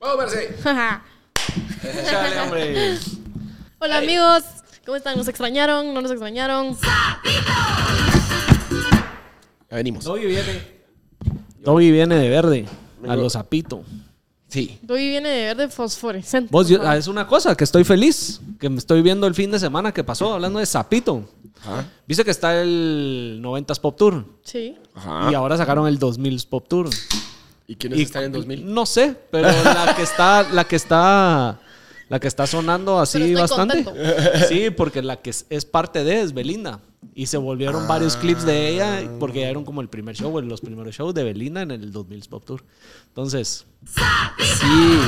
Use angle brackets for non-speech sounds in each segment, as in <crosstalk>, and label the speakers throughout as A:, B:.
A: ¡Bravo, Merce! <laughs>
B: Chale, hombre.
C: Hola amigos, ¿cómo están? ¿Nos extrañaron? ¿No nos extrañaron?
A: Ya venimos.
B: Toby viene. Toby viene de verde. A los zapito.
A: Sí.
C: Hoy viene de verde fosforescente.
B: Vos,
C: por
B: yo- ah,
C: favor.
B: es una cosa, que estoy feliz. Que me estoy viendo el fin de semana que pasó, hablando de zapito.
A: Ajá.
B: Viste que está el 90s Pop Tour.
C: Sí.
A: Ajá.
B: Y ahora sacaron el 2000s Pop Tour.
A: ¿Y quiénes
B: Y-
A: están en 2000?
B: No sé, pero la que está, la que está, la que está sonando
C: Pero
B: así
C: estoy
B: bastante.
C: contento.
B: Sí, porque la que es, es parte de es Belinda. Y se volvieron
A: Ah.
B: varios clips de ella porque ya eran como el primer show, o los primeros shows de Belinda en el 2000 Pop Tour. Entonces,
A: Sí.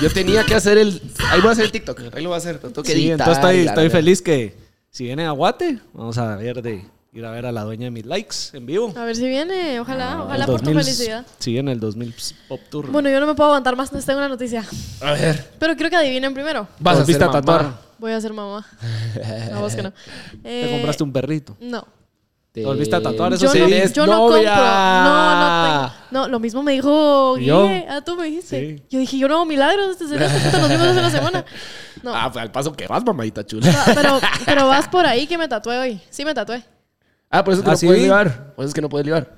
A: Yo tenía que hacer el. Ahí voy a hacer el TikTok. Ahí lo voy a hacer. Lo Tengo que
B: sí,
A: editar
B: entonces estoy,
A: y la
B: estoy
A: verdad.
B: feliz que si vienen a Guate, vamos a ver de ir a ver a la dueña de mis likes en vivo.
C: A ver si viene, ojalá, ojalá
B: Ah, El
C: por tu
B: 2000s
C: felicidad.
B: Sí, en el 2000 Pop Tour.
C: Bueno, yo no me puedo aguantar más, les tengo una noticia.
A: A ver.
C: Pero creo que adivinen primero.
A: Vas a
B: Volviste
A: ser
B: a tatuar.
A: mamá.
C: Voy a
A: <laughs>
C: ser mamá. No, vos que no.
B: Te
C: Eh,
B: compraste un perrito.
C: No.
B: Te volviste a tatuar, eso
C: Yo,
B: sí.
C: no,
B: Eres
C: yo no compro.
B: novia.
C: No, no tengo. No, lo mismo me dijo
B: ¿Y yo?
C: Guille. Ah, tú me dijiste.
B: Sí.
C: Yo dije, yo no hago milagros. Este cerote, puta, nos vimos hace una semana. No.
A: Ah, pues, al paso que vas, mamadita chula.
C: Ah, Pero, pero vas por ahí que me tatué hoy. Sí, me tatué.
A: Ah, por eso es que
B: Ah,
A: no
B: ¿sí?
A: puedes libar. Por eso es que no puedes libar.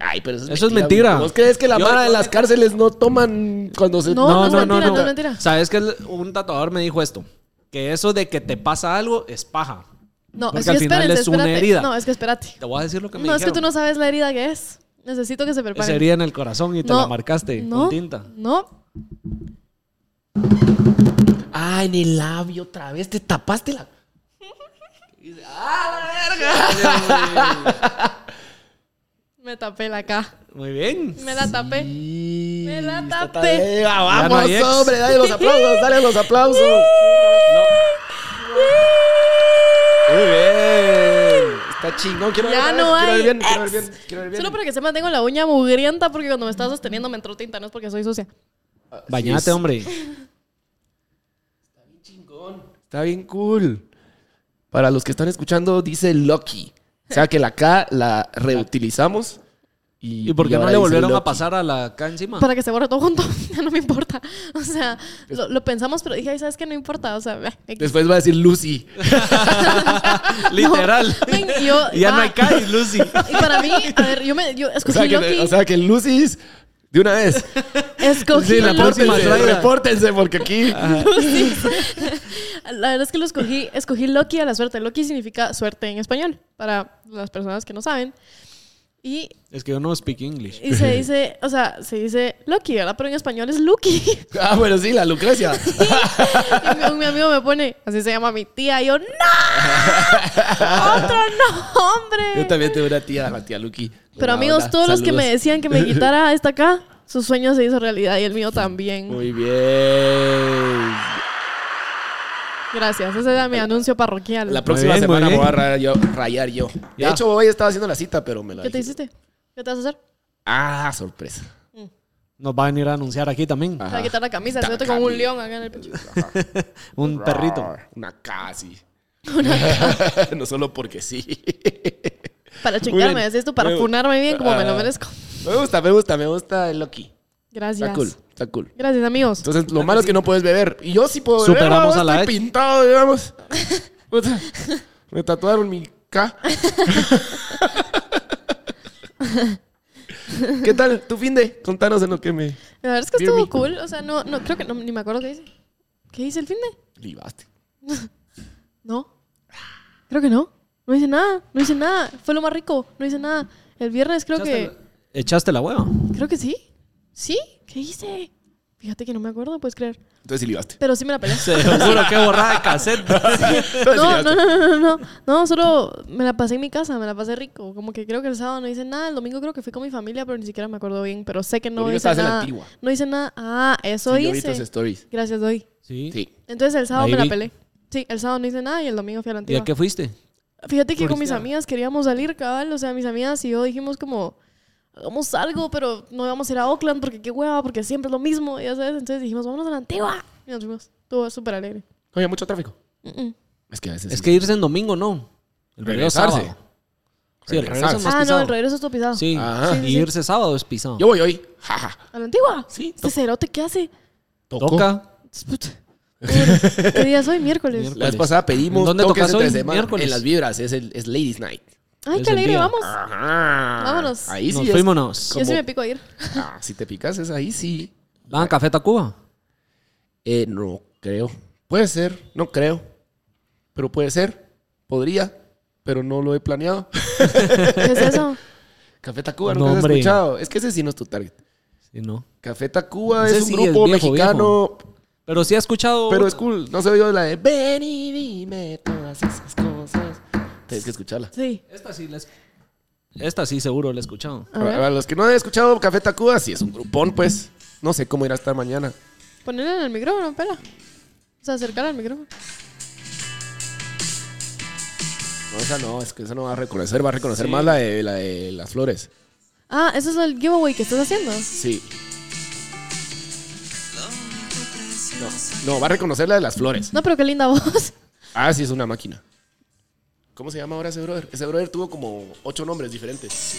A: Ay, pero eso es
B: Eso es
A: mentira.
B: mentira.
A: güey. ¿Vos crees que la
B: Yo-
A: mara de las cárceles no toman cuando se.?
C: No, es mentira, no es mentira.
B: ¿Sabes que un tatuador me dijo esto? Que eso de que te pasa algo es paja.
C: No,
B: Porque
C: es que
B: al final
C: espérate,
B: es una
C: espérate.
B: herida.
C: No, es que espérate.
B: Te voy a decir lo que me
C: No, es que
B: dijeron.
C: tú no sabes la herida que es. Necesito que se preparen.
B: Esa herida en el corazón y te
C: No,
B: la marcaste
C: no,
B: con tinta.
C: No.
A: Ah, en el labio otra vez. Te tapaste la.
C: Me tapé la K.
B: Muy bien.
C: Me la tapé.
A: Y-
C: Me la
A: está
C: tapé.
A: tarea.
B: Ya no
A: Vamos,
B: hay ex.
A: hombre. Dale los aplausos. Dale los aplausos. Muy bien. Está chingón. Quiero
C: Ya
A: ver, quiero
C: no
A: ver
C: hay
A: bien. Quiero ver bien. Quiero ver bien.
C: Solo para que se mantenga la uña mugrienta porque cuando me estaba sosteniendo me entró tinta, no es porque soy sucia.
B: Bañate,
A: Sí, es-
B: hombre.
A: Está bien cool. Para los que están escuchando, dice Lucky. O sea que la K la reutilizamos. ¿Y,
B: ¿Y por qué no
A: ahora
B: le
A: dice
B: volvieron a
A: Lucky.
B: pasar a la acá encima?
C: Para que se borre todo junto, <laughs> ya no me importa. O sea, lo, lo pensamos, pero dije, ay, ¿sabes qué? No importa, o sea, bah, X.
A: Después va a decir Lucy.
C: <laughs>
B: Literal.
C: Men, <laughs> y yo-
B: Y <laughs> ya no
C: va.
B: hay Kai, Lucy.
C: Y para mí, a ver, yo
B: <laughs>
C: me yo
A: O
C: escogí
A: sea que,
C: Loki.
A: o sea que Lucy es de una vez.
C: escogí
A: Sí,
B: la
C: Loki.
B: próxima
A: repórtense,
B: traiga.
A: repórtense porque aquí.
C: La verdad es que lo escogí, escogí Loki a la suerte. Loki significa suerte en español, para las personas que no saben. Y,
B: Es que yo no speak English.
C: y se dice, o sea, se dice Loki, ¿verdad? Pero en español es Lucky. <laughs>
A: <laughs> Ah, bueno, sí, la Lucrecia.
C: Y mi, mi amigo me pone, así se llama mi tía. Y yo, ¡No! ¡Otro nombre!
A: Yo también tengo una tía, la tía Lucky.
C: Pero
A: Buena
C: amigos,
A: onda,
C: todos los que
A: saludos.
C: me decían que
A: <laughs>
C: me quitara esta acá, su sueño se hizo realidad y el mío también.
A: Muy bien.
C: Gracias, ese era mi anuncio parroquial.
A: La próxima
B: bien, muy
A: semana me
B: bien.
A: voy a rayar yo. rayar yo. De
B: Ya.
A: hecho, hoy estaba haciendo la cita, pero me la
C: ¿Qué te
A: dije.
C: hiciste? ¿Qué te vas a hacer?
A: Ah, sorpresa.
B: Nos va a venir a anunciar aquí también.
C: Te vas a quitar la camisa, te con un león acá en el
A: <laughs>
C: pecho.
B: Un perrito.
A: Rar, Una casi. <laughs> no solo porque sí.
C: <laughs>
A: <laughs>
C: Para
A: Muy
C: chingarme,
A: bien.
C: decís tú, para
A: Muy bien.
C: funarme bien como me lo
A: Ah.
C: merezco.
A: Me gusta, me gusta, me gusta el Loki.
C: Gracias.
A: Está cool, está cool.
C: Gracias, amigos.
A: Entonces, lo malo es que no puedes beber. Y yo sí puedo beber. vamos,
B: Superamos a la
A: estoy
B: ex.
A: pintado, digamos. <laughs> Puta, Me tatuaron mi K. <laughs> ¿Qué tal tu fin de? Contanos en lo que me
C: La verdad es que
A: Beer
C: estuvo
A: me.
C: cool. O sea, no, no, creo que no, ni me acuerdo qué hice. ¿Qué hice el fin de?
A: libaste.
C: No. Creo que no. No hice nada, no hice nada. Fue lo más rico, no hice nada. El viernes creo
B: Echaste
C: que...
B: la- Echaste la hueva.
C: Creo que sí. ¿Sí? ¿Qué hice? Fíjate que no me acuerdo, puedes creer.
A: Entonces sí libaste.
C: Pero sí me la peleé.
B: Seguro que borrada de cassette.
A: Entonces, <laughs> sí
C: <laughs> No,
A: libaste.
C: no, no, no, no, no. No, solo me la pasé en mi casa, me la pasé rico. Como que creo que el sábado no hice nada. El domingo creo que fui con mi familia, pero ni siquiera me acuerdo bien. Pero sé que no
A: Domingo
C: hice
A: estabas en la
C: nada.
A: antigua.
C: No hice nada. Ah, eso
A: Sí, yo vi
C: hice.
A: tus stories.
C: Gracias, doy.
B: Sí.
A: Sí.
C: Entonces el sábado
B: Ahí
C: me la
B: vi.
C: pelé. Sí, el sábado no hice nada y el domingo fui a la
B: ¿Y
C: antigua.
B: a qué fuiste?
C: Fíjate que con mis
B: Turistear.
C: amigas queríamos salir, cabal. O sea, mis amigas y yo dijimos como, hagamos algo, pero no íbamos a ir a Oakland porque qué hueva, porque siempre es lo mismo, ya sabes. Entonces dijimos, vámonos a la antigua. Y nos fuimos. Estuvo súper alegre.
A: Oye, mucho tráfico.
C: Mm, mm.
A: Es que a veces.
B: Es que irse en domingo, no. El regreso
A: Regresarse.
B: sábado. Sí, el regreso
A: Regresarse.
B: es más
C: Ah,
B: pisado.
C: no, el regreso estuvo pisado.
B: Sí. Ah,
A: Ajá.
C: Sí, sí,
B: Y
C: sí.
B: irse sábado es pisado.
A: Yo voy hoy. Jaja.
C: ¿A la antigua?
A: Sí.
C: ¿Este cerote qué hace?
A: Tocó.
B: Toca.
C: Pobre. ¿Qué día es hoy? Miércoles.
A: La vez pasada pedimos
B: ¿Dónde
A: toques
B: tocas
A: entre
B: hoy?
A: semana
B: Miércoles.
A: en las vibras. Es, el, es Ladies Night.
C: Ay,
B: Es
C: qué
B: el
C: alegre,
B: día.
C: vamos.
A: Ajá.
C: Vámonos.
A: Ahí sí
B: Nos
A: es-
B: fuimos.
C: Yo sí
A: como-
C: me pico a ir.
A: Ah, si te picas es ahí sí.
B: ¿Van a Café Tacuba?
A: Eh, no creo. Puede ser, no creo. Pero puede ser. Podría, pero no lo he planeado. <laughs>
C: ¿Qué es eso?
A: Café Tacuba,
B: No,
A: no, has
B: hombre.
A: escuchado. Es que ese sí no es tu target.
B: Sí, no.
A: Café Tacuba
B: Ese
A: es un
B: sí es
A: grupo
B: viejo,
A: mexicano,
B: Pero sí he escuchado.
A: pero es cool. No se oyó la de Ven y dime todas esas cosas. Tienes que escucharla.
C: Sí.
B: Esta sí la es- Esta sí seguro la he escuchado.
C: A ver.
A: Para los que no han escuchado Café Tacuba, sí es un grupón, pues. No sé cómo irá hasta mañana.
C: Ponerle en el micrófono, pela. O sea, acercar al micrófono.
A: No, esa no, es que esa no va a reconocer, va a reconocer más la de, la de las flores.
C: Ah, ese es el giveaway que estás haciendo.
A: Sí. No, no, va a reconocer la de las flores.
C: No, pero qué linda <laughs> voz.
A: Ah, sí, es una máquina. ¿Cómo se llama ahora ese brother? Ese brother tuvo como ocho nombres diferentes.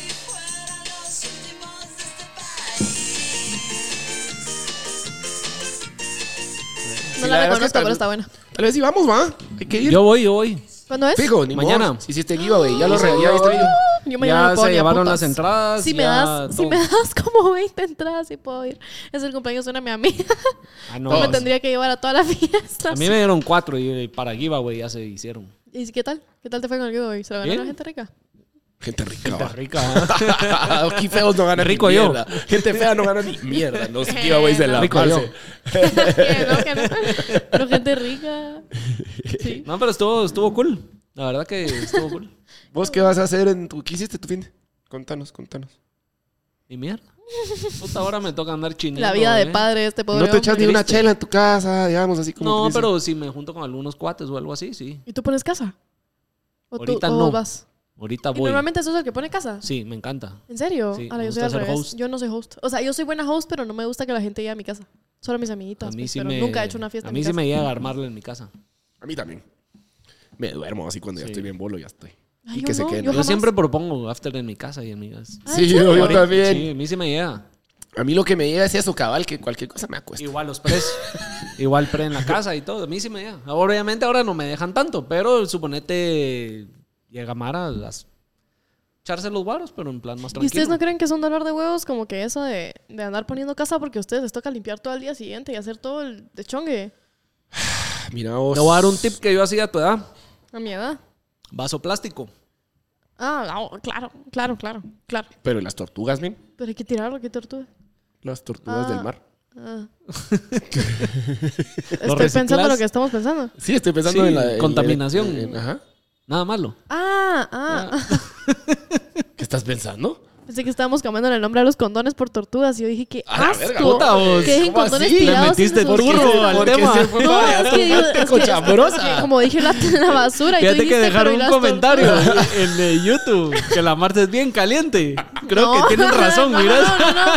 A: la
C: No la
A: verdad es que
C: reconozco,
A: tal-
C: pero está buena.
A: Tal vez sí vamos, va. Hay que ir.
B: Yo voy, yo voy.
C: ¿Cuándo es? Uh,
A: Fijo, ni
B: Mañana.
A: modo. Si hiciste giveaway, ya lo re, ya viste el video.
C: Yo mañana
B: Ya
C: no puedo
B: se
C: ni a
B: llevaron
C: putas.
B: las entradas.
C: Si me,
B: ya
C: das, si
B: todo.
C: me das como 20 entradas, sí puedo ir. Es el cumpleaños de una mi amiga. <laughs>
B: Ah, no.
A: Todos.
C: Me tendría que llevar a toda la <laughs> fiesta.
B: A mí me dieron cuatro y para giveaway ya se hicieron.
C: ¿Y qué tal? ¿Qué tal te fue con el giveaway? ¿Se lo ganó
B: Bien.
C: la gente rica?
A: Gente rica. <laughs>
B: Está
A: va.
B: rica. ¿eh?
A: <laughs> Aquí feos no ganan
B: Rico
A: ni
B: yo.
A: mierda. Gente fea no gana ni mierda. Los giveaways de la
B: Rico
A: parce.
B: yo.
C: Que no, que no. <laughs> Pero gente rica. Sí.
B: No, pero estuvo, estuvo cool. La verdad que estuvo cool.
A: ¿Vos qué vas a hacer en tu... ¿Qué hiciste tu fin? de- Contanos, contanos.
B: Y mierda. Puta, ahora me toca andar chinito.
C: La vida de padre de este pobre
A: No te echas ni
C: hombre.
A: una chela en tu casa, digamos, así como...
B: No,
A: que dices.
B: pero si me junto con algunos cuates o algo así, sí.
C: ¿Y tú pones casa? ¿O
B: Ahorita
C: tú o
B: no.
C: vas?
B: Ahorita
C: ¿Y
B: voy.
C: normalmente sos el que pone casa?
B: Sí, me encanta.
C: ¿En serio?
B: Sí,
C: Ahora
B: me
C: yo soy
B: gusta
C: al
B: ser
C: revés.
B: host.
C: Yo no soy host. O sea, yo soy buena host, pero no me gusta que la gente llegue a mi casa. Solo mis amiguitas.
B: A mí
C: pues,
B: sí
C: pero
B: me.
C: nunca he hecho una fiesta
B: A
C: en
B: mí
C: mi
B: sí
C: casa.
B: me llega a armarla en mi casa.
A: A mí también. Me duermo así cuando ya
B: Sí.
A: estoy bien bolo, ya estoy.
C: Ay,
A: y
C: yo
A: que se
C: no,
A: queden.
C: yo
B: Yo
C: jamás.
B: siempre propongo after en mi casa y amigas.
C: Ah,
A: Sí,
C: ¿en serio?
A: yo, yo también.
B: Sí, a mí sí me llega.
A: A mí lo que me llega es eso, cabal, que cualquier cosa me acuesta.
B: Pues, Igual los pres. <laughs> Igual pre en la casa y todo. A mí sí me llega. Obviamente ahora no me dejan tanto, pero suponete llega Mara a las echarse los varos, pero en plan más
C: ¿Y
B: tranquilo.
C: ustedes no creen que es un dolor de huevos como que eso de, de andar poniendo casa porque a ustedes les toca limpiar todo el día siguiente y hacer todo el de chongue
A: Ah, Mira vos.
B: Te voy a dar un tip que yo hacía a tu edad.
C: a mi edad?
B: Vaso plástico.
C: Ah, no, claro, claro, claro, claro.
A: Pero ¿y las tortugas, men?
C: Pero hay que tirarlo, qué tortuga.
A: Las tortugas
C: Ah.
A: del mar.
C: Ah. Estoy pensando
B: reciclas?
C: lo que estamos pensando.
A: Sí, estoy pensando
B: Sí,
A: en la... en-
B: contaminación.
A: en- en- ajá.
B: Nada malo.
C: Ah, ah, ah.
A: ¿Qué estás pensando?
C: <laughs> Pensé que estábamos cambiando el nombre a los condones por tortugas y yo dije que
A: A la
C: asco.
A: verga, puta, vos.
C: que dejen
A: ¿Cómo
C: condones
A: así? Le
C: tirados.
B: metiste
C: en sus-
B: turbo
C: ¿Qué es
B: al
C: eso?
A: Porque
B: tema.
A: se fue
C: No,
A: para
C: es que, digo,
A: allá,
C: es que-
A: cochambrosa.
C: que <laughs> como dije la, la basura y tú
B: <laughs> Fíjate
C: dijiste,
B: que
C: pero
B: dejaron
C: ¿y
B: un
C: las
B: comentario
C: tortugas?
B: en de YouTube que la Marta es bien caliente. Creo
C: No.
B: que tienen
C: <laughs>
B: razón,
C: Ah, No,
B: miras.
C: no, no, no.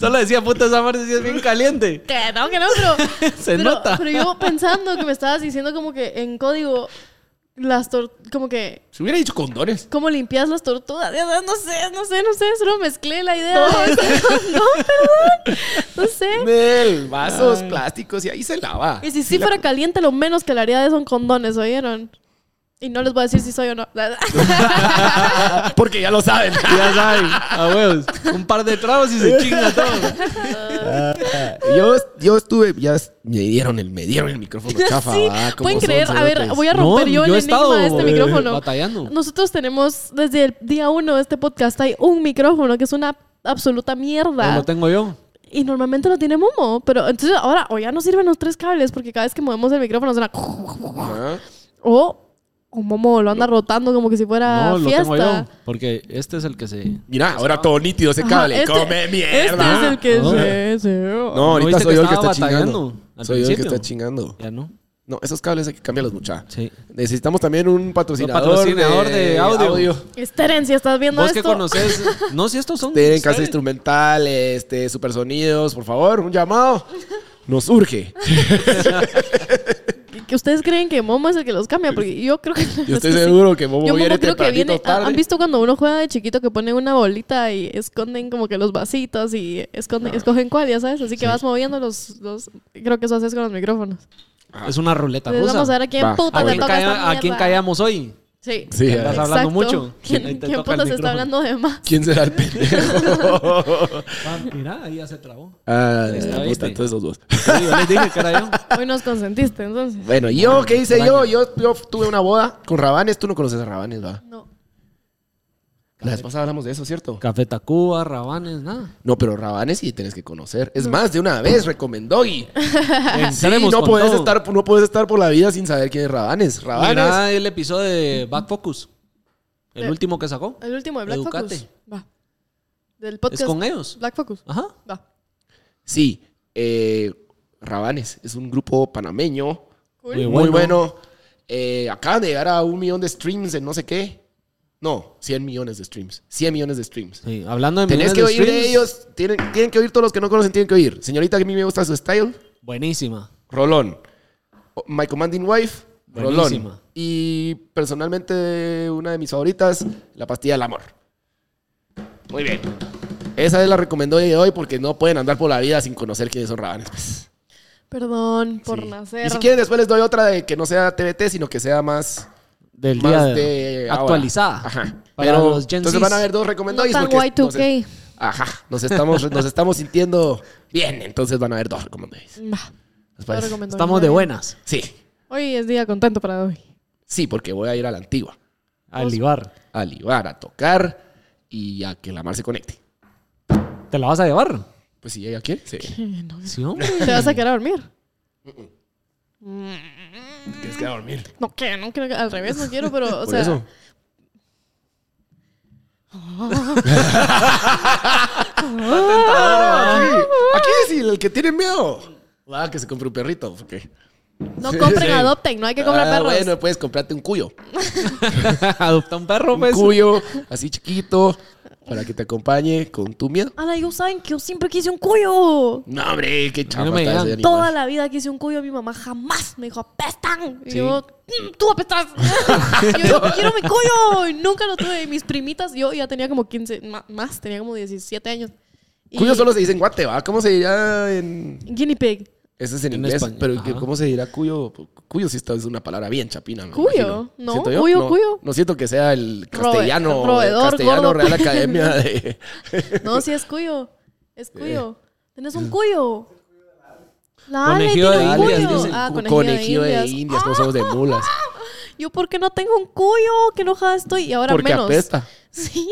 B: Solo decía, puta, esa Marta sí es bien caliente.
C: Que no, que no, pero.
B: <laughs> Se
C: pero,
B: nota.
C: Pero yo pensando que me estabas diciendo como que en código las tor como que
A: Se hubiera dicho condones.
C: cómo limpias las tortugas. Ya sabes, No sé, no sé, no sé, solo mezclé la <laughs>
B: <laughs>
C: idea. No, no perdón. No sé.
A: Nel, vasos plásticos y ahí se lava.
C: ¿Eh? Y si sí fuera caliente, lo menos que le haría de son condones, ¿oyeron? Y no les voy a decir si soy o no. <laughs>
A: Ah, Porque ya lo saben.
B: Ya saben, a huevos. Un par de tragos y se chinga todo.
A: <laughs> yo, yo estuve, ya es- me dieron el, me dieron el
C: <laughs>
A: micrófono chafa.
C: sí,
A: va, como
C: pueden
A: son
C: creer. A ver,
A: cerotes.
C: voy a romper
B: No,
C: yo,
B: yo he
C: el enigma
B: estado,
C: de este
B: eh,
C: micrófono.
B: batallando.
C: Nosotros tenemos desde el día uno de este podcast hay un micrófono que es una absoluta mierda.
B: No lo tengo yo.
C: Y normalmente no tiene humo, pero entonces ahora o ya no sirven los tres cables porque cada vez que movemos el micrófono suena
A: Ajá.
C: o un momo lo anda rotando como que si fuera
B: No, lo tengo yo.
C: fiesta.
B: Porque este es el que se.
A: Mira, ahora todo nítido ese
C: Ajá,
A: cable.
C: este-
A: Come mierda.
C: Este es el que
B: Ah.
C: se, se-
A: No, ahorita
B: ¿viste
A: soy
B: que
A: yo el que
B: estaba
A: está chingando.
B: batallando al
A: Soy yo el que
B: principio?
A: está chingando.
B: Ya no.
A: No, esos cables hay que cambiarlos mucha.
B: Sí.
A: Necesitamos también un patrocinador,
B: patrocinador de audio.
C: Esteren, si estás viendo
B: Vos que
C: esto.
B: conoces.
C: <laughs>
B: No, si estos son.
A: Tienen casa
B: ustedes.
A: instrumental, este,
B: <laughs>
A: supersonidos, por favor, un llamado. Nos urge.
C: ¿Qué, que ustedes creen que Momo es el que los cambia, porque yo creo que.
A: Yo estoy
C: <laughs> es que sí.
A: seguro que Momo
C: Yo Momo
A: viene
C: creo que
A: tempranito
C: viene.
A: o tarde.
C: ¿Han visto cuando uno juega de chiquito que pone una bolita y esconden como que los vasitos y esconden, escogen cuál, ya sabes? Así que vas moviendo los, los. Creo que eso haces con los micrófonos.
B: Es una ruleta
C: Entonces
B: rusa.
C: vamos a ver a quién
A: Va,
C: puta
B: ¿A
C: le
B: quién,
C: toca
B: calla-
C: esta
B: a quién
C: mierda.
B: callamos hoy?
C: Sí.
A: Sí,
B: Que
A: a
B: andas
A: ver.
B: hablando mucho. Ahí
C: ¿Quién,
B: te
C: quién
B: toca el
C: puta se está
B: micrófono.
C: hablando de más?
A: ¿Quién será el pendejo?
B: Ah, mira, ahí ya se trabó.
A: ah,
B: Está,
A: puta,
B: ¿viste?
A: entonces los dos.
B: Sí, <laughs> yo les dije que era yo.
C: Hoy nos consentiste, entonces.
A: Bueno, ¿y yo qué hice
B: extraño.
A: yo? yo? Yo tuve una boda con Rabanes. Tú no conoces a Rabanes, ¿va?
C: No.
A: La vez pasada hablamos de eso, ¿cierto?
B: Café Tacuba, Rabanes,
C: <laughs>
B: nada.
A: No, pero Rabanes sí tienes que conocer. Es más, de una vez recomendó y sí,
B: Entremos
A: no
B: con
A: puedes
B: todo.
A: estar no puedes estar por la vida sin saber quién es Rabanes. Rabanes.
B: Mira el episodio de Back Focus. El
C: Eh,
B: último que sacó.
C: El último de Black
B: Educate.
C: Focus. Va. Del
B: Es
C: podcast.
B: con ellos.
C: Black Focus.
B: Ajá.
C: Va.
A: Sí, eh, Rabanes es un grupo panameño
C: Cool.
B: Muy
A: muy
B: bueno.
A: bueno. Eh, acaban de llegar a un millón de streams en no sé qué. No, 100 millones de streams. 100 millones de streams.
B: Sí, hablando de
A: Tenés que
B: millones
A: oír
B: de
A: de
B: streams,
A: ellos. Tienen, tienen que oír todos los que no conocen, tienen que oír. Señorita, que a mí me gusta su style.
B: Buenísima.
A: Rolón. O- My Commanding Wife, Rolón.
B: Buenísima.
A: Y personalmente una de mis favoritas, La Pastilla del Amor. Muy bien. Esa es la recomendó de hoy porque no pueden andar por la vida sin conocer quiénes son Rabanes. pues.
C: Perdón por
A: Sí.
C: nacer.
A: Y si quieren, después les doy otra de que no sea TVT, sino que sea más,
B: Del día
A: más
B: de-
A: de ahora.
B: actualizada.
A: Ajá.
B: Para
A: Pero
B: los Gen
A: entonces
B: Zs.
A: van a ver dos
C: No
A: recomendados.
C: tan
A: porque nos es-
C: Y2K.
A: ajá. Nos estamos, nos estamos sintiendo bien. Entonces van a ver dos recomendados.
C: Va.
A: ¿Les
C: lo
A: parece?
C: recomiendo.
B: Estamos de buenas.
A: Sí.
C: Hoy es día contento para hoy.
A: Sí, porque voy a ir a la antigua.
B: Al Ibar.
A: a libar, a tocar y a que la mar se conecte.
B: ¿Te la vas a llevar?
A: Pues si ella quiere, sí.
C: No.
B: Sí, hombre.
C: <laughs> ¿Te vas
A: Mm.
C: a quedar a dormir?
A: Tienes que dormir.
C: No quiero, no quiero. Al revés, no quiero, pero, o
A: Por
C: sea.
A: eso. Ah. <laughs> Aquí, aquí es el que tiene miedo. Ah, que se compre un perrito. porque-
C: No compren,
A: Sí.
C: adopten. No hay que comprar
A: Ah,
C: perros.
A: Bueno, puedes comprarte un cuyo.
B: <laughs> Adopta un perro,
A: Un
B: pues.
A: cuyo así chiquito para que te acompañe con tu miedo.
C: Ala, yo saben que yo siempre quise un cuyo.
A: No, hombre, qué chafa
B: me
A: está
B: digan.
A: ese animal.
C: Toda la vida quise un cuyo. Mi mamá jamás me dijo, apestan. Y
A: Sí.
C: yo, "Mm,
A: <laughs>
C: tú apestas. Y yo, yo quiero mi cuyo. Y nunca lo tuve. Y mis primitas, yo ya tenía como 15, ma- más, tenía como 17 años. Y-
A: Cuyo solo se dice en Guate, ¿va? ¿Cómo se dirá en...?
C: Guinea pig.
A: Ese es en,
B: En
A: inglés,
B: español,
A: pero
B: ajá.
A: ¿cómo se dirá cuyo? Cuyo sí está, es una palabra bien chapina. me
C: Cuyo,
A: imagino.
C: ¿no?
A: ¿Siento yo?
C: Cuyo,
A: no,
C: cuyo.
A: No siento que sea el castellano,
C: Robe- roedor,
A: castellano
C: gordo.
A: Real Academia
C: <laughs>
A: de...
C: No, sí es cuyo. Es cuyo. Tenés un cuyo. La Ale
B: Conejillo
C: tiene
B: de
C: un
B: Indias,
C: cuyo.
B: dicen.
C: Ah, conejillo,
A: Conejillo
C: de
A: de
C: indias. Ah.
A: indias, no somos de mulas.
C: Yo, ¿por qué no tengo un cuyo? Qué enojada estoy. Y <laughs> ahora
A: Porque
C: menos.
A: apesta.
C: <laughs>
A: <laughs>
C: Sí.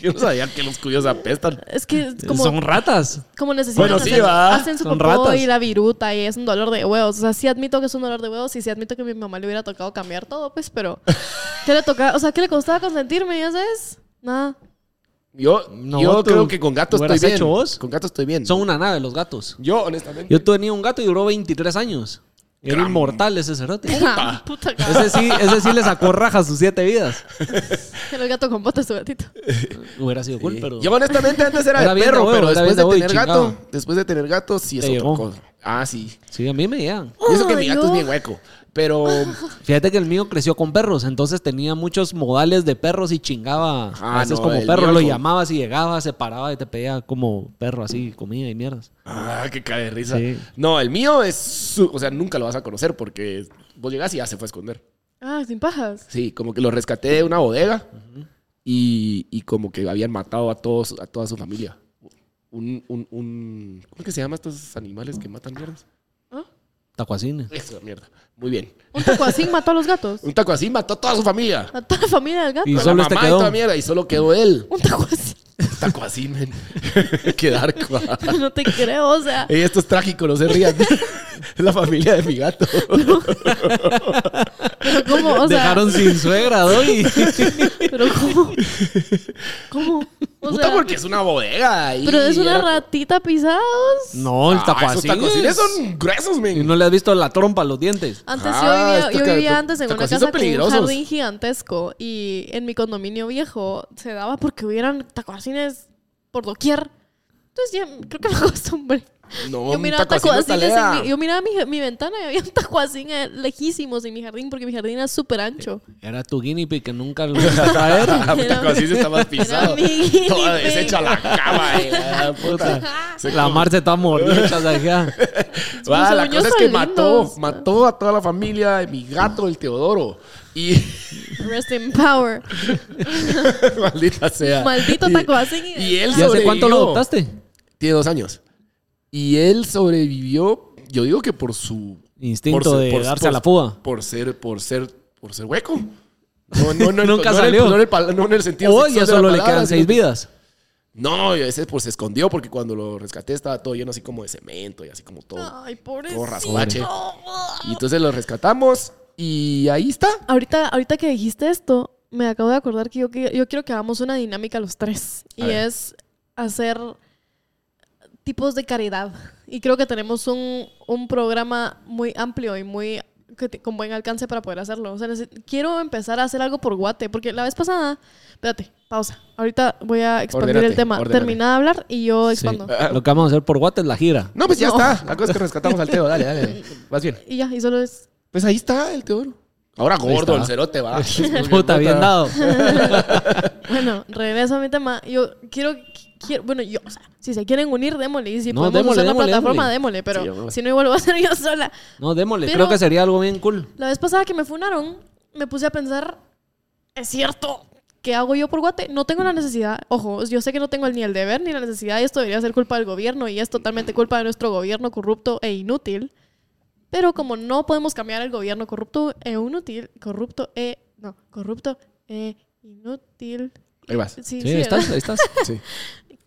A: Yo no sabía que los cuyos apestan.
C: Es que
A: Este,
C: es como,
B: Son ratas.
C: como necesitan
A: Bueno, sí,
C: hacer,
A: va.
C: hacen su
B: Son
C: popó
B: ratas.
C: y la viruta y es un dolor de huevos. O sea, sí admito que es un dolor de huevos y sí admito que mi mamá le hubiera tocado cambiar todo,
A: <laughs>
C: pues, pero ¿qué le tocaba? O sea, ¿qué le costaba consentirme? ¿Ya sabes? Nada.
A: Yo,
B: No,
A: yo
B: tú-
A: creo que con gato
B: ¿tú
A: estoy
B: hubieras
A: bien.
B: hecho vos?
A: Con gato estoy bien.
B: Son una nave los gatos.
A: Yo, honestamente.
B: Yo tenía un gato y duró 23 años. Era
A: Gran-
B: inmortal
C: <laughs>
B: ese cerote.
C: Puta. Puta cabrón.
B: Ese sí, ese sí le sacó rajas sus siete vidas.
C: Era el gato con botas, tu gatito.
B: Hubiera sido cool,
A: Sí.
B: pero...
A: Yo honestamente antes era, de
B: Era bien
A: perro,
B: de huevo,
A: pero
B: era
A: después
B: bien
A: de,
B: de huevo y
A: tener gato,
B: chingado.
A: después de tener gato, sí es
B: Te
A: otra
B: llegó.
A: cosa. Ah, sí.
B: Sí, a mí me llegan.
A: Y eso que
C: Ay,
A: mi gato
C: yo-
A: es bien hueco.
C: <laughs>
A: Pero
B: Fíjate que el mío creció con perros, entonces tenía muchos modales de perros y chingaba.
A: Ah,
B: a veces
A: no,
B: como
A: el
B: perro,
A: mío
B: lo
A: no.
B: llamabas y llegaba, se paraba y te pedía como perro así, comida y mierdas.
A: Ah, qué cara de risa.
B: Sí.
A: No, el mío es. su- o sea, nunca lo vas a conocer porque vos llegás y ya se fue a esconder.
C: Ah, sin pajas.
A: Sí, como que lo rescaté de una bodega y, y como que habían matado a, todos, a toda su familia. Un, un, un- ¿Cómo es que se llama estos animales que matan mierdas?
C: ¿Ah?
B: Tacuacines.
A: Eso, mierda. Muy bien.
C: Un tacuacín mató a los gatos.
A: Un taco así mató a toda su familia.
C: A toda la familia del gato.
B: Y
A: A
B: solo
A: la
B: este
A: mamá y
B: quedó.
A: toda mierda, y solo quedó él.
C: Un tacuacín.
A: Un taco así, men. <laughs> Qué dark, va.
C: No te creo, o sea.
A: Ey, esto es trágico, no se rían. <laughs> es la familia de mi gato. Eh,
C: Pero cómo, o sea.
B: Dejaron sin suegra, doy. <laughs>
C: Pero cómo.
A: <laughs>
C: ¿Cómo? O
A: Puta,
C: sea,
A: porque es una bodega. y
C: pero es una
A: era-
C: ratita pisados.
B: No, el
A: Ah, esos
B: tacuacín.
A: tacuacines son gruesos,
B: Y
A: men.
B: no le has visto la trompa, los dientes.
C: Antes
A: Ah,
C: yo vivía,
A: estos
C: yo
A: ca-
C: vivía antes en una
A: tacuacín
C: casa
A: son
C: con un
A: peligrosos.
C: jardín gigantesco y en mi condominio viejo se daba porque hubieran tacuacines por doquier. Entonces ya creo que me <laughs> acostumbré.
A: No,
C: Yo
A: un
C: miraba
A: tacuacín hasta
C: tacuacines
A: Lea.
C: en mi, yo miraba mi, mi ventana y había un tacuacín eh, lejísimos en mi jardín porque mi jardín era súper ancho.
B: Era tu guinea pig que nunca lo ibas
A: <laughs>
B: a
A: <laughs>
B: traer.
A: Ah, puta,
C: <laughs> Era-
A: tacuacín está más pisado.
C: mi Ah,
A: <laughs>
C: guinea
A: Toda
C: pig.
A: deshecha la cama. eh, la puta.
C: <laughs> Ajá.
A: Se
B: La Mar se está mordida. o sea, ya.
A: Ah, la
C: Los uños
A: cosa es que
C: son
A: mató,
C: lindos.
A: mató a toda la familia de mi gato, el Teodoro. Y <laughs>
C: Rest in power.
A: maldita sea.
C: Maldito
A: Y-
C: tacuacín
A: Y
C: y-
A: <laughs> él
B: ¿Y hace cuánto
A: sobrevivió.
B: lo adoptaste?
A: Tiene dos años. Y él sobrevivió, yo digo que por su
B: Instinto
A: por ser-
B: de
A: por-
B: darse
A: por-
B: a la fuga.
A: por ser, por ser, por ser hueco. No,
B: <laughs>
A: no, no,
B: Nunca
A: no
B: salió.
A: En el, no, en el pal- no en el sentido.
B: Hoy
A: sexual
B: ya
A: de la
B: solo le
A: palabra,
B: quedan
A: sino-
B: seis vidas.
A: No, ese pues se escondió porque cuando lo rescaté estaba todo lleno así como de cemento y así como todo.
C: Ay,
A: todo
C: pobrecito.
A: rasguache. Y entonces lo rescatamos y ahí está.
C: Ahorita, ahorita que dijiste esto, me acabo de acordar que yo, que- yo quiero que hagamos una dinámica los tres.
A: A
C: Y
A: ver.
C: es hacer tipos de caridad. Y creo que tenemos un, un programa muy amplio y muy que te- con buen alcance para poder hacerlo. O sea, neces- quiero empezar a hacer algo por guate, porque la vez pasada, espérate, pausa. Ahorita voy a expandir
A: Ordénate,
C: el tema.
A: ordénate. Eh.
C: Termina de hablar y yo
B: Sí.
C: expando.
B: <laughs> Lo que vamos a hacer por Guate es la gira.
A: No, pues ya
C: No.
A: está. La cosa es que rescatamos al Teo. Dale, dale. Más bien.
C: Y ya, y solo es
A: Pues ahí está el Teodoro. Ahora gordo,
B: está.
A: el cerote va.
B: <laughs> Puta, bien
A: <laughs>
B: dado.
C: Bueno, regreso a mi tema. Yo quiero, quiero bueno, yo, o sea, si se quieren unir, démosle. Y si
B: No,
C: podemos
B: démosle,
C: usar
B: démosle,
C: la plataforma, démosle.
B: démosle.
A: Sí,
C: pero
A: démosle.
C: si no, igual lo voy a hacer yo sola.
B: No, démosle.
C: Pero-
B: Creo que sería algo bien cool.
C: La vez pasada que me funaron, me puse a pensar, es cierto, ¿qué hago yo por Guate? No tengo la necesidad, ojo, yo sé que no tengo ni el deber ni la necesidad y esto debería ser culpa del gobierno y es totalmente culpa de nuestro gobierno corrupto e inútil. Pero como no podemos cambiar el gobierno corrupto e inútil, corrupto e, no, corrupto e inútil.
A: Ahí vas.
C: Sí,
B: Sí,
C: sí,
B: ahí
C: ¿verdad?
B: estás, ahí estás.
A: Sí.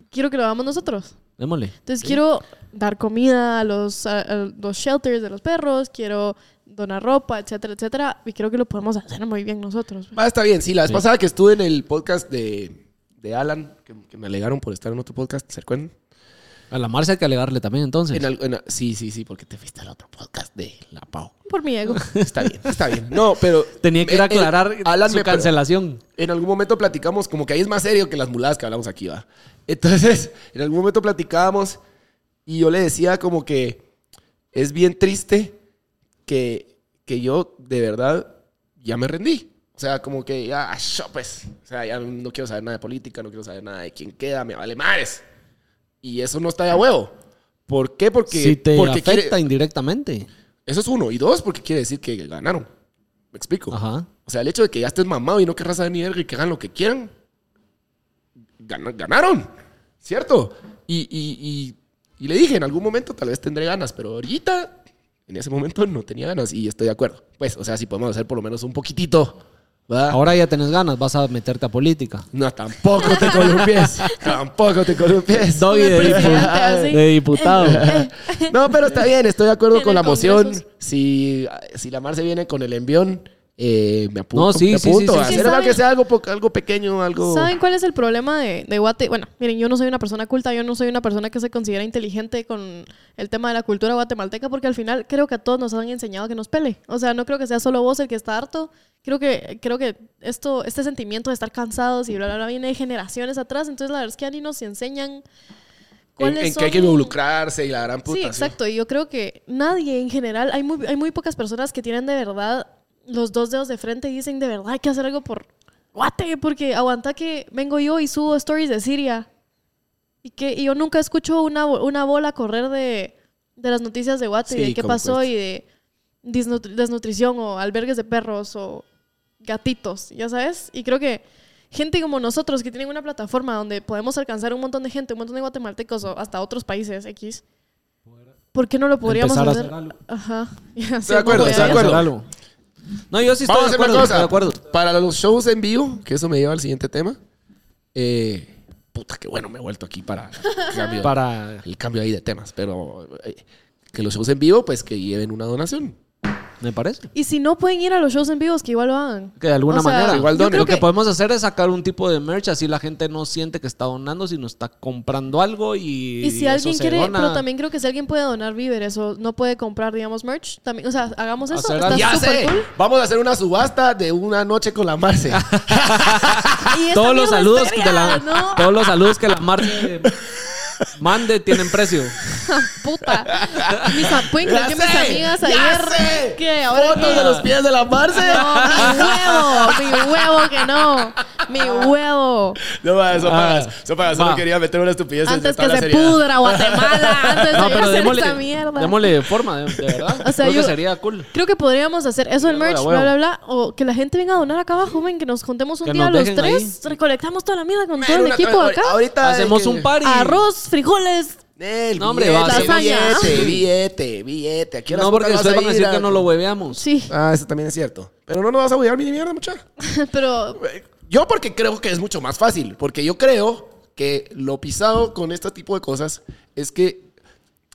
C: quiero que lo hagamos nosotros.
B: Démosle.
C: Entonces quiero dar comida a los, a- a los shelters de los perros, quiero donar ropa, etcétera, etcétera. Y creo que lo podemos hacer muy bien nosotros.
A: Va, está bien. Sí, la vez
B: Sí.
A: pasada que estuve en el podcast de, de Alan, que, que me alegaron por estar en otro podcast, ¿se acuerdan?
B: A la Marcia hay que alegarle también, entonces.
A: En al- en al- sí, sí, sí, porque te fuiste al otro podcast de La Pau.
C: Por mi
B: <laughs>
C: ego.
A: Está bien, está bien. No, pero.
B: Tenía que ir a
A: Eh, eh,
B: aclarar
A: Alan
B: su
A: me- pero-
B: cancelación.
A: en algún momento platicamos, como que ahí es más serio que las muladas que hablamos aquí, va. Entonces, <laughs> en algún momento platicábamos y yo le decía como que es bien triste que, que yo de verdad ya me rendí. O sea, como que ya, ah, yo, pues, o sea, ya no quiero saber nada de política, no quiero saber nada de quién queda, me vale madres. Y eso no está de a huevo. ¿Por qué? Porque,
B: si te
A: porque
B: afecta
A: quiere-
B: indirectamente.
A: eso es uno. Y dos, porque quiere decir que ganaron. ¿Me explico?
B: Ajá.
A: O sea, el hecho de que ya estés mamado y no querrás saber ni verga y que hagan lo que quieran, gana- ganaron, ¿cierto? Y, y- y- y le dije, en algún momento tal vez tendré ganas, pero ahorita, en ese momento no tenía ganas y estoy de acuerdo. Pues, o sea, si podemos hacer por lo menos un poquitito, ¿va?
B: Ahora ya tenés ganas, vas a meterte a política.
A: No, tampoco te
B: <laughs>
A: columpies, tampoco te columpies.
B: Doggy de,
C: presidente,
B: dipu-
C: así. <laughs>
B: de diputado.
C: Eh,
A: No, pero está bien, estoy de acuerdo
C: En
A: con
C: el
A: la
C: Congreso.
A: moción. Si, si la Mar se viene con el envión, eh, me apunto.
B: No, sí,
A: me
B: sí, sí,
A: apunto.
B: sí, sí.
A: Hacer algo
C: ¿Saben?
A: que sea algo, po- algo pequeño, algo...
C: ¿Saben cuál es el problema de, de Guate? Bueno, miren, yo no soy una persona culta, yo no soy una persona que se considera inteligente con el tema de la cultura guatemalteca, porque al final creo que a todos nos han enseñado que nos pele. O sea, no creo que sea solo vos el que está harto. Creo que, creo que esto, este sentimiento de estar cansados y bla, bla, bla, viene de generaciones atrás. Entonces, la verdad es que a ni nos enseñan
A: en,
C: cuáles
A: en que hay que
C: son-
A: involucrarse y la gran puta.
C: sí, exacto. Y yo creo que nadie en general, hay muy, hay muy pocas personas que tienen de verdad los dos dedos de frente y dicen de verdad hay que hacer algo por guate, porque aguanta que vengo yo y subo stories de Siria y que y yo nunca escucho una, bo- una bola correr de, de las noticias de guate y
A: Sí,
C: de qué
A: como
C: pasó
A: cuesta.
C: y de disnutri- desnutrición o albergues de perros o gatitos, ya sabes. Y creo que gente como nosotros que tienen una plataforma donde podemos alcanzar un montón de gente, un montón de guatemaltecos o hasta otros países X, ¿por qué no lo podríamos
B: Empezar a
C: hacer?
B: hacer algo.
C: Ajá. <laughs>
A: Estoy de acuerdo, estoy de acuerdo.
B: Hacer algo. No, yo sí estoy
A: Vamos a hacer una
B: de acuerdo.
A: cosa.
B: estoy de acuerdo.
A: Para los shows en vivo, que eso me lleva al siguiente tema. eh, puta, qué bueno, me he vuelto aquí
C: <laughs>
A: para el cambio,
B: Para
A: el cambio ahí de temas. Pero eh, que los shows en vivo, pues que lleven una donación.
B: Me parece.
C: Y si no pueden ir a los shows en vivos, que igual lo hagan.
B: Que de alguna
C: O sea,
B: manera.
A: Igual
C: yo
A: donen.
C: creo
B: Lo que
C: que-
B: podemos hacer es sacar un tipo de merch, así la gente no siente que está donando, sino está comprando algo y.
C: Y si
B: eso
C: alguien
B: se
C: quiere,
B: dona.
C: pero también creo que si alguien puede donar víveres o no puede comprar, digamos, merch, también, o sea, hagamos eso.
B: Hacer
C: Está
B: algo.
A: ¡Ya
C: súper
A: sé!
C: cool.
A: Vamos a hacer una subasta de una noche con la Marce.
B: <laughs>
C: Y esta
B: Todos los <laughs>
C: mierda es
B: saludos
C: feria,
B: de la.
C: ¿no? <laughs>
B: Todos los saludos que la Marce Mande tienen precio.
C: <laughs> Puta. Mis, am- ¿Pueden creer que mis amigas ayer. <laughs> que ahora
A: Fotos
C: que-
A: de los pies de la Marce.
C: No, mi huevo, mi huevo que no. Mi huevo.
A: <laughs> No, va, eso
B: Ah.
A: pagas. Eso pagas. Solo
B: Va.
A: quería meter una estupidez. en
C: Antes
A: esta
C: que
A: la
C: se
A: seriedad.
C: pudra
A: <laughs>
C: Guatemala, antes
B: No,
C: de
B: pero
C: hacer
B: démosle,
C: esa mierda.
B: démosle forma, de, de verdad.
C: <laughs> O sea,
B: Creo
C: yo-
B: que sería cool.
C: Creo que podríamos hacer eso el
B: Huevo,
C: merch, bla, bla,
B: huevo.
C: bla. O que la gente venga a donar acá abajo, ven, que nos juntemos un
B: Que
C: día
B: nos
C: los
B: dejen
C: tres, recolectamos toda la mierda con todo el
A: Una-
C: equipo acá.
A: Ahorita
B: Hacemos
A: que-
B: un party.
C: Arroz, frijoles.
A: El
B: No, hombre,
A: billete,
B: va a ser-
C: Lasaña.
A: billete, billete, billete. ¿A qué horas
B: No, porque
A: putas vas
B: ustedes van a decir
A: ir
B: que no lo hueveamos.
C: Sí,
A: Ah, eso también es cierto. Pero no nos vas a huear mi mierda, muchacha.
C: <laughs> pero
A: Yo porque creo que es mucho más fácil, porque yo creo que lo pisado con este tipo de cosas es que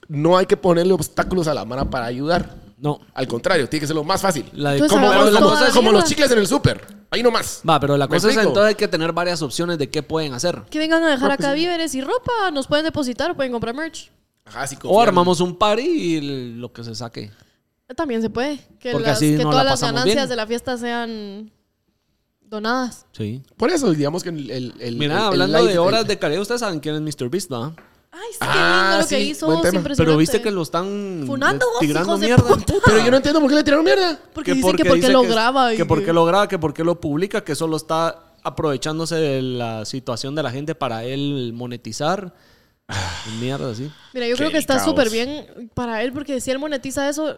A: no hay que ponerle obstáculos a la mano para ayudar.
B: No.
A: Al contrario, tiene que ser lo más fácil.
B: La Pues de
C: Entonces,
B: cómo
A: Como,
C: hagamos
A: como-
B: la
C: toda
B: cosa
C: la
B: es-
A: como los
C: mierda.
A: chicles en el súper. Ahí nomás.
B: Va, pero la
A: ¿Me
B: cosa es
A: explico?
B: entonces hay que tener varias opciones de qué pueden hacer.
C: que vengan a dejar acá víveres y ropa, nos pueden depositar o pueden comprar merch.
A: Ajá, sí,
B: O
A: confiar.
B: armamos un party y el- lo que se saque.
C: También se puede, que,
B: Porque
C: las,
B: así
C: que
B: no la
C: todas las
B: pasamos
C: ganancias
B: bien.
C: de la fiesta sean donadas.
B: Sí.
A: Por eso, digamos que el... el- el-
B: Mira,
A: el- el
B: hablando
A: light-
B: de horas
A: el-
B: de careo, ustedes saben quién es Mr. Beast, ¿verdad?
C: Ay, sí, qué
A: Ah,
C: lindo lo que
A: sí,
C: hizo,
A: buen
C: es
A: tema.
C: impresionante.
B: Pero viste que lo están
C: pues, Funando vos,
B: tirando
C: hijos de
B: mierda.
C: puta.
A: Pero yo no entiendo por qué le tiraron mierda.
C: Porque dicen que porque
B: dice
C: lo
B: es-
C: graba. y
B: Que porque lo graba, que porque lo publica, que solo está aprovechándose de la situación de la gente para él <sighs> monetizar. mierda, sí.
C: Mira, yo creo
A: Qué
C: que está
A: caos.
C: súper bien para él porque si él monetiza eso,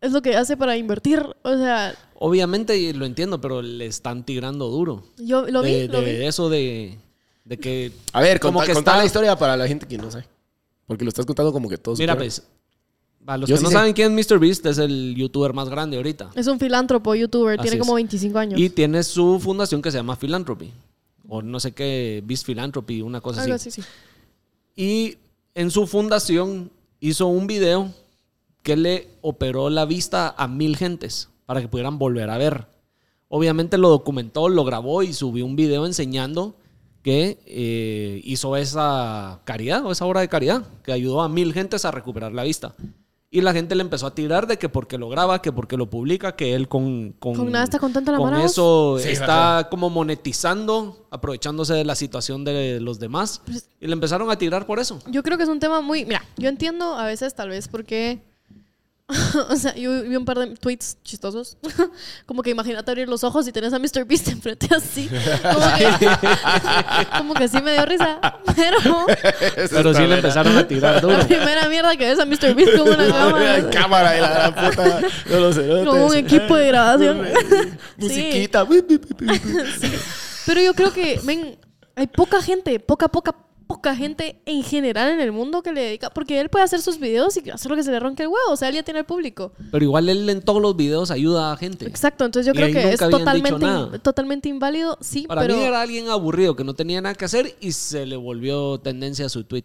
C: es lo que hace para invertir. O sea,
B: Obviamente y lo entiendo, pero le están tirando duro.
C: yo lo vi,
B: de,
C: lo
B: de
C: vi.
B: eso de, de que...
A: A ver, como
B: que
A: contar
B: está-
A: la historia para la gente que no sabe. Porque lo estás contando como que todos...
B: Mira,
A: supieron.
B: pues, para los
A: Yo
B: que
A: sí
B: no
A: sé.
B: saben quién es MrBeast, es el youtuber más grande ahorita.
C: Es un filántropo youtuber,
B: Así
C: tiene
B: es.
C: como 25 años.
B: Y tiene su fundación que se llama Philanthropy. O no sé qué, Beast Philanthropy, una cosa
C: Algo
B: así.
C: así, sí.
B: Y en su fundación hizo un video que le operó la vista a mil gentes para que pudieran volver a ver. Obviamente lo documentó, lo grabó y subió un video enseñando que eh, hizo esa caridad o esa obra de caridad que ayudó a mil gentes a recuperar la vista. Y la gente le empezó a tirar de que porque lo graba, que porque lo publica, que él con... Con,
C: Con nada está contento la
B: con
C: mara, vos.
B: eso
A: Sí,
B: está como monetizando, aprovechándose de la situación de los demás.
C: Pues-
B: Y le empezaron a tirar por eso.
C: Yo creo que es un tema muy. Mira, yo entiendo a veces, tal vez, porque. <laughs> o sea, yo vi un par de tweets chistosos. <laughs> como que imagínate abrir los ojos y tenés a Mr. Beast <laughs> enfrente así. Como que, <laughs> como que sí me dio risa. <laughs> Pero
A: <laughs> Eso
B: pues. Pero
A: está
B: sí le
A: buena.
B: empezaron a tirar duro.
A: <laughs>
C: la primera mierda que ves a Mr. Beast como <laughs> una
A: Una
C: cámara.
A: cámara de la gran puta. No lo sé. no
C: Como un
A: te-
C: equipo de grabación.
A: <laughs> Musiquita. Pi, pi, pi, pi, pi.
C: Pero yo creo que, ven, hay poca gente, poca, poca, poca gente en general en el mundo que le dedica. Porque él puede hacer sus videos y hacer lo que se le ronque el huevo. O sea, él ya tiene el público.
B: Pero igual él en todos los videos ayuda a gente.
C: Exacto, entonces yo
B: Y
C: creo
B: ahí
C: que
B: nunca
C: es
B: habían dicho
C: totalmente,
B: nada.
C: in- totalmente inválido, sí,
B: Para
C: pero
B: mí era alguien aburrido que no tenía nada que hacer y se le volvió tendencia a su tweet.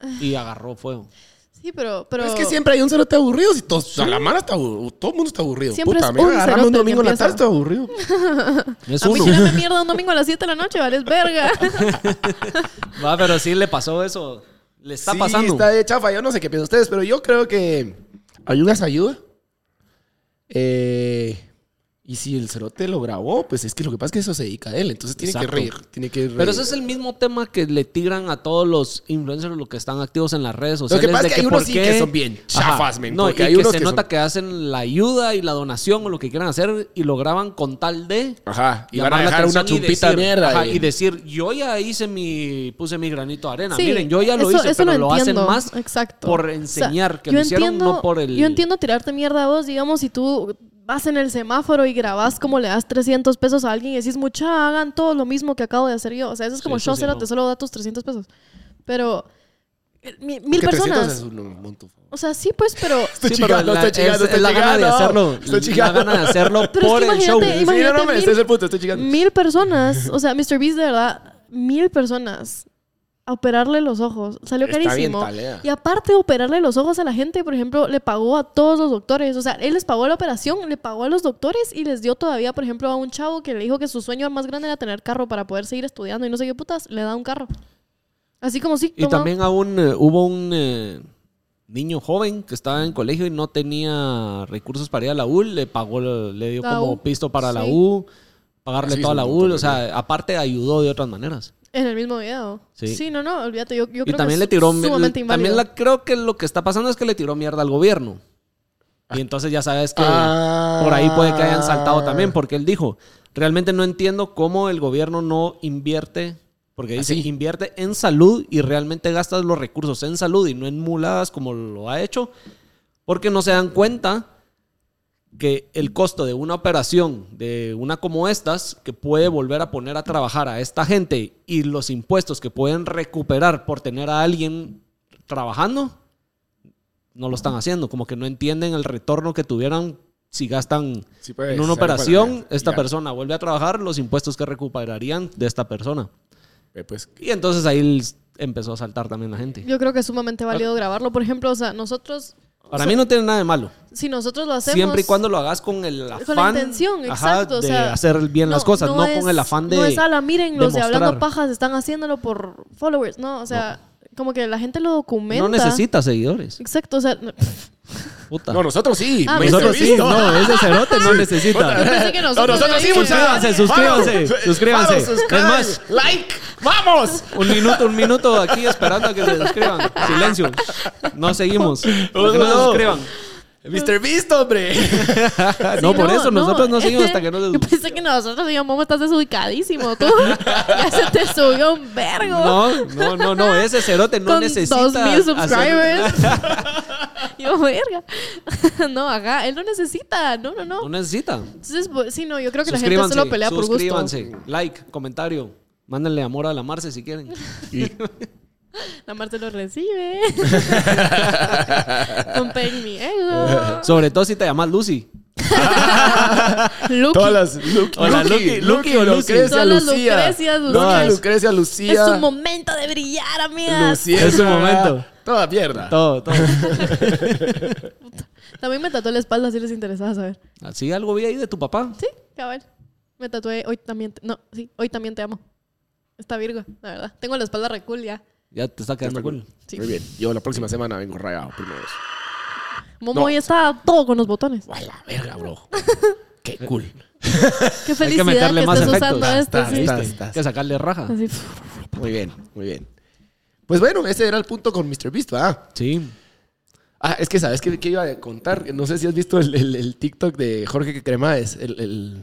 C: Ah.
B: Y agarró fuego.
C: sí, pero,
A: Pero
C: pero
A: es que siempre hay un cerote aburrido. Si todo, a la mara está aburrido. Todo el mundo está aburrido.
C: Siempre
A: Puta,
C: es
A: me
C: un
A: agarramos
C: cerote
A: un
C: que
A: domingo en la
C: empieza.
A: tarde, está aburrido.
B: Es
C: a mí
B: uno.
C: tirarme mierda un domingo a las 7 de la noche, vale, es
B: <laughs>
C: verga.
B: Va, pero sí le pasó eso. Le está
A: Sí,
B: pasando.
A: Está de chafa. Yo no sé qué piensan ustedes, pero yo creo que ayudas ayuda. Eh, y si el cerote lo grabó, pues es que lo que pasa es que eso se dedica a él. Entonces tiene
B: Exacto.
A: que reír. Tiene que reír.
B: Pero ese es el mismo tema que le tiran a todos los influencers los que están activos en las redes
A: Lo
B: sociales.
A: que pasa
B: de
A: es que hay
B: por
A: unos sí
B: qué-
A: que son bien chafas, men.
B: No, y
A: porque
B: que
A: hay unos
B: se
A: que
B: nota
A: son-
B: que hacen la ayuda y la donación o lo que quieran hacer y lo graban con tal de...
A: Ajá. Y van a
B: llamar la
A: dejar una
B: atención y
A: chumpita de
B: decir-
A: mierda. eh.
B: ajá,
A: y-
B: y decir, yo ya hice mi... Puse mi granito de arena.
C: Sí,
B: Miren, yo ya lo
C: eso-
B: hice,
C: eso
B: pero lo, hacen
C: entiendo,
B: más
C: Exacto.
B: por
C: O sea,
B: enseñar que
C: yo
B: lo hicieron,
C: entiendo-
B: no por el...
C: Yo entiendo tirarte mierda a vos, digamos, si tú vas en el semáforo y grabás como le das 300 pesos a alguien y decís, mucha, hagan todo lo mismo que acabo de hacer yo. O sea, eso es como,
B: Sí, eso
C: yo
B: sí,
C: cero,
B: no.
C: te solo da tus 300 pesos. Pero, eh, mi- mil
A: Porque 300
C: personas.
A: es un montón.
C: O sea, sí, pues, pero...
A: Estoy
B: Sí, pero
A: chingando,
B: la-
A: estoy chingando,
B: es-
A: estoy
B: es la gana de
A: chingando.
B: hacerlo.
A: Estoy
B: la
A: chingando.
B: gana de hacerlo
C: Pero es
B: por
C: que
B: el show.
C: imagínate,
A: Sí, no, no,
C: Imagínate
A: me-
C: mil-
A: este es el punto, estoy chingando.
C: Mil personas, o sea, Mr. Beast, de verdad, mil personas a operarle los ojos. Salió
A: Está bien
C: carísimo.
A: talea.
C: y aparte de operarle los ojos a la gente, por ejemplo, le pagó a todos los doctores. O sea, él les pagó la operación, le pagó a los doctores y les dio todavía, por ejemplo, a un chavo que le dijo que su sueño más grande era tener carro para poder seguir estudiando y no sé qué putas, le da un carro. Así como sí.
B: Y
C: toma.
B: también aún eh, hubo un eh, niño joven que estaba en colegio y no tenía recursos para ir a la U, le pagó, le dio
C: La
B: como
C: U,
B: pisto para la
C: sí.
B: U, pagarle
A: Sí,
B: toda
A: es
B: la
A: un
B: U,
A: montón
B: o sea, aparte ayudó de otras maneras.
C: En el mismo video.
B: Sí.
C: Sí, no, no, olvídate. Yo, yo
B: y
C: creo
B: también
C: que
B: le
C: es
B: tiró
C: sumamente
B: mierda. También
C: inválido.
B: la, creo que lo que está pasando es que le tiró mierda al gobierno. Y entonces ya sabes que
A: Ah.
B: por ahí puede que hayan saltado también, porque él dijo, realmente no entiendo cómo el gobierno no invierte, porque dice,
A: Así.
B: invierte en salud y realmente gastas los recursos en salud y no en muladas como lo ha hecho, porque no se dan cuenta que el costo de una operación de una como estas, que puede volver a poner a trabajar a esta gente y los impuestos que pueden recuperar por tener a alguien trabajando, no lo están haciendo, como que no entienden el retorno que tuvieran si gastan
A: Sí, pues,
B: en una
A: sale para
B: operación,
A: adelante.
B: esta
A: Ya.
B: persona vuelve a trabajar, los impuestos que recuperarían de esta persona.
A: Eh, pues,
B: Y entonces ahí l- empezó a saltar también la gente.
C: Yo creo que es
B: Ah.
C: sumamente válido grabarlo. Por ejemplo, o sea, nosotros.
B: Para mí no tiene nada de malo.
C: Si nosotros lo hacemos.
B: Siempre y cuando lo hagas con el afán
C: Con la intención,
B: ajá,
C: exacto. o
B: de
C: sea,
B: hacer bien las cosas, no,
C: es-
B: con el afán de...
C: No es ala, miren, los de
B: demostrar".
C: hablando pajas están haciéndolo por followers, ¿no? O sea, como que la gente lo documenta.
B: No necesita seguidores.
C: Exacto, o
B: <laughs>
C: sea.
B: Puta.
A: no, nosotros sí.
C: Ah,
A: me
B: Nosotros sí,
A: entrevisto.
B: no, ese cerote no necesita.
C: Pensé que
A: No, nosotros sí,
C: ahí-
A: muchachos.
B: Suscríbanse, suscríbanse. Es más.
A: like, vamos.
B: Un minuto, un minuto aquí esperando a que se suscriban. Silencio. No seguimos. Para que no se
A: No.
B: suscriban.
A: Mr. Beast, hombre.
B: Ah,
C: Sí,
B: <laughs> no, por eso nosotros no seguimos hasta
C: <laughs>
B: que no se
C: Yo pensé que nosotros digamos, Momo, estás desubicadísimo,
B: <laughs>
C: tú. <laughs> ya se te subió un vergo.
B: No, no, no, no. Ese cerote no
C: con
B: necesita.
C: 2000
B: hacer-
C: subscribers.
B: <laughs>
C: yo, verga. <laughs> no, ajá, él no necesita. No, no,
B: No
C: no.
B: necesita.
C: Entonces, pues, sí, no, yo creo que la gente
B: Suscríbanse.
C: solo pelea por gusto.
B: suscríbanse. Like, comentario. Mándenle amor a la Marce si quieren.
C: <laughs> La Marte lo
A: <laughs>
C: recibe. Rompen mi ego.
B: Sobre todo si te llamas Lucy.
C: Lucky.
A: Todas las
B: Hola, Lucky, Lucky o Lucy.
A: Lucrecia,
C: Todas las
A: Lucía.
C: Lucrecias,
A: Todas
C: Lucías.
A: Lucrecia, Lucía.
C: Es su momento de brillar, amigas.
A: Lucía.
B: Es su momento.
A: Toda mierda.
B: Todo, todo.
C: También me tatué la espalda si les interesaba saber.
B: Así algo vi ahí de tu papá.
C: Sí, cabal. Me tatué hoy también. te- no, sí, hoy también te amo. Está Virgo, la verdad. Tengo la espalda reculia.
B: Ya te está quedando cool.
C: Sí.
A: Muy bien. Yo la próxima semana vengo rayado primero.
C: Momo
A: No.
C: hoy está todo con los botones.
A: A la verga, bro. Qué cool.
C: Qué
B: Hay que
C: felicidad
B: meterle
C: que
B: más
C: estés
B: efectos.
C: usando esto.
A: Está,
C: sí.
A: está.
B: Hay que sacarle raja.
C: Así,
A: Muy bien, muy bien. Pues bueno, ese era el punto con Mr. Beast, ¿verdad?
B: Sí.
A: Ah, es que sabes qué, qué iba a contar. No sé si has visto el, el- el TikTok de Jorge Cremades, el, el,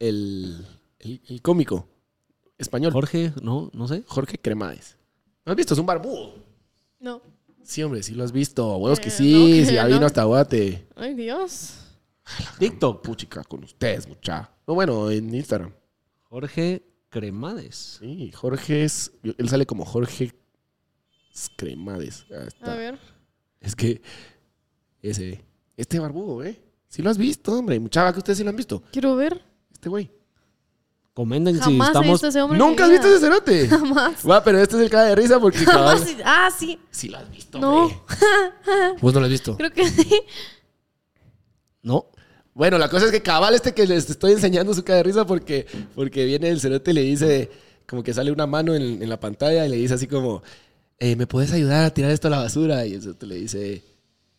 A: el, el- el cómico español. Jorge,
B: Jorge, no, no sé.
A: Cremades. ¿No has visto? Es un barbudo.
C: no.
A: Sí, hombre, sí lo has visto. Abuelos que
C: Eh,
A: sí,
C: no,
A: si
C: <laughs> que
A: ya vino
C: no.
A: hasta Guate.
C: Ay, Dios.
B: TikTok.
A: Puchica con ustedes, mucha. No, bueno, en Instagram.
B: Jorge Cremades.
A: Sí, Jorge es. Él sale como Jorge Cremades. Ah, está.
C: A ver.
A: Es que ese, este barbudo, ¿eh? Sí lo has visto, hombre. Muchava, que ustedes sí lo han visto.
C: Quiero ver.
A: Este güey.
B: Comenten si
C: Jamás he
B: estamos.
C: visto a ese hombre. en mi
A: ¿Nunca has
C: vida.
A: visto ese
C: <laughs>
A: cerote?
C: Jamás.
A: Va, pero este es el cara de risa
C: <laughs>
A: porque
C: Jamás.
A: cabal,
C: sí. Ah, sí.
A: sí lo has visto,
C: No.
A: hombre. Vos no lo has visto.
C: Creo que sí.
B: No.
A: Bueno, la cosa es que cabal este que les estoy enseñando su cara de risa porque, porque viene el cerote y le dice, como que sale una mano en, en la pantalla y le dice así como, eh, ¿me puedes ayudar a tirar esto a la basura? Y el cerote le dice,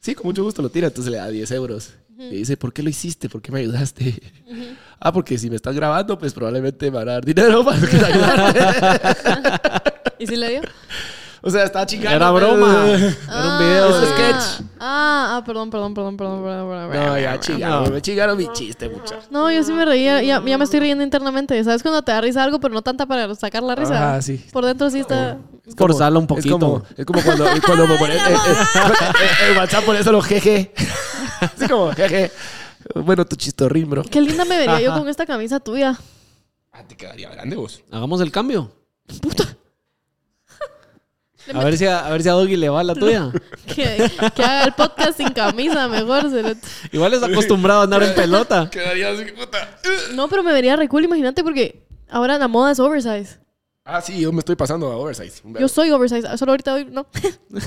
A: sí, con mucho gusto lo tira, entonces le da 10 euros. Le dice, ¿por qué lo hiciste? ¿Por qué me ayudaste? <laughs> Ah, porque si me estás grabando, pues probablemente me van a dar dinero <laughs> para que te ayudarte.
C: ¿Y si le dio?
A: <laughs> o sea, está chingando.
B: Era
A: pero-
B: broma.
A: <laughs>
B: Era un video.
A: es
B: de-
A: sketch.
C: Ah, ah, perdón, perdón, perdón, perdón, perdón. perdón,
A: No,
C: perdón.
A: ya chingaron, me chingaron mi chiste, muchachos.
C: <laughs> No, yo sí me reía, ya, ya me estoy riendo internamente. ¿Sabes cuando te da risa algo, pero no tanta para sacar la risa?
A: Ajá, sí.
C: Por dentro sí está.
A: Es como-
B: Forzarlo un poquito.
A: Es como, es como cuando, cuando me pones- eh, eh, <laughs> en WhatsApp pones solo jeje. <laughs> Así como jeje. Bueno, tu chistorrín, bro.
C: Qué linda me vería yo con esta camisa tuya.
A: Ah, te quedaría grande vos.
B: Hagamos el cambio. A ver si a, a ver si a Doggy le va la
C: <laughs>
B: tuya.
C: Que, que haga el podcast sin camisa, mejor. se le-
B: Igual está acostumbrado a andar en pelota.
A: Quedaría así, puta.
C: No, pero me vería re cool, imagínate, porque ahora la moda es oversize.
A: Ah, sí, yo me estoy pasando a oversize.
C: Yo soy oversize, solo ahorita hoy no.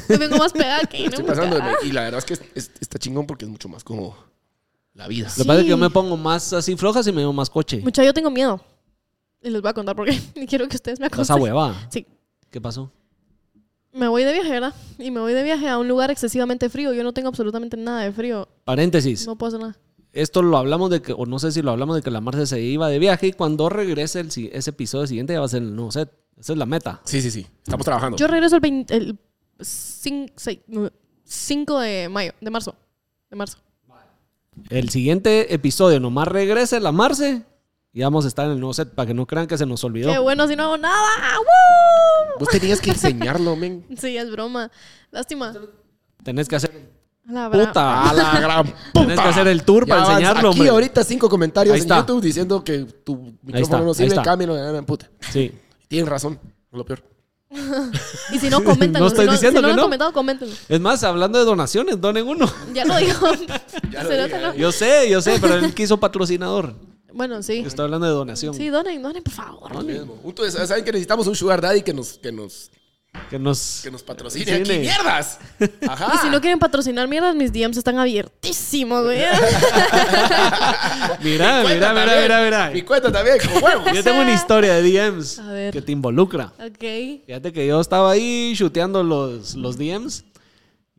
C: Yo vengo más pegada que
A: estoy pasando. de- Y la verdad es que es- es- está chingón porque es mucho más como la vida.
B: Lo que pasa es que yo
C: Sí.
B: me pongo más así flojas y me veo más coche.
C: Mucha, yo tengo miedo. Y les voy a contar por <laughs> qué. Y quiero que ustedes me
B: No esa
C: aconsejen.
B: hueva.
C: Sí.
B: ¿Qué pasó?
C: Me voy de viaje, ¿verdad? Y me voy de viaje a un lugar excesivamente frío. Yo no tengo absolutamente nada de frío.
B: Paréntesis.
C: No puedo hacer nada.
B: esto lo hablamos de que, o no sé si lo hablamos de que la Marce se iba de viaje y cuando regrese el, si- ese episodio siguiente ya va a ser el nuevo set. Esa es la meta.
A: Sí, sí, sí. Estamos trabajando.
C: Yo regreso el, 20 el cin- seis- no, 5 de mayo, de marzo. De marzo.
B: El siguiente episodio, nomás regrese la Marce y vamos a estar en el nuevo set para que no crean que se nos olvidó.
C: Qué bueno si no hago nada. ¡Woo!
A: Vos tenías que enseñarlo, men.
C: Sí, es broma. Lástima.
B: Tenés que hacer.
C: La verdad.
B: Puta.
A: A la gran puta.
B: <laughs> Tenés Ah. que hacer el tour
A: Ya
B: para
A: vas.
B: enseñarlo,
A: Aquí
B: hombre.
A: ahorita cinco comentarios
B: Ahí
A: en
B: está.
A: YouTube diciendo que tu
B: está,
A: micrófono no
B: ahí
A: sirve,
B: está.
A: cámbialo, ya, ya, puta.
B: Sí.
A: Tienen razón, lo peor.
C: Y si no, coméntenlo.
B: <laughs> No estoy
C: si no,
B: diciendo
C: si no lo
B: que no.
C: han comentado, coméntenlo.
B: Es más, hablando de donaciones, donen uno. <laughs>
C: Ya lo digo. Se nota, ¿no?
B: Yo sé, yo sé, pero él quiso patrocinador.
C: Bueno, sí.
B: Estoy hablando de donación.
C: Sí, donen, donen, por favor.
A: Entonces, Saben que necesitamos un sugar daddy que nos, que nos,
B: Que nos.
A: que nos patrocine
B: Sí,
A: aquí.
B: ne. <laughs>
A: ¡Mierdas! Ajá.
C: Y
B: Ah.
C: si no quieren patrocinar mierdas, mis DMs están abiertísimos,
B: <laughs>
C: güey.
B: Mira,
A: Mi
B: mira,
A: cuenta
B: mira,
A: también.
B: mira, mira.
A: Mi cuenta también, con
B: <laughs>
A: huevos.
B: Yo tengo una historia de DMs
C: A ver.
B: que te involucra.
C: ok.
B: Fíjate que yo estaba ahí chuteando los, los DMs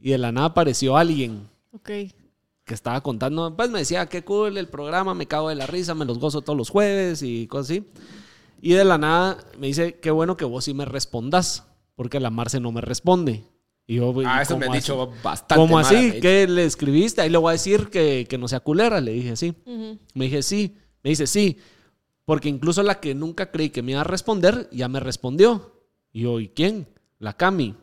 B: y de la nada apareció alguien
C: Ok.
B: que estaba contando. Pues me decía, qué cool el programa, me cago de la risa, me los gozo todos los jueves y cosas así. Y de la nada me dice, qué bueno que vos sí me respondas, porque la Marce no me responde. Y yo,
A: Ah, eso me
B: ¿cómo
A: han
B: así?
A: dicho bastante.
B: ¿Cómo
A: mala,
B: así?
A: me han
B: ¿Qué le escribiste? Ahí le voy a decir que, que no sea culera, le dije así.
C: Ujú.
B: Me dije, sí. Me dice, sí. Porque incluso la que nunca creí que me iba a responder, ya me respondió. Y yo, ¿y quién? La Cami.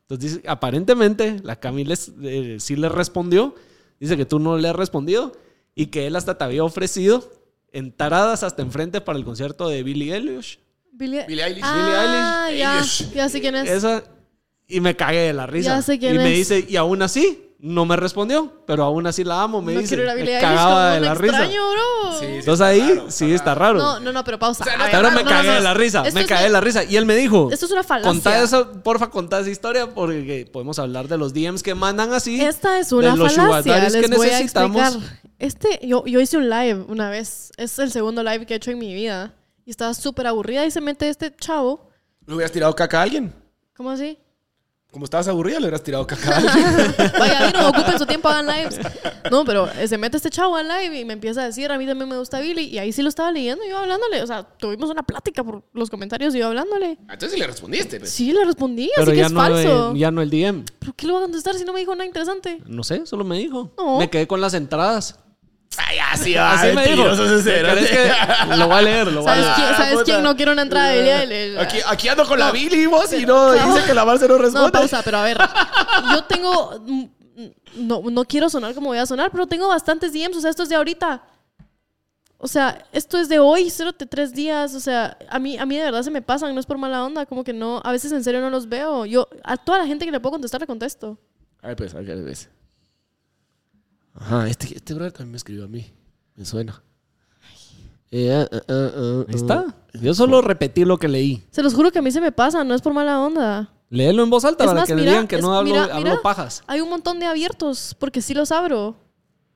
B: Entonces dice, aparentemente, la Cami les, eh, sí le respondió. Dice que tú no le has respondido y que él hasta te había ofrecido entaradas hasta enfrente para el concierto de Billy Eilish.
C: Billie,
A: Billie Eilish.
C: Ah,
A: Billie Eilish.
C: ya. Ya sé quién es.
B: Esa, y me cagué de la risa.
C: Ya sé quién
B: y me
C: es.
B: dice, y aún así, no me respondió, pero aún así la amo, me
C: no
B: dice.
C: quiero ir a
B: me
C: Billie Eilish como
B: cagaba de
C: un
B: la risa.
C: extraño,
A: Sí,
C: bro.
A: sí.
B: Entonces ahí
A: Está raro,
B: sí
A: está
B: está
A: raro.
B: raro.
C: No, no, no, pero pausa.
A: sea, no,
C: A ver,
B: Pero me
C: no,
B: cagué
C: no,
B: de
C: no.
B: la risa,
C: Esto
B: me
C: es
B: cagué
C: una-
B: de la risa. Y él me dijo,
C: Esto es una falacia.
B: contá esa, porfa, contá esa historia porque podemos hablar de los DMs que mandan así.
C: Esta es una
B: de los sugar
C: falacia.
B: daddies
C: Les
B: que
C: voy a
B: necesitamos.
C: explicar. Este, yo, yo hice un live una vez. Es el segundo live que he hecho en mi vida. Y estaba súper aburrida y se mete este chavo.
A: ¿Le hubieras tirado caca a alguien?
C: ¿Cómo así?
A: Como estabas aburrida, le hubieras tirado caca a
B: <laughs>
A: alguien.
C: <laughs> Vaya, vino, ocupen su tiempo, hagan lives. No, pero eh, se mete este chavo al live y me empieza a decir, a mí también me gusta Billy. Y ahí sí lo estaba leyendo, yo hablándole. O sea, tuvimos una plática por los comentarios y yo hablándole.
A: Entonces sí le respondiste. pues.
C: Sí, le respondí,
B: pero
C: así que
B: ya
C: es
B: no,
C: falso.
B: eh, ya no el DM.
C: ¿Pero qué le voy a contestar si no me dijo nada interesante?
B: No sé, solo me dijo.
C: No.
B: Me quedé con las entradas.
A: Ay, así
B: Así me dijo. Pero es que lo voy a leer, lo voy a
C: ¿Sabes
B: leer.
C: quién, sabes
A: puta.
C: quién no quiere una entrada
A: <laughs>
C: de Billy? El- el-
A: Aquí, aquí ando con la Billy vos y no,
C: Pero-
A: dice que la Marce no
B: Pues
A: responde.
C: No, pausa, pero a ver. Yo tengo. mm, No, no quiero sonar como voy a sonar, pero tengo bastantes DMs. O sea, esto es de ahorita. O sea, esto es de hoy, cero de tres días. O sea, a mí, a mí de verdad se me pasan, no es por mala onda. Como que no, a veces en serio no los veo. Yo, a toda la gente que le puedo contestar, le contesto.
A: A ver, pues, a ver, pues. Ajá, este, este brother también me escribió a mí. Me suena. Eh, ah, ah, ah, ah,
B: Ahí está. Yo solo repetí lo que leí.
C: Se los juro que a mí se me pasan, no es por mala onda.
B: Léelo en voz alta
C: Es
B: para
C: más,
B: que
C: mira,
B: digan que
C: es-
B: no hablo,
C: mira,
B: hablo
C: mira.
B: pajas.
C: Hay un montón de abiertos, porque sí los abro.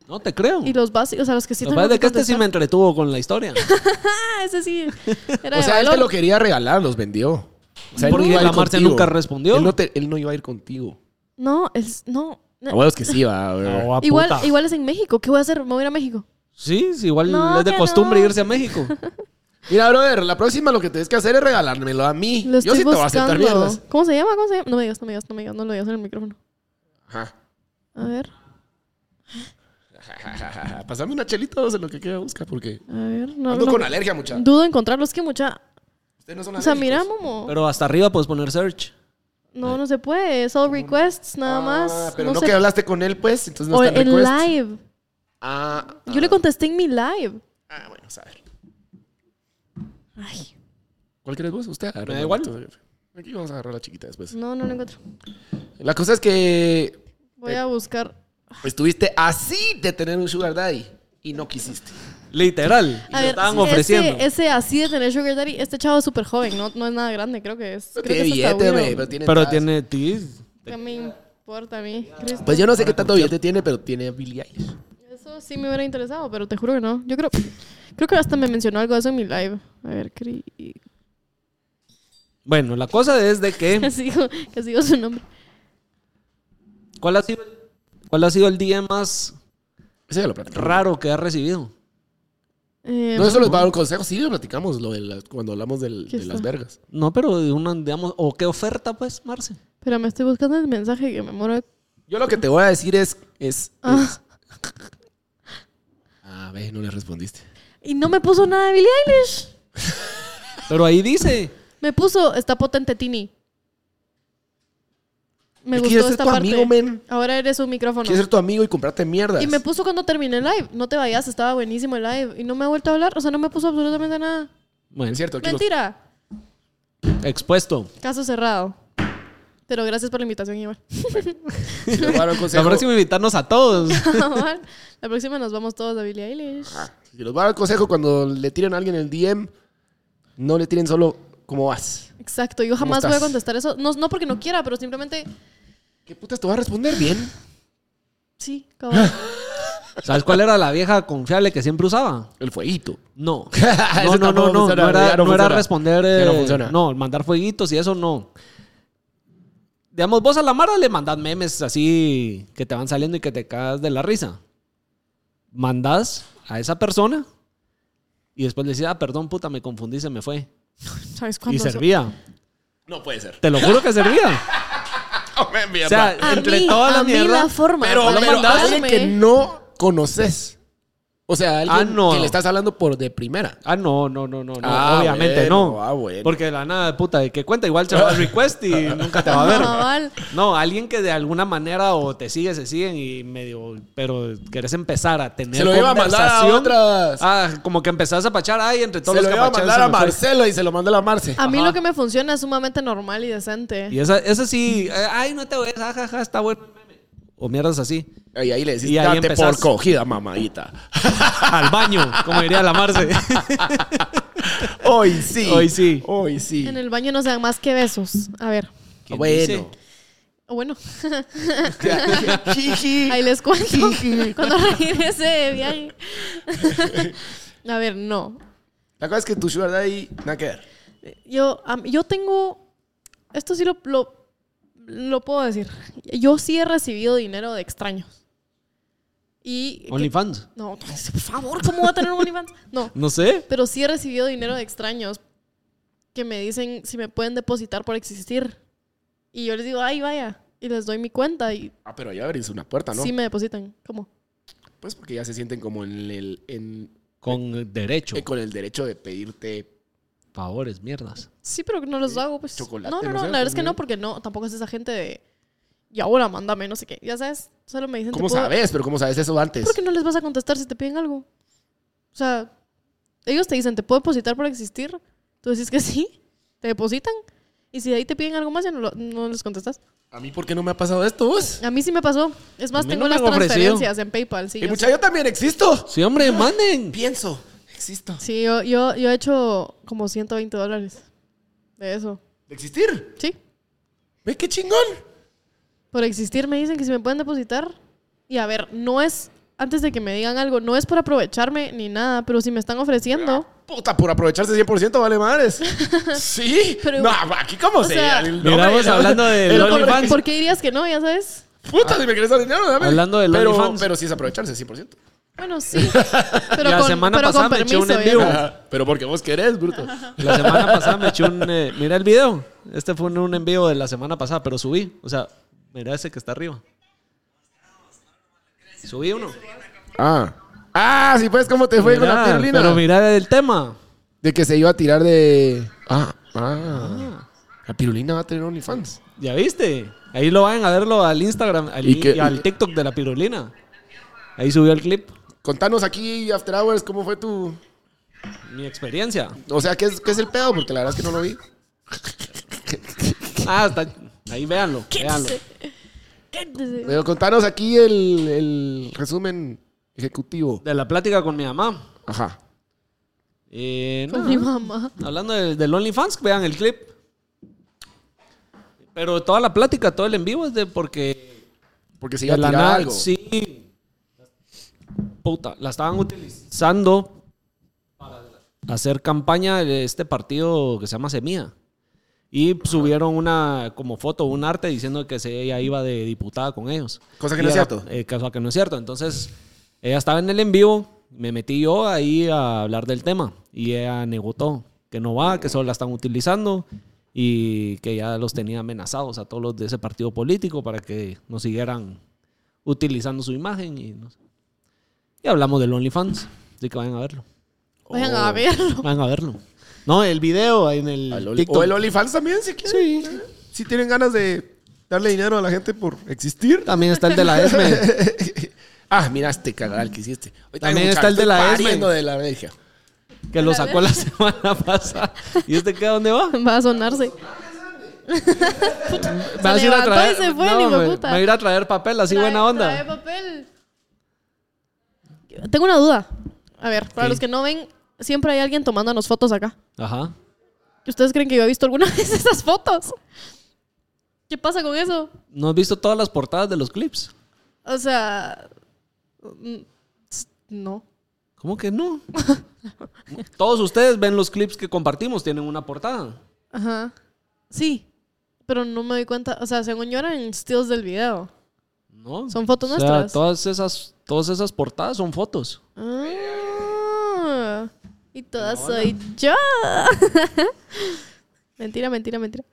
B: No te creo.
C: Y los básicos, o sea, los que sí
B: Lo que pasa es
C: tengo
B: de que
C: que
B: este sí me
C: contestar.
B: entretuvo con
C: <laughs>
B: la historia.
C: Ah, ese
B: <laughs>
C: sí. Era
A: O sea,
C: de
A: él
C: valor.
A: te lo quería regalar, los vendió. O sea, él
B: Porque
A: iba a ir
B: la Marce
A: contigo.
B: nunca respondió.
A: Él no, te- él no iba a ir contigo.
C: No, es, no.
A: A huevos que sí, va. bro.
B: Ah,
C: Igual,
B: puta.
C: igual es en México. ¿Qué voy a hacer? Me voy a ir a México.
B: Sí, sí, igual
C: No,
B: es de
C: que
B: costumbre
C: no.
B: irse
C: <laughs>
B: a México.
A: Mira, brother, la próxima lo que tienes que hacer es regalármelo a mí.
C: Lo
A: Yo
C: estoy
A: sí te voy a aceptar
C: buscando.
A: mierdas.
C: ¿Cómo se llama? ¿Cómo se llama? No me digas, no me digas, no me digas. No lo digas en el micrófono.
A: Ajá. <laughs>
C: A ver,
A: Pasame una chelita dos en lo que queda busca, porque
C: a ver. No,
A: ando
C: no-
A: con alergia, mucha.
C: Dudo encontrarlos. Que mucha...
A: Ustedes no son
C: O sea, mira,
A: alérgicos.
C: Momo.
B: Pero hasta arriba puedes poner search.
C: No, no se puede. Es all requests, nada más.
A: Ah, pero no,
C: sé-
A: que hablaste con él, pues, entonces no
C: O
A: está en
C: en
A: request.
C: live.
A: Ah,
C: Yo le contesté en mi live.
A: ah, bueno, a ver.
C: Ay,
A: ¿Cuál querés vos? Usted.
B: Me da igual.
A: Aquí vamos a agarrar la chiquita después.
C: no, no lo encuentro.
A: La cosa es que
C: Voy
A: Eh,
C: a buscar.
A: estuviste así de tener un sugar daddy y no quisiste.
B: Literal. Y
C: A
B: lo
C: ver,
B: estaban
C: ese-
B: ofreciendo.
C: Ese, así de tener Sugar Daddy, este chavo es súper joven, no, no es nada grande, creo que es. Creo que
A: tiene
C: es
A: billete,
C: hasta güiro.
A: güey, pero tiene.
B: Pero
A: entradas.
B: tiene tis.
C: ¿Qué me importa a mí? Cristo.
A: Pues yo no sé qué tanto billete tiene, pero tiene Billie Eilish.
C: Eso sí me hubiera interesado, pero te juro que no. Yo creo, creo que hasta me mencionó algo de eso en mi live. A ver, cri-
A: Em.
B: Bueno, la cosa es de
C: que <laughs>
B: que.
C: sigo, que sigo su nombre.
B: ¿Cuál ha sido, cuál ha sido el día más
A: Eso ya lo platicamos.
B: raro que has recibido.
C: Eh,
A: No, eso les va a dar un consejo. Sí, lo platicamos lo de la- cuando hablamos del-
C: ¿Qué
A: de las
C: está?
A: vergas.
B: No, pero de una, digamos, o qué oferta, pues, Marce.
C: Pero me estoy buscando el mensaje que me muero. de-
A: Yo lo que te voy a decir es. es,
C: Ah.
A: <laughs> A ver, no le respondiste.
C: Y no me puso nada de Billie Eilish.
B: Pero ahí dice.
C: Me puso, está potente Tini. Me
A: Es que
C: gustó
A: eres
C: esta
A: tu
C: parte.
A: amigo, men.
C: Ahora eres un micrófono.
A: Quieres ser tu amigo y comprarte mierdas.
C: Y me puso cuando terminé el live. No te vayas, estaba buenísimo el live. Y no me ha vuelto a hablar. O sea, no me puso absolutamente nada.
B: Bueno,
A: Es cierto, aquí los-
C: Mentira.
B: expuesto.
C: Caso cerrado. Pero gracias por la invitación, Iván.
A: les
C: <laughs>
A: voy a dar un consejo.
B: La próxima invitarnos a todos.
C: Cabal. la próxima nos vamos todos a Billie Eilish.
A: Si los voy a dar consejo cuando le tiren a alguien el DM, no le tiren solo cómo vas.
C: Exacto, yo
A: ¿Cómo
C: jamás voy a
A: estás?
C: contestar eso. No, no porque no quiera, pero simplemente
A: ¿Qué putas te va a responder bien?
C: sí,
B: <gasps>
C: cabal.
B: ¿Sabes cuál era la vieja confiable que siempre usaba?
A: El fueguito.
B: No.
A: <laughs> Eso
B: No,
A: tampoco
B: no, no, no.
A: funciona,
B: No
A: ya
B: era,
A: no
B: no era
A: funciona.
B: responder.
A: Ya no
B: eh,
A: funciona.
B: no, mandar fueguitos y eso no. Digamos, vos a la Mara le mandás memes así que te van saliendo y que te cagas de la risa. Mandás a esa persona y después le decís, ah, perdón, puta, me confundí, se me fue.
C: ¿Sabes
B: Y
C: cuándo? eso-
B: servía.
A: No puede <laughs> ser.
B: Te lo juro
A: <laughs>
B: que servía. O sea,
C: A
B: entre
C: mí,
B: toda la
C: a mí
B: mierda.
C: la forma.
A: Oh, pero,
C: para
A: pero
C: mandarme-
A: alguien que no conoces. O sea, alguien
B: Ah, no.
A: que le estás hablando por de primera.
B: Ah, no, no, no, no, no,
A: Ah,
B: obviamente
A: bueno,
B: no.
A: ah, bueno.
B: Porque de la nada, puta, de que cuenta, igual se va al
A: <laughs>
B: request y nunca te va a ver.
C: Cabal.
B: No, alguien que de alguna manera o te sigue, se siguen y medio, pero querés empezar a tener
A: Se lo iba a mandar a
B: conversación.
A: otras.
B: Ah, como que empezás a pachar ay, entre todos
A: se
B: los
A: lo
B: que
A: iba a
B: pachan,
A: mandar
B: se
A: a
B: me fue.
A: Marcelo y se lo mandó a la Marce.
C: A mí
B: Ajá.
C: lo que me funciona es sumamente normal y decente.
B: Y esa, esa sí, eh, ay, no te voy a jajaja, está bueno. el meme. O mierdas así. <laughs>
A: Y ahí le decís,
B: Y ahí
A: date
B: empezás.
A: por cogida, mamadita.
B: Al baño, como diría
A: <laughs>
B: la Marce.
A: Hoy sí.
B: Hoy sí.
A: Hoy sí.
C: En el baño no se dan más que besos. A ver.
B: ¿Quién dice?
A: Bueno.
C: O
B: <laughs>
C: Bueno,
A: <laughs> Jiji.
C: ahí les
B: <laughs>
C: cuento cuando regrese de viaje. <laughs> A ver, no.
A: La cosa es que tu sugar daddy, nada que ver.
C: Yo, am- yo tengo. Esto sí lo, lo, lo puedo decir. Yo sí he recibido dinero de extraños. Y.
B: OnlyFans.
C: No, por favor, ¿cómo va a tener un OnlyFans? No.
B: No sé.
C: Pero sí he recibido dinero de extraños que me dicen si me pueden depositar por existir. Y yo les digo, ay, vaya. Y les doy mi cuenta y
A: Ah, pero ya abrís una puerta, ¿no?
C: sí me depositan. ¿Cómo?
A: Pues porque ya se sienten como en el, en-
B: Con derecho.
A: eh, con el derecho de pedirte
B: Favores, mierdas.
C: Sí, pero no los hago, pues.
A: Eh, chocolate,
C: no, no,
A: no
C: no,
A: sé,
C: la verdad es que
A: también.
C: no, porque no, tampoco es esa gente de. Y ahora mándame, no sé qué. Ya sabes, solo me dicen. te
A: ¿Cómo
C: puedo-
A: sabes? Pero ¿cómo sabes eso antes?
C: ¿Por qué no les vas a contestar si te piden algo? O sea, ellos te dicen, ¿te puedo depositar por existir? Tú decís que sí, te depositan. Y si de ahí te piden algo más, ya no, lo- no les contestas.
A: ¿A mí por qué no me ha pasado esto vos?
C: A mí sí me pasó. Es más,
B: A mí
C: tengo
B: no me
C: las
B: han ofrecido.
C: transferencias en PayPal. Sí,
A: Y
C: yo,
A: mucha, yo también existo.
B: Sí, hombre, manden.
A: Pienso, existo.
C: sí yo, yo, yo he hecho como 120 dólares de eso.
A: ¿De existir?
C: Sí,
A: ¿Ve qué chingón?
C: por existir me dicen que si me pueden depositar. Y a ver, no es, antes de que me digan algo, no es por aprovecharme ni nada, pero si me están ofreciendo...
A: Puta, por aprovecharse 100% vale
C: <laughs>
A: madres. sí.
C: Pero-
A: no, aquí cómo
C: o
A: se...
C: sea-
A: el
B: Mira,
A: nombre-
B: vamos hablando del
A: el
C: Pero
A: nombre-
C: ¿por,
B: OnlyFans.
C: ¿Por qué dirías que no? Ya sabes.
A: Puta, si me quieres dar dinero, dame.
B: Hablando del
A: pero,
B: OnlyFans.
A: Pero sí es aprovecharse 100%.
C: Bueno,
B: <laughs>
C: sí. Pero
B: La
C: con,
B: semana
C: pero
B: pasada
C: con
B: me eché
C: permiso,
B: un en
C: ¿eh?
B: vivo. <laughs>
A: Ajá. Pero porque vos querés, bruto.
B: La semana pasada me eché un. eh, mira el video. Este fue un, un envío de la semana pasada, pero subí. O sea, mira ese que está arriba. Subí uno.
A: ah. Ah, sí, pues, ¿cómo te fue con la
B: Mira,
A: pirulina?
B: pero mira el tema.
A: De que se iba a tirar de... Ah, ah. La pirulina va a tener OnlyFans.
B: Ya viste. Ahí lo van a verlo al Instagram al-
A: ¿Y
B: y,
A: qué-
B: al TikTok de la pirulina. Ahí subió el clip.
A: Contanos aquí, After Hours, cómo fue tu...
B: Mi experiencia.
A: O sea, ¿qué es, qué es el pedo? Porque la verdad es que no lo vi.
B: Ah, está. Ahí véanlo. véanlo. <laughs>
C: Quédese.
A: Pero contanos aquí el, el resumen ejecutivo.
B: De la plática con mi mamá.
A: Ajá.
B: Eh,
C: Con
B: no.
C: mi mamá.
B: Hablando del, del OnlyFans, vean el clip. Pero toda la plática, todo el en vivo es de porque
A: Porque se
B: de
A: iba a
B: la
A: tirar
B: nada-
A: algo.
B: Sí. Puta, la estaban utilizando para hacer campaña de este partido que se llama Semilla. Y subieron una como foto, un arte diciendo que se, ella iba de diputada con ellos.
A: Cosa que
B: Y
A: no es
B: era-
A: cierto.
B: eh, cosa que no es cierto. Entonces, Ella estaba en el en vivo, me metí yo ahí a hablar del tema y ella negó todo, que no va, que solo la están utilizando y que ya los tenía amenazados a todos los de ese partido político para que no siguieran utilizando su imagen y no sé. Y hablamos del OnlyFans, así que vayan a verlo.
C: Vayan a
B: Oh. <laughs>
C: verlo. <laughs>
B: Vayan a verlo. No, el video en el
A: Al Oli-
B: TikTok.
A: O el OnlyFans también, si quieren.
B: Sí.
A: Si tienen ganas de darle dinero a la gente por existir.
B: También está el
C: <laughs>
B: de la ESME.
A: <laughs> ah, mira este cagadal que hiciste. Hoy
B: También
A: tengo
B: está el de la
A: estoy
B: ESME.
A: pariendo de la alergia.
B: que lo sacó la semana pasada. ¿Y este qué? ¿A ¿Dónde va?
C: Va a sonarse.
B: Me
C: Se
B: vas a ir a
C: levantó
B: traer.
C: y se fue, el hijo
B: no,
C: de
B: me, me
C: puta.
B: va a ir a traer papel, así
C: Trae-
B: buena onda.
C: trae papel. Tengo una duda. A ver, para
B: ¿Qué?
C: los que no ven, siempre hay alguien tomándonos fotos acá.
B: Ajá.
C: ¿Ustedes creen que yo he visto alguna <laughs> vez esas fotos? ¿Qué pasa con eso?
B: ¿No has visto todas las portadas de los clips?
C: O sea. mm, s- No.
B: ¿Cómo
C: <laughs>
B: que no? Todos ustedes ven los clips que compartimos, tienen una portada.
C: Ajá. Sí. Pero no me doy cuenta. O sea, según yo eran steals del video.
B: ¿No?
C: Son fotos
B: O sea,
C: nuestras.
B: Todas esas, todas esas portadas son fotos.
C: Ah, y toda soy yo. <laughs> mentira, mentira, mentira.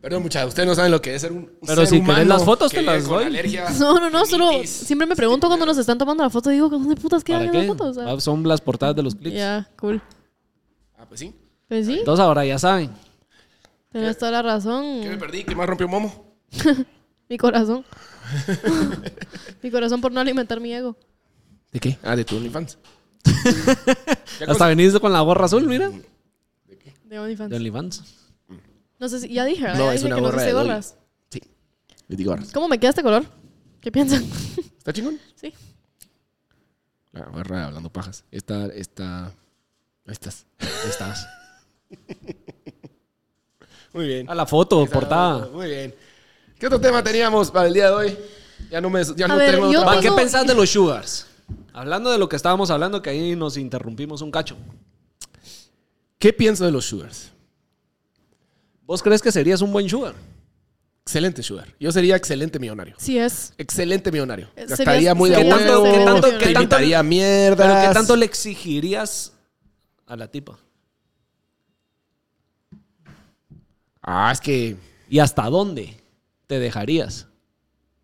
A: Perdón, muchachos, ustedes no saben lo que es ser un un
B: Pero
A: ser
B: si querés
A: humano
B: las fotos,
A: que
B: te
A: vive
B: las
A: con
B: doy.
A: alergias,
C: No, no, no, solo
A: rinitis.
C: siempre me pregunto cuando nos están tomando la foto, digo, ¿dónde putas quedan
B: ¿Para qué?
C: esas fotos? O sea,
B: Ah, Son las portadas de los
C: Ya,
B: clips.
C: cool.
A: Ah, pues sí.
C: Pues sí,
B: Entonces ahora ya saben.
C: tenés toda la razón.
A: ¿Qué me perdí? ¿Qué más rompió un momo?
C: Mi
A: <laughs>
C: corazón. mi corazón por no alimentar mi ego.
A: ¿De qué? Ah, de tu OnlyFans. Ya
B: Hasta venís con la gorra azul, mira.
C: De OnlyFans.
B: De OnlyFans.
C: No sé si, ya dije, ¿verdad?
A: No,
C: Ya
A: es
C: dije
A: una
C: que no
A: gorra
C: hice
A: de Dolly.
C: gorras.
A: Sí. Les digo ahora.
C: ¿Cómo me queda este color? ¿Qué piensan? <laughs>
A: ¿Está chingón?
C: sí.
A: La barra hablando pajas. Esta, esta. Ahí estás. <laughs>
B: Ahí estás.
A: Muy bien.
B: A la foto,
A: Esta-
B: portada.
A: Muy bien. ¿Qué otro tema teníamos para el día de hoy? Ya no me. Ya no
C: ver,
A: tengo
C: yo
A: otra-
B: Va, ¿Qué
C: tengo-
B: pensás de los sugars? Hablando de lo que estábamos hablando, que ahí nos interrumpimos un cacho.
A: ¿Qué pienso de los sugars?
B: ¿Vos crees que serías un buen sugar?
A: Excelente sugar. Yo sería excelente millonario.
C: Sí es.
A: Excelente millonario.
C: Eh,
A: Gastaría
C: serías-
A: muy de
B: ¿Qué
C: serías
A: huevo.
B: tanto, qué
C: excelente
B: tanto,
C: millonario.
B: qué
A: Te
B: tanto,
A: invitaría a mierdas.
B: pero qué tanto le exigirías a la tipa?
A: Ah, es que
B: ¿Y hasta dónde te dejarías?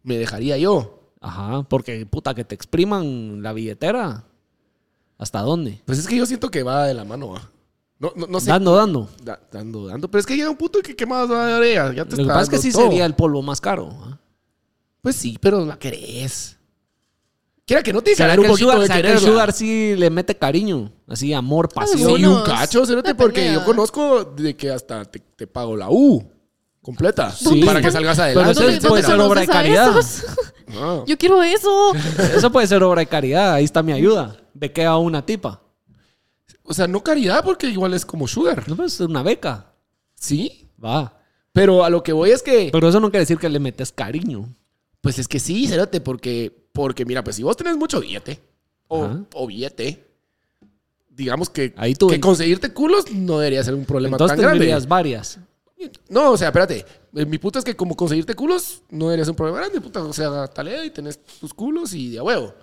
A: me dejaría yo.
B: Ajá, porque puta, que te expriman la billetera. ¿Hasta dónde?
A: Pues es que yo siento que va de la mano. ¿va? No, no, no sé.
B: Dando, dando.
A: Da- dando, dando. Pero es que llega un punto en que quemadas va de oreja. Ya te
B: Lo que
A: está
B: pasa es que
A: dando
B: sí
A: todo.
B: sería el polvo más caro. ¿ah?
A: Pues sí, pero la querés. Quiera que no te
B: ¿Será
A: ganar
B: que
A: un
B: el
A: poquito
B: sugar,
A: de
B: será que
A: querer.
B: el sugar sí le mete cariño? Así, amor, pasión.
A: Sí,
C: Algunos.
A: un cacho, cérate,
C: Depende,
A: porque yo
C: ¿va?
A: conozco de que hasta te, te pago la U completa
B: Sí.
A: para que salgas
B: Pero
A: adelante.
B: eso
A: etcétera.
B: puede ser obra de
C: conoces a
B: caridad.
C: esos? <laughs>
A: No.
C: Yo
A: <laughs>
C: quiero eso.
B: Eso puede ser obra de caridad. Ahí está mi ayuda. Bequea a una tipa.
A: O sea, no caridad, porque igual es como sugar.
B: No, pues una beca.
A: Sí.
B: Va.
A: Pero a lo que voy es que.
B: Pero eso no quiere decir que le metes cariño.
A: Pues es que sí, cérate, porque, porque mira, pues si vos tenés mucho billete o,
B: Ajá.
A: o billete, digamos que,
B: Ahí tú-
A: que conseguirte culos no debería ser un problema
B: Entonces
A: tan grande.
B: tendrías varias.
A: No, o sea, espérate. Eh, Mi punto es que como conseguirte culos no debería ser un problema grande, puta. O sea, talea y tenés tus culos y de a huevo.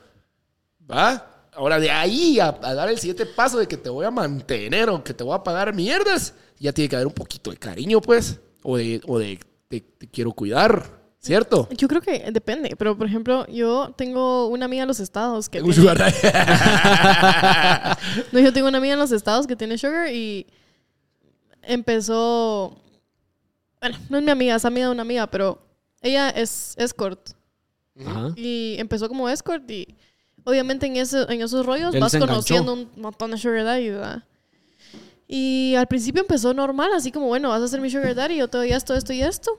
A: ¿Va? Ahora de ahí a, a dar el siguiente paso de que te voy a mantener o que te voy a pagar mierdas, ya tiene que haber un poquito de cariño, pues. O de, o de te, te quiero cuidar, ¿cierto?
C: Yo creo que depende, pero por ejemplo, yo tengo una amiga en los estados que
A: Tengo un
C: tiene-
A: sugar daddy.
C: <laughs> no, yo tengo una amiga en los estados que tiene sugar y empezó bueno, no es mi amiga, es amiga de una amiga, pero ella es escort
B: Ajá.
C: y empezó como escort y obviamente en ese en esos rollos
B: Él
C: vas
B: se enganchó.
C: conociendo un montón de sugar daddy, ¿verdad? Y al principio empezó normal, así como, bueno, vas a ser mi sugar daddy, yo te doy esto, esto y esto.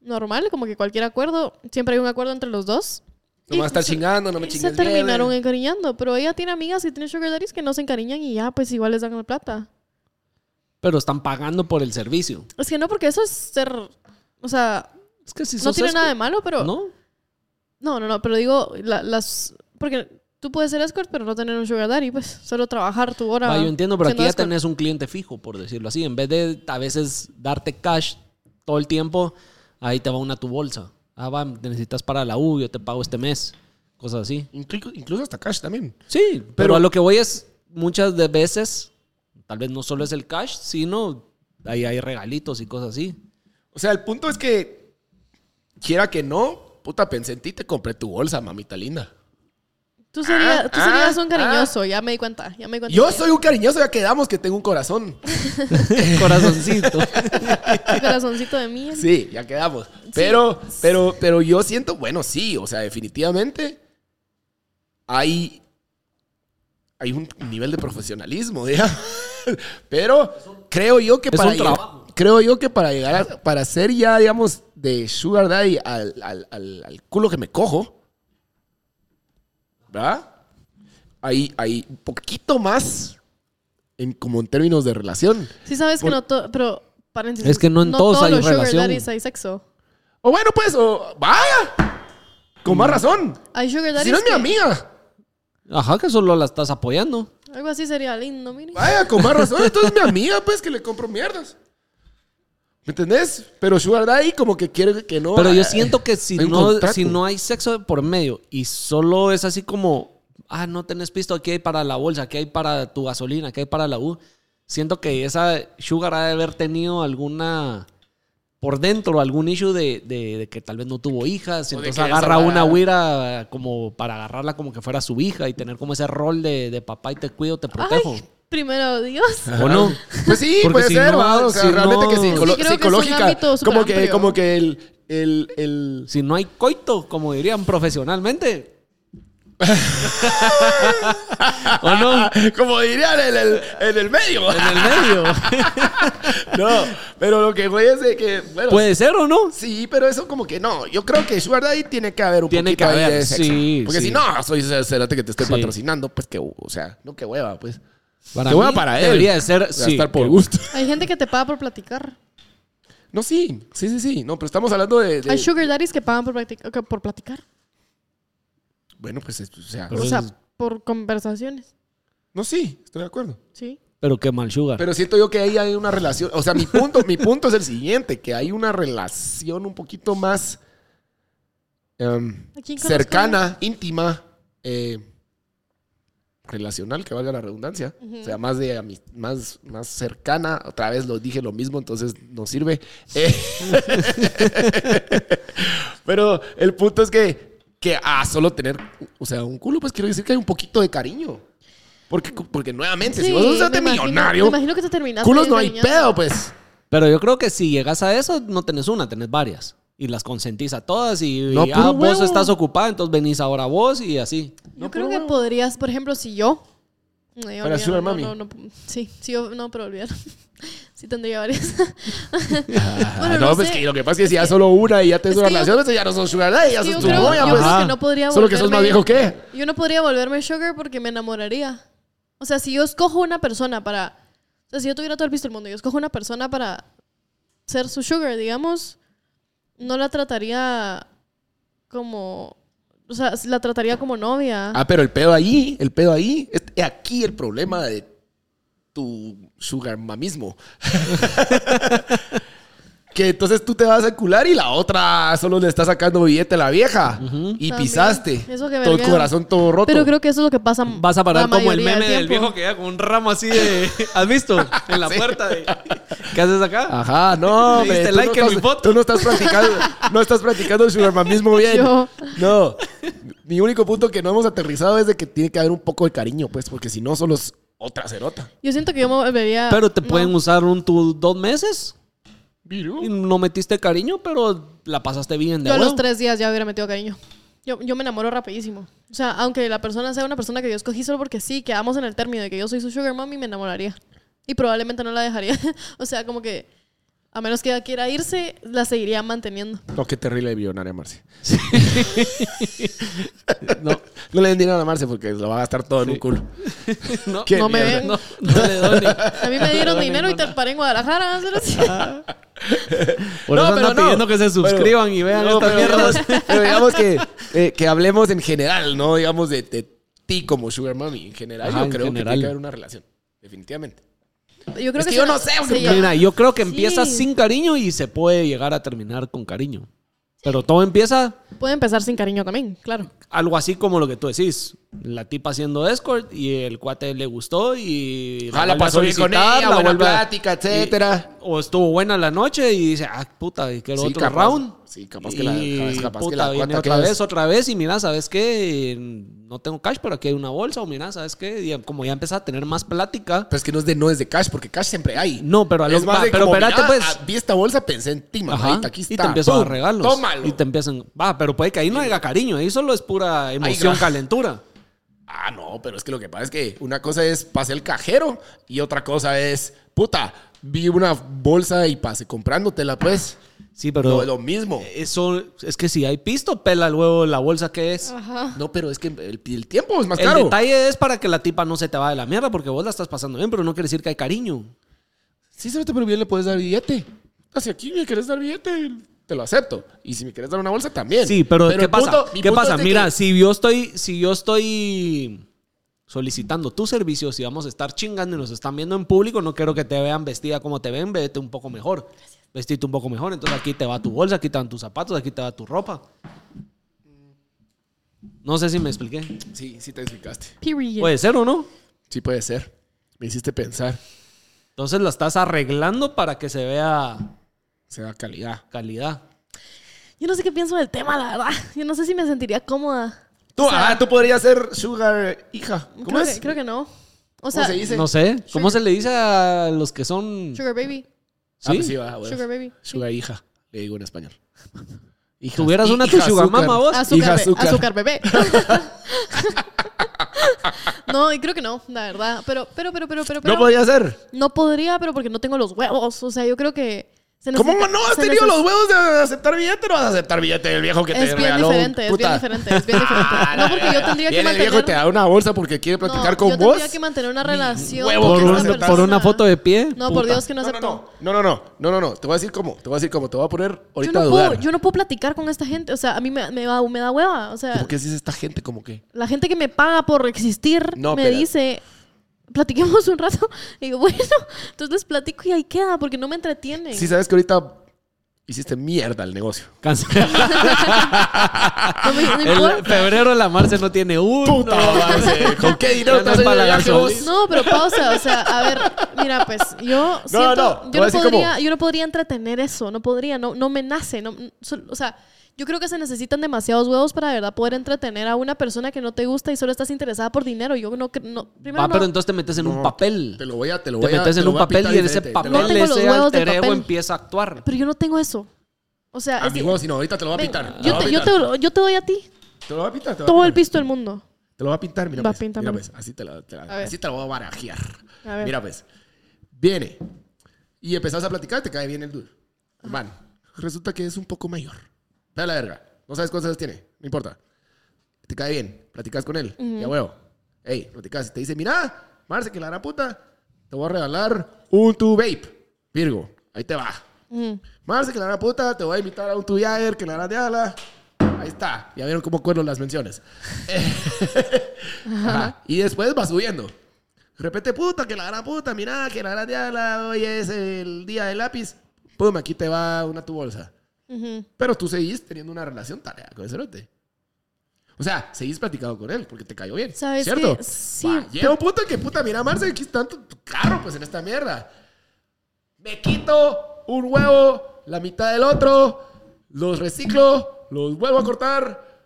C: Normal, como que cualquier acuerdo, siempre hay un acuerdo entre los dos.
A: No me vas a estar
C: Y-
A: chingando, no me
C: y
A: chingues.
C: se terminaron
A: mierda.
C: encariñando, pero ella tiene amigas que tienen sugar daddies que no se encariñan y ya, pues igual les dan la plata.
B: Pero están pagando por el servicio.
C: Es que no, porque eso es ser, o sea,
B: Es que si
C: no
B: sos
C: tiene
B: esto-
C: nada de malo, pero...
B: ¿No?
C: No, no, no, pero digo, la- las... Porque tú puedes ser escort, pero no tener un sugar daddy, pues solo trabajar tu hora.
B: Va, yo entiendo, pero aquí
C: siendo
B: ya
C: escort.
B: tenés un cliente fijo, por decirlo así. En vez de a veces darte cash todo el tiempo, ahí te va una tu bolsa. Ah, va, necesitas para la U, yo te pago este mes. cosas así.
A: Inclu- incluso hasta cash también.
B: Sí, pero,
A: pero-
B: a lo que voy es muchas de veces, tal vez no solo es el cash, sino ahí hay regalitos y cosas <laughs> así.
A: O sea, el punto es que, quiera que no, puta, pensé en ti, te compré tu bolsa, mamita linda.
C: Tú, serías, tú
A: ah,
C: serías un
A: ah.
C: cariñoso, ya me di cuenta, ya me di cuenta.
A: Yo
C: que-
A: soy un cariñoso, ya quedamos que tengo un corazón.
B: Corazoncito.
C: el corazoncito de
B: <laughs>
C: mí.
A: Sí, ya quedamos. Pero, pero, pero yo siento, bueno, sí, o sea, definitivamente hay, hay un nivel de profesionalismo, <laughs> digamos. Pero creo yo que
B: Es
A: para
B: un
A: llegar-
B: trabajo.
A: creo yo que para llegar a, para ser ya, digamos, de Sugar Daddy al, al- al- al culo que me cojo, ¿verdad? Hay, hay un poquito más en como en términos de relación.
C: Sí sabes
A: Por-
C: que no todo, pero paréntesis.
B: Es que no en todos hay
C: los sugar
B: relación.
C: daddies hay sexo.
A: O bueno, pues, o vaya. Con más razón.
C: Hay sugar daddies
A: Si no es mi
C: que-
A: amiga.
B: Ajá, que solo la estás apoyando.
C: Algo así sería lindo, mire.
A: Vaya, con más razón. Entonces es mi amiga, pues, que le compro mierdas. ¿Me entendés? Pero Sugar Daddy como que quiere que no.
B: Pero
A: ah,
B: yo siento que si
A: hay un
B: no,
A: contrato.
B: si no hay sexo de por medio y solo es así como, ah, no tenés pisto, aquí hay para la bolsa, aquí hay para tu gasolina, aquí hay para la U. Siento que esa Sugar ha de haber tenido alguna, por dentro, algún issue de, de- de que tal vez no tuvo hijas,
A: O de
B: entonces
A: que ya se
B: agarra
A: va-
B: una huira como para agarrarla como que fuera su hija y tener como ese rol de, de papá y te cuido, te protejo.
C: Ay, primero
B: <laughs>
C: Dios.
B: ¿O no?
A: <laughs> Pues sí,
B: Ah. Porque
A: puede
B: si
A: ser,
B: no,
A: va, O sea,
B: si
A: realmente
B: no-
A: que
B: Es que
A: psicolo-
C: creo que es un
A: psicológica.
C: ámbito súper
A: Como que,
C: amplio.
A: como que el, el, el- <laughs>
B: Si no hay coito, como dirían profesionalmente. ¿O no?
A: Como dirían en el, en el medio.
B: En el medio.
A: <laughs> No, pero lo que voy es de que, bueno,
B: Puede ser o no.
A: Sí, pero eso como que no. Yo creo que Sugar Daddy tiene que haber un
B: Tiene
A: poquito
B: que
A: ahí
B: haber,
A: de sexo.
B: sí,
A: Porque
B: sí.
A: si no, soy ese cerote que te estoy
B: Sí.
A: patrocinando, pues que, o sea, no que hueva, pues.
B: Para
A: que hueva
B: mí
A: para él.
B: debería de ser,
A: Gastar
B: sí,
A: por
B: que-
A: gusto.
C: Hay gente que te paga por platicar.
A: No, sí, sí, sí, sí. No, pero estamos hablando de... de-
C: Hay sugar daddies que pagan por, practic- que por platicar.
A: Bueno, pues, es- o sea,
B: Pero
C: o sea,
B: es-
C: por conversaciones.
A: no, sí, estoy de acuerdo.
C: Sí.
B: Pero qué mal sugar.
A: Pero siento yo que ahí hay una relación... O sea, mi punto, mi punto es el siguiente, que hay una relación un poquito más em,
C: ¿A quién conozco?
A: cercana, íntima, eh, relacional, que valga la redundancia. O sea, más de ami- más, más cercana. Otra vez lo dije lo mismo, entonces no sirve. Eh, <laughs> Pero el punto es que, que ah, solo tener, o sea, un culo, pues quiero decir que hay un poquito de cariño. Porque, porque nuevamente, si
C: Sí,
A: vos sos
C: me
A: un
C: imagino-
A: millonario,
C: Me imagino que te terminaste.
A: culos no hay
C: desgreñando.
A: pedo, pues.
B: Pero yo creo que si llegas a eso, no tenés una, tenés varias. Y las consentís a todas y, y,
A: No,
B: ah,
A: puro
B: vos
A: huevo.
B: estás ocupada, entonces venís ahora vos y así.
C: Yo
A: No,
C: creo
A: pero
C: que
A: bueno.
C: podrías, por ejemplo, si yo. No, yo
A: Para
C: olvídalo,
A: sugar
C: no,
A: mami.
C: no, no, sí, sí, yo, no, pero olvídalo. <laughs> sí tendría
A: <laughs>
C: varias.
A: Ah,
C: Bueno,
A: no,
C: no
A: pues
C: sé.
A: que lo que pasa es que si ya solo una y ya tenés
C: es
A: una
C: que yo-
A: relación, entonces pues, ya no sos sugar daddy, ya
C: yo
A: sos tu
C: creo,
A: novia,
C: yo
A: pues.
C: creo
B: Ajá.
C: que no podría
A: Solo que sos más
C: volverme-
A: viejo que.
C: Yo no podría volverme sugar porque me enamoraría. O sea, si yo escojo una persona para... O sea, si yo tuviera todo el visto del mundo, yo escojo una persona para ser su sugar, digamos, no la trataría como... O sea, la trataría como novia.
A: Ah, pero el pedo ahí, el pedo ahí, es es aquí el problema de tu sugar mamismo. <laughs> que entonces tú te vas a encular y la otra solo le está sacando billete a la vieja. Y
C: También.
A: pisaste.
C: Eso que
A: todo el
C: vergueo.
A: corazón todo roto.
C: Pero creo que eso es lo que pasa
B: Vas a parar
C: la
B: como el
C: mayoría
B: meme del
C: tiempo.
B: viejo que llega con un ramo así de. <laughs> ¿Has visto? En la puerta. de- ¿Qué haces acá?
A: Ajá, no,
B: <laughs> Le diste
A: hombre, tú
B: like
A: no
B: a
A: estás,
B: mi foto.
A: tú no estás practicando, no estás practicando el sugarmamismo bien.
C: Yo.
A: No. Mi único punto que no hemos aterrizado es de que tiene que haber un poco de cariño, pues, porque si no solo es otra cerota.
C: Yo siento que yo me volvería...
B: Pero te
C: no.
B: pueden usar un tu dos meses. Y no metiste cariño, pero la pasaste bien de
C: Yo a los
B: huevo.
C: tres días ya hubiera metido cariño. Yo, yo me enamoro rapidísimo. O sea, aunque la persona sea una persona que yo escogí solo porque sí, quedamos en el término de que yo soy su sugar mommy, me enamoraría. Y probablemente no la dejaría. <laughs> o sea, como que a menos que ella quiera irse, la seguiría manteniendo.
A: No, qué terrible millonaria, Marce.
B: No,
A: <laughs> No le den dinero a Marce porque lo va a gastar todo en un culo.
B: no,
A: Qué
C: No me
A: mierda.
C: ven.
B: no, no le doy ni-
C: A mí me
A: <laughs>
C: dieron dinero y te paré en Guadalajara. ¿no?
B: <laughs>
C: <laughs>
B: Por
A: No,
B: eso
A: pero
B: andan
A: no.
B: pidiendo que se suscriban y vean
A: No,
B: estas
A: pero
B: mierdas. <laughs>
A: digamos- <laughs> Pero digamos que, eh, que hablemos en general, ¿no? Digamos de, de ti como Sugar Mommy. En general,
B: Ajá,
A: yo
B: en
A: creo que
B: general.
A: tiene que haber una relación. Definitivamente.
C: Yo creo
A: Es que
C: sí
A: yo
C: la-
A: no sé,
C: sí,
A: porque
C: ya.
B: Mira, yo creo que
C: Sí.
B: empiezas sin cariño y se puede llegar a terminar con cariño. Pero todo empieza
C: Puede empezar sin cariño también, claro.
B: algo así como lo que tú decís. La tipa haciendo escort y el cuate le gustó y
A: Ah, la
B: vuelve a
A: pasó bien con
B: solicitar,
A: ella,
B: la
A: buena
B: vuelve a-
A: plática, etcétera.
B: y- o estuvo buena la noche y dice, ah, puta, y quiero
A: Sí,
B: otro
A: capaz-
B: round.
A: sí, capaz que la-
B: Y,
A: capaz que
B: puta,
A: la
B: viene
A: cuata
B: otra
A: que es-
B: vez, otra vez y mira, ¿sabes qué? No tengo cash, pero aquí hay una bolsa o mira, ¿sabes qué? Y como ya empezás a tener más plática.
A: Pero es que no es de no es de cash, porque cash siempre hay.
B: No, pero a lo-
A: es más
B: va,
A: de
B: pero
A: como,
B: espérate,
A: mira,
B: pues.
A: ah, Vi esta bolsa, pensé en ti,
B: Ajá,
A: mamá. Aquí está.
B: y te empiezan a
A: Pum,
B: dar regalos.
A: Tómalo.
B: Y te empiezan. Va, pero puede que ahí no haya cariño. Ahí solo es pura emoción,
A: gra-
B: calentura.
A: Ah, no, pero es que lo que pasa es que una cosa es pasé el cajero y otra cosa es, puta, vi una bolsa y pasé comprándotela, pues.
B: Sí,
A: No
B: pero.
A: es lo mismo.
B: Eso es que si hay pisto, pela el huevo la bolsa que es.
C: Ah.
A: No, pero es que el, el tiempo es más
B: el
A: caro.
B: detalle es para que la tipa no se te va de la mierda porque vos la estás pasando bien, pero no quiere decir que hay cariño.
A: Sí, se pero bien le puedes dar billete. Así aquí me quieres dar billete, te lo acepto. Y si me quieres dar una bolsa, también.
B: Sí, pero, ¿qué
A: el
B: pasa?
A: punto- mi
B: ¿Qué
A: punto
B: pasa?
A: es de
B: Mira,
A: que-
B: si yo estoy, si yo estoy solicitando tus servicios y vamos a estar chingando y nos están viendo en público, no quiero que te vean vestida como te ven, vete un poco mejor. Vestite un poco mejor, entonces aquí te va tu bolsa, aquí te van tus zapatos, aquí te va tu ropa. No sé si me expliqué.
A: Sí, sí te explicaste. Pues.
C: Period.
B: Puede ser o no.
A: Sí puede ser. Me hiciste pensar.
B: Entonces la estás arreglando para que se vea
A: Se da calidad.
B: calidad.
C: Yo no sé qué pienso del tema, la verdad. Yo no sé si me sentiría cómoda.
A: Tú, ah, tú podrías ser sugar hija. ¿Cómo
C: creo,
A: es?
C: Que, creo que no. O
A: ¿Cómo
C: sea,
A: se dice?
B: No sé. ¿Cómo
C: Sugar-
B: se le dice a los que son?
C: Sugar Baby.
A: Ah,
B: Sí.
A: pues sí, va, bueno.
C: Sugar Baby.
A: Sugar hija, le digo en español. Hijas-
B: ¿Tuvieras una
A: <laughs>
B: tu
A: hija
B: sugar
A: azúcar.
B: mama vos?
C: Azúcar,
A: Hija
C: be-
A: azúcar.
C: azúcar
A: <laughs>
C: bebé. no, y creo que no, la verdad. Pero, pero, pero, pero, pero. pero
A: No podría ser.
C: No podría, pero porque no tengo los huevos. O sea, yo creo que. se
A: ¿Cómo
C: necesita-
A: no has
C: se
A: tenido
C: neces-
A: los huevos de aceptar billete? No vas a aceptar billete del viejo que te
C: Es bien
A: regaló.
C: diferente, es bien
A: puta.
C: diferente, es bien
A: <laughs>
C: diferente.
A: Ah,
C: No,
A: la
C: porque yo
A: verga.
C: tendría que
A: Viene
C: mantener.
A: El viejo te da una bolsa porque quiere platicar
C: no,
A: con
C: yo
A: vos.
C: tendría que mantener una relación.
A: huevo
C: con
A: que
B: Por,
A: no
C: esa
B: un-
A: aceptas.
B: por
C: persona.
B: una foto de pie.
C: No, por
B: puta.
C: Dios que no acepto.
A: No, no, no, no, no, no, no. Te voy a decir cómo. Te voy a decir cómo. Te voy a poner
C: Yo
A: ahorita
C: no,
A: a
C: puedo,
A: dudar.
C: yo no puedo platicar con esta gente. O sea, a mí me, me, da, me da hueva. O sea,
A: ¿Por qué dices esta gente como que?
C: la gente que me paga por existir
A: No,
C: me
A: pero-
C: dice, platiquemos un rato. <laughs> Y digo, bueno, entonces les platico y ahí queda, porque no me entretienen.
A: Sí, sabes que ahorita hiciste mierda el negocio.
C: <laughs>
B: Cancel.
C: no
A: <laughs>
C: me no
B: El
C: importa.
B: febrero la Marce no tiene uno.
A: Puta, Marce, ¿Con qué dinero
B: Ya
A: te vas a ir
B: no
A: de
B: empalagar
A: viaje vos?
B: solís.
C: No, pero pausa, o sea, a ver, mira, pues yo siento,
A: <laughs> no, te voy a
C: yo no
A: decir
C: podría,
A: cómo.
C: yo no podría entretener eso, no podría, no, no me nace, no, sol- o sea, yo creo que se necesitan demasiados huevos para de verdad poder entretener a una persona que no te gusta y solo estás interesada por dinero. Yo no, cre- no primero
B: Va,
C: no,
B: pero entonces te metes en un papel.
A: Te lo voy a, te lo
B: Te
A: voy a.
B: metes
A: te
B: en
A: lo
B: un
A: voy a
B: papel
A: pintar
B: y ese
A: diferente, te
B: papel,
A: lo voy a-
C: No tengo los
B: ese
C: huevos de
B: alter ego
C: papel.
B: empieza a actuar.
C: pero yo no tengo eso. O sea, es que-
A: Amigo, Ah, si no, ahorita te lo voy a
C: ven,
A: pintar.
C: yo,
A: lo voy
C: te,
A: a
C: yo,
A: pintar.
C: te, yo te doy a ti
A: Te lo voy a pintar. te lo voy a
C: todo el
A: pintar.
C: pisto del mundo.
A: Te lo voy a pintar, mira.
C: Va,
A: pues,
C: píntamelo.
A: mira, pues, así te lo, te la-
C: A ver.
A: así te lo voy a barajear.
C: A ver.
A: Mira, pues. Viene. Y empezás a platicar, te cae bien el dude. Hermano, resulta que es un poco mayor. Ve a la verga. No sabes cuántas edades tiene. No importa. Te cae bien. Platicas con él. Ya huevo. Ey, platicas. Te dice, mira, Marce, que la gran puta. Te voy a regalar un tu vape. Virgo, ahí te va.
C: Mm.
A: Marce, que la gran puta, te voy a invitar a un tu Jagger, que la gran diabla. Ahí está. Ya vieron cómo cuerdo las
C: <laughs>
A: menciones. Ajá. Y después va subiendo. De repente, puta, que la gran puta, mira, que la gran diabla, hoy es el día del lápiz. Pum, aquí te va una tu bolsa.
C: Ujú.
A: Pero tú seguís teniendo una relación tarea con ese rote. O sea, seguís platicando con él porque te cayó bien.
C: ¿Sabes
A: ¿Cierto?
C: qué? Sí,
A: Va, llega un punto en que, puta, mira, Marce, aquí está tu, tu carro, pues, en esta mierda. Me quito un huevo, la mitad del otro, los reciclo, los vuelvo a cortar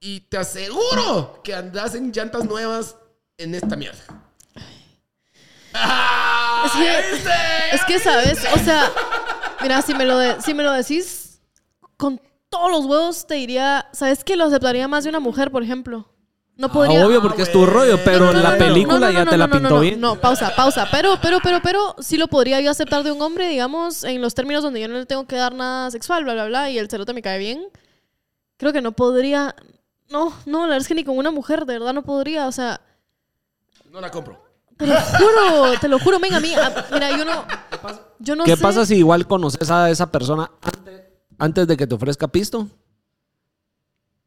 A: y te aseguro que andás en llantas nuevas en esta mierda. ¡Ah!
C: Es que-
A: ¿Ya viste?
B: Ah,
C: Es que, ¿sabes? O sea, mira, si me lo, de- si me lo decís con todos los huevos, te diría, ¿sabes que Lo aceptaría más de una mujer, por ejemplo. No podría...
B: Ah, obvio, porque es tu rollo, pero
C: No, no, no,
B: la
C: no,
B: película
C: no, no,
B: ya
C: no, no,
B: te la
C: no, no,
B: pintó
C: no,
B: bien.
C: No, pausa, pausa. Pero, pero, pero, pero, sí lo podría yo aceptar de un hombre, digamos, en los términos donde yo no le tengo que dar nada sexual, bla, bla, bla, y el cerote me cae bien. Creo que no podría... No, no, la verdad es que ni con una mujer, de verdad no podría, o sea...
A: No la compro.
C: Te <laughs> lo juro, te lo juro, venga, a mí, a- mira, yo no... Yo no
B: ¿Qué
C: sé.
B: pasa si igual conoces a esa persona antes, antes de que te ofrezca pisto?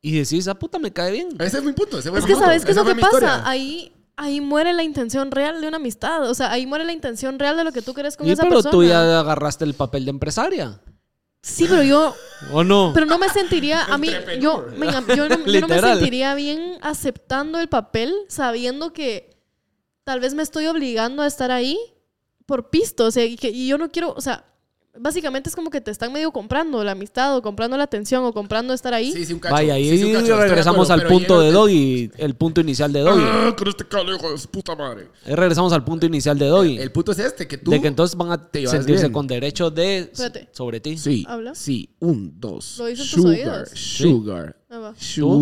B: Y decís, esa puta me cae bien.
A: Ese es mi punto. Ese fue
C: Es
A: mi
C: que
A: punto.
C: sabes qué es
A: Esa
C: lo
A: fue
C: que
A: mi
C: pasa.
A: historia.
C: Ahí, ahí muere la intención real de una amistad. O sea, ahí muere la intención real de lo que tú querés con
B: Y
C: esa
B: pero
C: persona.
B: tú ya agarraste el papel de empresaria.
C: Sí, pero yo,
B: ¿O no?
C: pero no me sentiría, a mí, yo,
A: Entrepreneur.
C: venga, yo, no, yo no me
B: Literal.
C: sentiría bien aceptando el papel sabiendo que tal vez me estoy obligando a estar ahí por pisto, o sea, y, que, y yo no quiero, o sea, básicamente es como que te están medio comprando la amistad o comprando la atención o comprando estar ahí.
A: sí, un cacho.
B: Vaya, ahí
A: Sí, sí, un cacho, estoy de
B: regresamos
A: acuerdo,
B: al
A: pero
B: punto
A: llega
B: de
A: el-
B: Doggy, el punto inicial de Doggy.
A: Ah, con este calo, hijo de su puta madre.
B: Ahí regresamos al punto inicial de Doggy.
A: El punto es este, que tú...
B: De que entonces van a
A: te llevas
B: sentirse
A: bien.
B: con derecho de
C: Espérate.
B: sobre ti.
A: Sí,
C: ¿Habla?
A: sí, un, dos.
C: Lo hizo en tus
A: sugar,
C: oídos.
A: sugar,
C: Ah, va.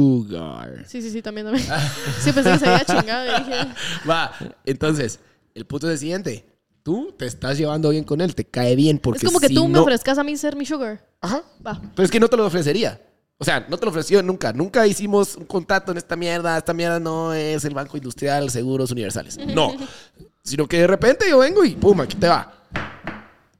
A: sugar.
C: Sí, sí, sí, también, también.
A: Ah.
C: Sí, pensé que se había chingado y dije,
A: Va, entonces, el punto es el siguiente. Tú te estás llevando bien con él, te cae bien <laughs> porque
C: es como que
A: si
C: tú me
A: no-
C: ofrezcas a mí ser mi sugar.
A: Ajá.
C: Va.
A: Pero es que no te lo ofrecería. O sea, no te lo ofreció nunca. Nunca hicimos un contrato en esta mierda. Esta mierda no es el Banco Industrial Seguros Universales. No. Sino que de repente yo vengo y pum, aquí te va.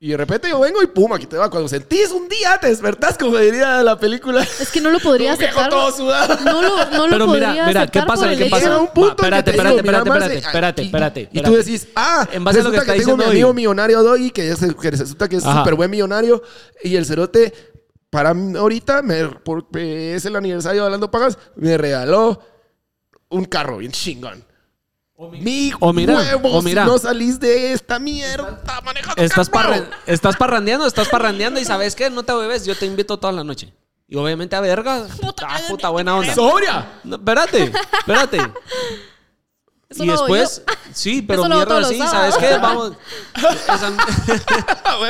A: Y de repente yo vengo y pum, aquí te va. Cuando sentís un día, te despertás, como diría la película.
C: Es que no lo podría
A: Como viejo
C: aceptar.
A: todo sudado.
C: No lo, no lo
B: Pero
C: podría
B: mira, mira,
C: aceptar
B: ¿qué pasa?
C: por el
B: ¿Qué
C: hecho-
B: pasa?
A: Llega un punto
B: Va, espérate,
A: en que te
B: espérate,
A: digo, mira,
B: espérate,
A: Marce,
B: espérate,
A: y-
B: espérate,
A: Y tú
B: espérate.
A: decís, ah,
B: En base a lo que
A: resulta
B: está
A: tengo mi
B: diciendo
A: amigo
B: hoy.
A: millonario Doggy, que, es- que resulta que es
B: Ajá.
A: súper buen millonario, y el cerote, para mí ahorita, me, porque es el aniversario de Hablando Pagas, me regaló un carro bien chingón. Mi
B: o mira,
A: huevo,
B: o mira.
A: si no salís de esta mierda manejando
B: Estás,
A: carro.
B: parra- estás parrandeando, estás parrandeando y ¿sabes qué? No te bebes, yo te invito toda la noche. Y obviamente a verga, ah, puta buena onda.
A: ¡Sobria!
B: No, espérate, espérate.
C: <laughs> Eso
B: y
C: lo hago
B: después,
C: <laughs>
B: sí, pero
C: Eso lo hago
B: mierda
C: todos
B: así,
C: los
B: ¿sabes
C: sábados.
B: qué? Vamos.
C: <laughs>
B: Esa-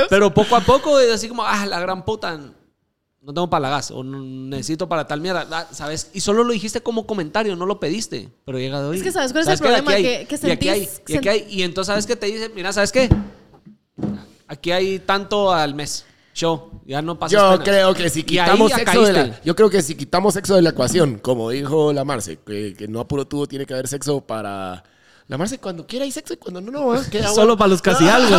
B: pero poco a poco es así como, ah, la gran puta, no tengo para la gas o no necesito para tal mierda, ah, ¿sabes? Y solo lo dijiste como comentario, no lo pediste, pero llega de hoy.
C: Es que, ¿sabes cuál es el
B: qué? Aquí
C: problema?
B: hay,
C: Que- que
B: y aquí hay,
C: sentís-
B: y aquí hay, y entonces, ¿sabes qué? Te dice, mira, ¿sabes qué? Aquí hay tanto al mes, show, ya no pasa
A: Yo creo que si
B: Y ahí
A: quitamos
B: ya
A: sexo de la,
B: caíste.
A: yo creo que si quitamos sexo de la ecuación, como dijo la Marce, que, que no a puro tubo tiene que haber sexo para la Marce cuando quiera hay sexo y cuando no no ¿eh?
B: <laughs>
A: Que agua-
B: Solo para los casi algo.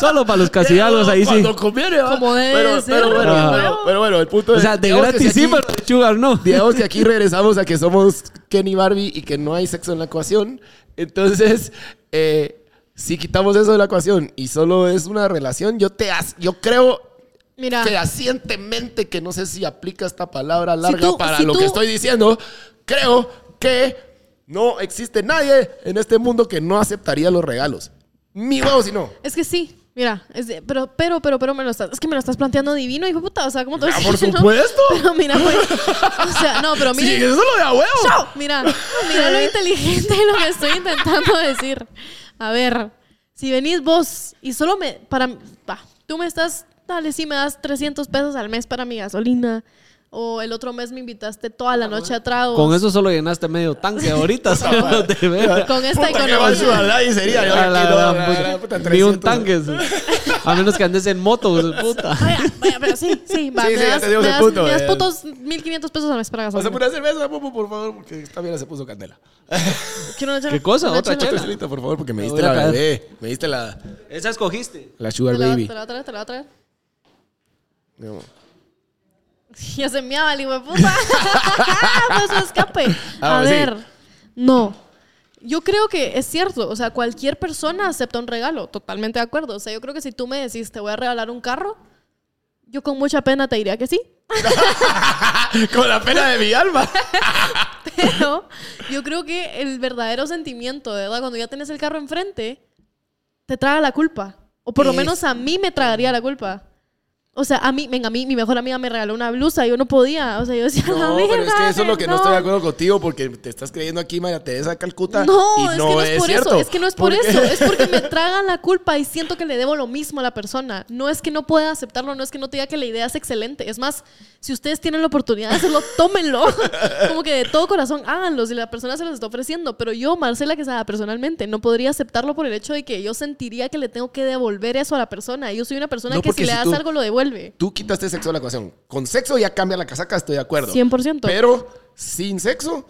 B: Solo para los casi algo, ahí sí.
A: Cuando conviene, ¿va?
C: Como debe
A: pero,
C: ser.
A: pero, bueno,
B: Ah.
A: pero, pero bueno, el punto
B: O
A: es
B: sea, de
A: digamos que
B: gratis
A: si
B: sí,
A: aquí-
B: pero de sugar no.
A: Digamos que aquí regresamos a que somos Ken y Barbie y que no hay sexo en la ecuación. Entonces, eh, si quitamos eso de la ecuación y solo es una relación, yo te as- yo creo
C: Mira,
A: fehacientemente que no sé si aplica esta palabra larga
C: tú-
A: para
C: si
A: lo
C: tú-
A: que estoy diciendo, creo que no existe nadie en este mundo que no aceptaría los regalos. Mi huevo si no.
C: es que sí. Mira, es de- pero, pero, pero, pero me lo estás, es que me lo estás planteando divino, hijo de puta. O sea, ¿cómo te voy a
A: Ah, por
C: decir no?
A: supuesto.
C: <laughs> Pero mira, güey. O sea, no, pero
A: Sí,
C: mira.
A: eso lo de a huevo.
C: ¡Chao! Mira, mira lo inteligente y lo que estoy intentando <laughs> decir. A ver, si venís vos y solo me, para, va, tú me estás, dale, sí me das 300 pesos al mes para mi gasolina. O el otro mes me invitaste toda
A: Ah,
C: la noche a tragos.
B: Con eso solo llenaste medio
C: <laughs>
B: tanque ahorita. solo de verga.
C: Con esta
A: Puta, qué
C: economía.
A: basura, nadie sería. Yo
B: A
A: aquí
B: la
A: no,
B: gran
A: la
B: puta.
A: gran puta,
B: Ni un
A: 300.
B: tanque. sí. A menos que andes en moto, puta.
C: Vaya, vaya, pero sí, sí, va,
A: Sí,
C: me
A: sí, ya
C: das,
A: te digo
C: me
A: ese
C: das-
A: punto,
C: me das
A: eh.
C: putos 1500 pesos al mes para
A: O sea,
C: gasolina.
A: una cerveza, Popo, por favor, porque esta mierda se puso
B: <laughs>
A: candela.
C: Quiero una chela,
B: ¿Qué cosa?
C: una
B: ¿Otra
A: Otra
B: chela?
A: cervecita, por favor, porque me
B: Me
A: diste
B: voy a
A: la
B: caer.
A: bebé. Me diste la,
B: Esa escogiste.
A: la
C: Te
A: Sugar
C: la,
A: Baby.
C: te la voy a traer, te la voy a traer.
A: No.
C: <laughs> Ya se meaba el hijo de puta. <laughs> Fue su escape.
A: Ah,
C: A
A: bueno, sí.
C: ver, no. Yo creo que es cierto. O sea, cualquier persona acepta un regalo. Totalmente de acuerdo. O sea, yo creo que si tú me decís, te voy a regalar un carro, yo con mucha pena te diría que sí.
A: Con la pena de mi alma.
C: <laughs> Pero yo creo que el verdadero sentimiento, de verdad, cuando ya tienes el carro enfrente, te traga la culpa. O por lo
A: Es-
C: menos a mí me tragaría la culpa. O sea, a mí, venga, a mí, mi mejor amiga me regaló una blusa y yo no podía. O sea, yo decía,
A: No,
C: <laughs> "La
A: pero es que
C: verga,
A: eso es lo que no.
C: no".
A: estoy de acuerdo contigo porque te estás creyendo aquí María Teresa Calcuta
C: No,
A: y
C: es
A: no
C: que no es,
A: es,
C: por
A: cierto.
C: eso, es que no es por
A: Porque-
C: eso, es porque
A: <laughs>
C: me tragan la culpa y siento que le debo lo mismo a la persona. No es que no pueda aceptarlo, no es que no te diga que la idea es excelente. Es más, si ustedes tienen la oportunidad
A: <laughs>
C: de hacerlo, tómenlo. <laughs> Como que de todo corazón háganlo si la persona se los está ofreciendo. Pero yo, Marcela Quesada, personalmente, no podría aceptarlo por el hecho de que yo sentiría que le tengo que devolver eso a la persona. Yo soy una persona
A: No,
C: que si
A: porque
C: le
A: si
C: das
A: tú-
C: algo lo devuelve.
A: Tú quitaste sexo de la ecuación. Con sexo ya cambia la casaca, estoy de acuerdo.
C: 100%.
A: Pero sin sexo,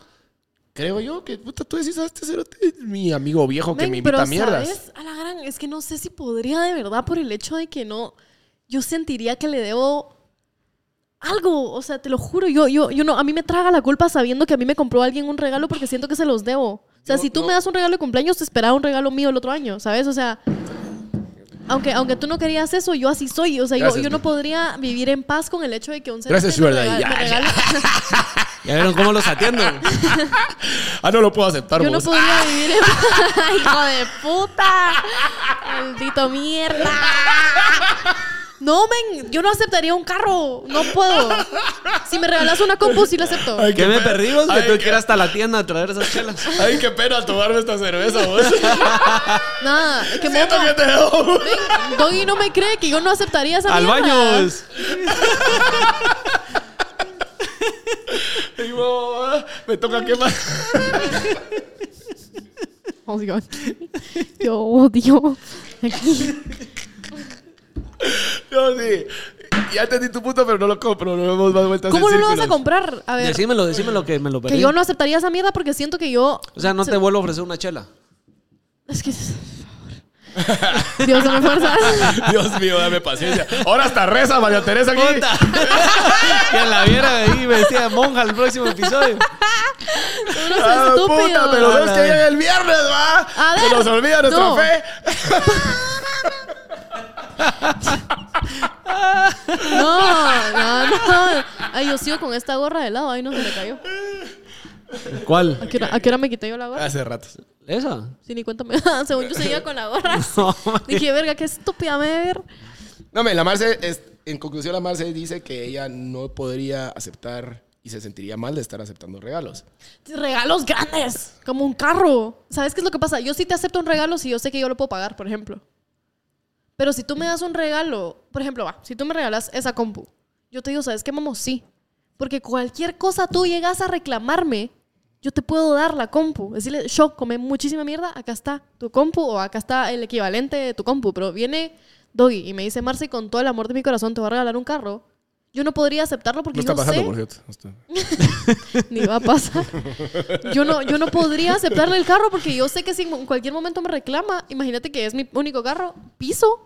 A: creo yo que puta, tú decís, "Ah, este cerote es mi amigo viejo que
C: Men,
A: me invita a mierdas.
C: ¿sabes? A la gran, es que no sé si podría de verdad por el hecho de que no. Yo sentiría que le debo algo. O sea, te lo juro. Yo, yo, yo no, a mí me traga la culpa sabiendo que a mí me compró alguien un regalo porque siento que se los debo. O sea,
A: Yo
C: si tú
A: no-
C: me das un regalo de cumpleaños, te esperaba un regalo mío el otro año, ¿sabes? O sea, Aunque, aunque tú no querías eso, yo así soy. O sea, yo-
A: Gracias,
C: yo, no
A: mi-
C: podría vivir en paz con el hecho de que un cerote
A: Gracias,
C: me
A: Sugar Daddy.
C: rega- me
A: Ya,
C: regale-
B: Ya vieron cómo
C: <laughs>
B: los atiendo.
A: Ah, no lo puedo aceptar,
C: Yo no
A: vos.
C: podría vivir en <laughs> paz. ¡Hijo de puta! ¡Maldito mierda! No, men, yo no aceptaría un carro. No puedo. Si me regalas una compu, sí la acepto.
A: <laughs> Ay,
B: ¿Qué me
A: pena.
B: perdí, vos? Que
A: Ay,
B: tuve
A: qué-
B: que ir hasta la tienda a traer esas chelas.
A: <laughs> Ay, qué pena tomarme esta cerveza, vos.
C: Nada, <laughs>
A: <laughs>
C: que
A: Siento que
C: moca.
A: te debo.
C: Ven, Doggy no me cree que yo <laughs> no aceptaría esa
B: Al
C: mierda.
B: baño. pues. vos.
A: Y vos, ah, Me toca quemar.
C: Oh, Dios.
A: <laughs>
C: Yo odio aquí.
A: No, sí. Ya entendí tu punto, pero no lo compro. No hemos dado vueltas
C: ¿Cómo
A: en
C: no lo vas a
A: círculos.
C: comprar? A ver,
B: Decímelo, decímelo que me lo perdí.
C: que yo no aceptaría esa mierda porque siento que yo...
B: O sea, no
C: se-
B: te vuelvo a ofrecer una chela.
C: Es que... por favor. Dios, dame
A: <laughs>
C: fuerzas.
A: Dios mío, dame paciencia. Ahora hasta reza, María Teresa aquí.
B: Puta. <laughs> que la viera ahí vestida de monja el próximo episodio.
C: Unos
A: Ah,
C: estúpidos.
A: puta, pero
B: A
A: sabes
B: la
A: que
B: vez.
A: llega el viernes, va.
C: A
A: Se
C: ver,
A: nos olvida nuestra
C: no.
A: fe.
C: No, no, no. Ay, yo sigo con esta gorra de lado. Ay, no se me cayó. ¿A
B: ¿Cuál?
C: qué hora, a qué hora me quité yo la gorra?
A: Hace rato.
B: Esa.
C: Sí, ni cuenta. me- <laughs> Ah, Según yo seguía con la gorra.
B: No, man.
C: Dije, verga, qué estúpida me ver.
A: No, me, la Marce, es- en conclusión, la Marce dice que ella no podría aceptar y se sentiría mal de estar aceptando regalos.
C: Regalos grandes, como un carro. ¿Sabes qué es lo que pasa? Yo sí te acepto un regalo si yo sé que yo lo puedo pagar, por ejemplo. Pero si tú me das un regalo, por ejemplo, va, si tú me regalas esa compu, yo te digo, ¿sabes qué, mamo? Sí. Porque cualquier cosa tú llegas a reclamarme, yo te puedo dar la compu. Decirle, yo comé muchísima mierda, acá está tu compu o acá está el equivalente de tu compu. Pero viene Doggy y me dice, Marce, con todo el amor de mi corazón te voy a regalar un carro. Yo no podría aceptarlo porque
A: No está
C: yo
A: pasando,
C: sé
A: por cierto. No está.
C: ni va a pasar. Yo no, yo no podría aceptarle el carro porque yo sé que si en cualquier momento me reclama, imagínate que es mi único carro, piso,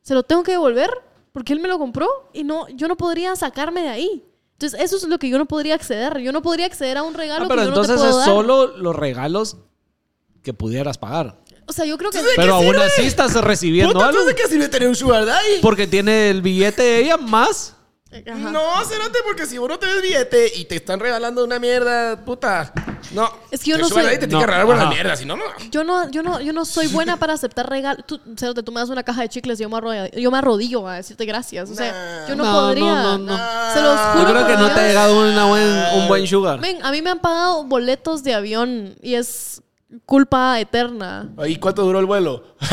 C: se lo tengo que devolver porque él me lo compró y no, yo no podría sacarme de ahí. Entonces eso es lo que yo no podría acceder. Yo no podría acceder a un regalo
B: Ah, pero
C: que yo
B: entonces
C: no te puedo
B: es
C: dar.
B: solo los regalos que pudieras pagar.
C: O sea, yo creo que
B: Pero aún así estás recibiendo
A: Puta,
B: algo.
A: ¿tú de qué sirve tener un sugar daddy?
B: Porque tiene el billete de ella más.
C: Ajá.
A: No, cerote, porque si vos no tenés billete y te están regalando una mierda, puta. No.
C: Es que yo
A: El
C: no
A: sugar
C: soy-
A: daddy te
B: No,
A: tiene que regalar buena
B: ajá.
A: mierda, si no, no.
C: Yo no, yo no, yo no soy buena para aceptar regalos. Tú, Cerote, tú me das una caja de chicles y yo me arrodillo, yo me arrodillo a decirte gracias. O sea,
A: Nah.
C: yo no,
B: No, no,
C: podría.
B: no, no.
C: Se los juro.
B: Yo creo que
C: por
B: no te ha
C: Dios.
B: llegado una buen- un buen sugar.
C: Ven, a mí me han pagado boletos de avión y es culpa eterna.
A: ¿Y cuánto duró el vuelo? <laughs>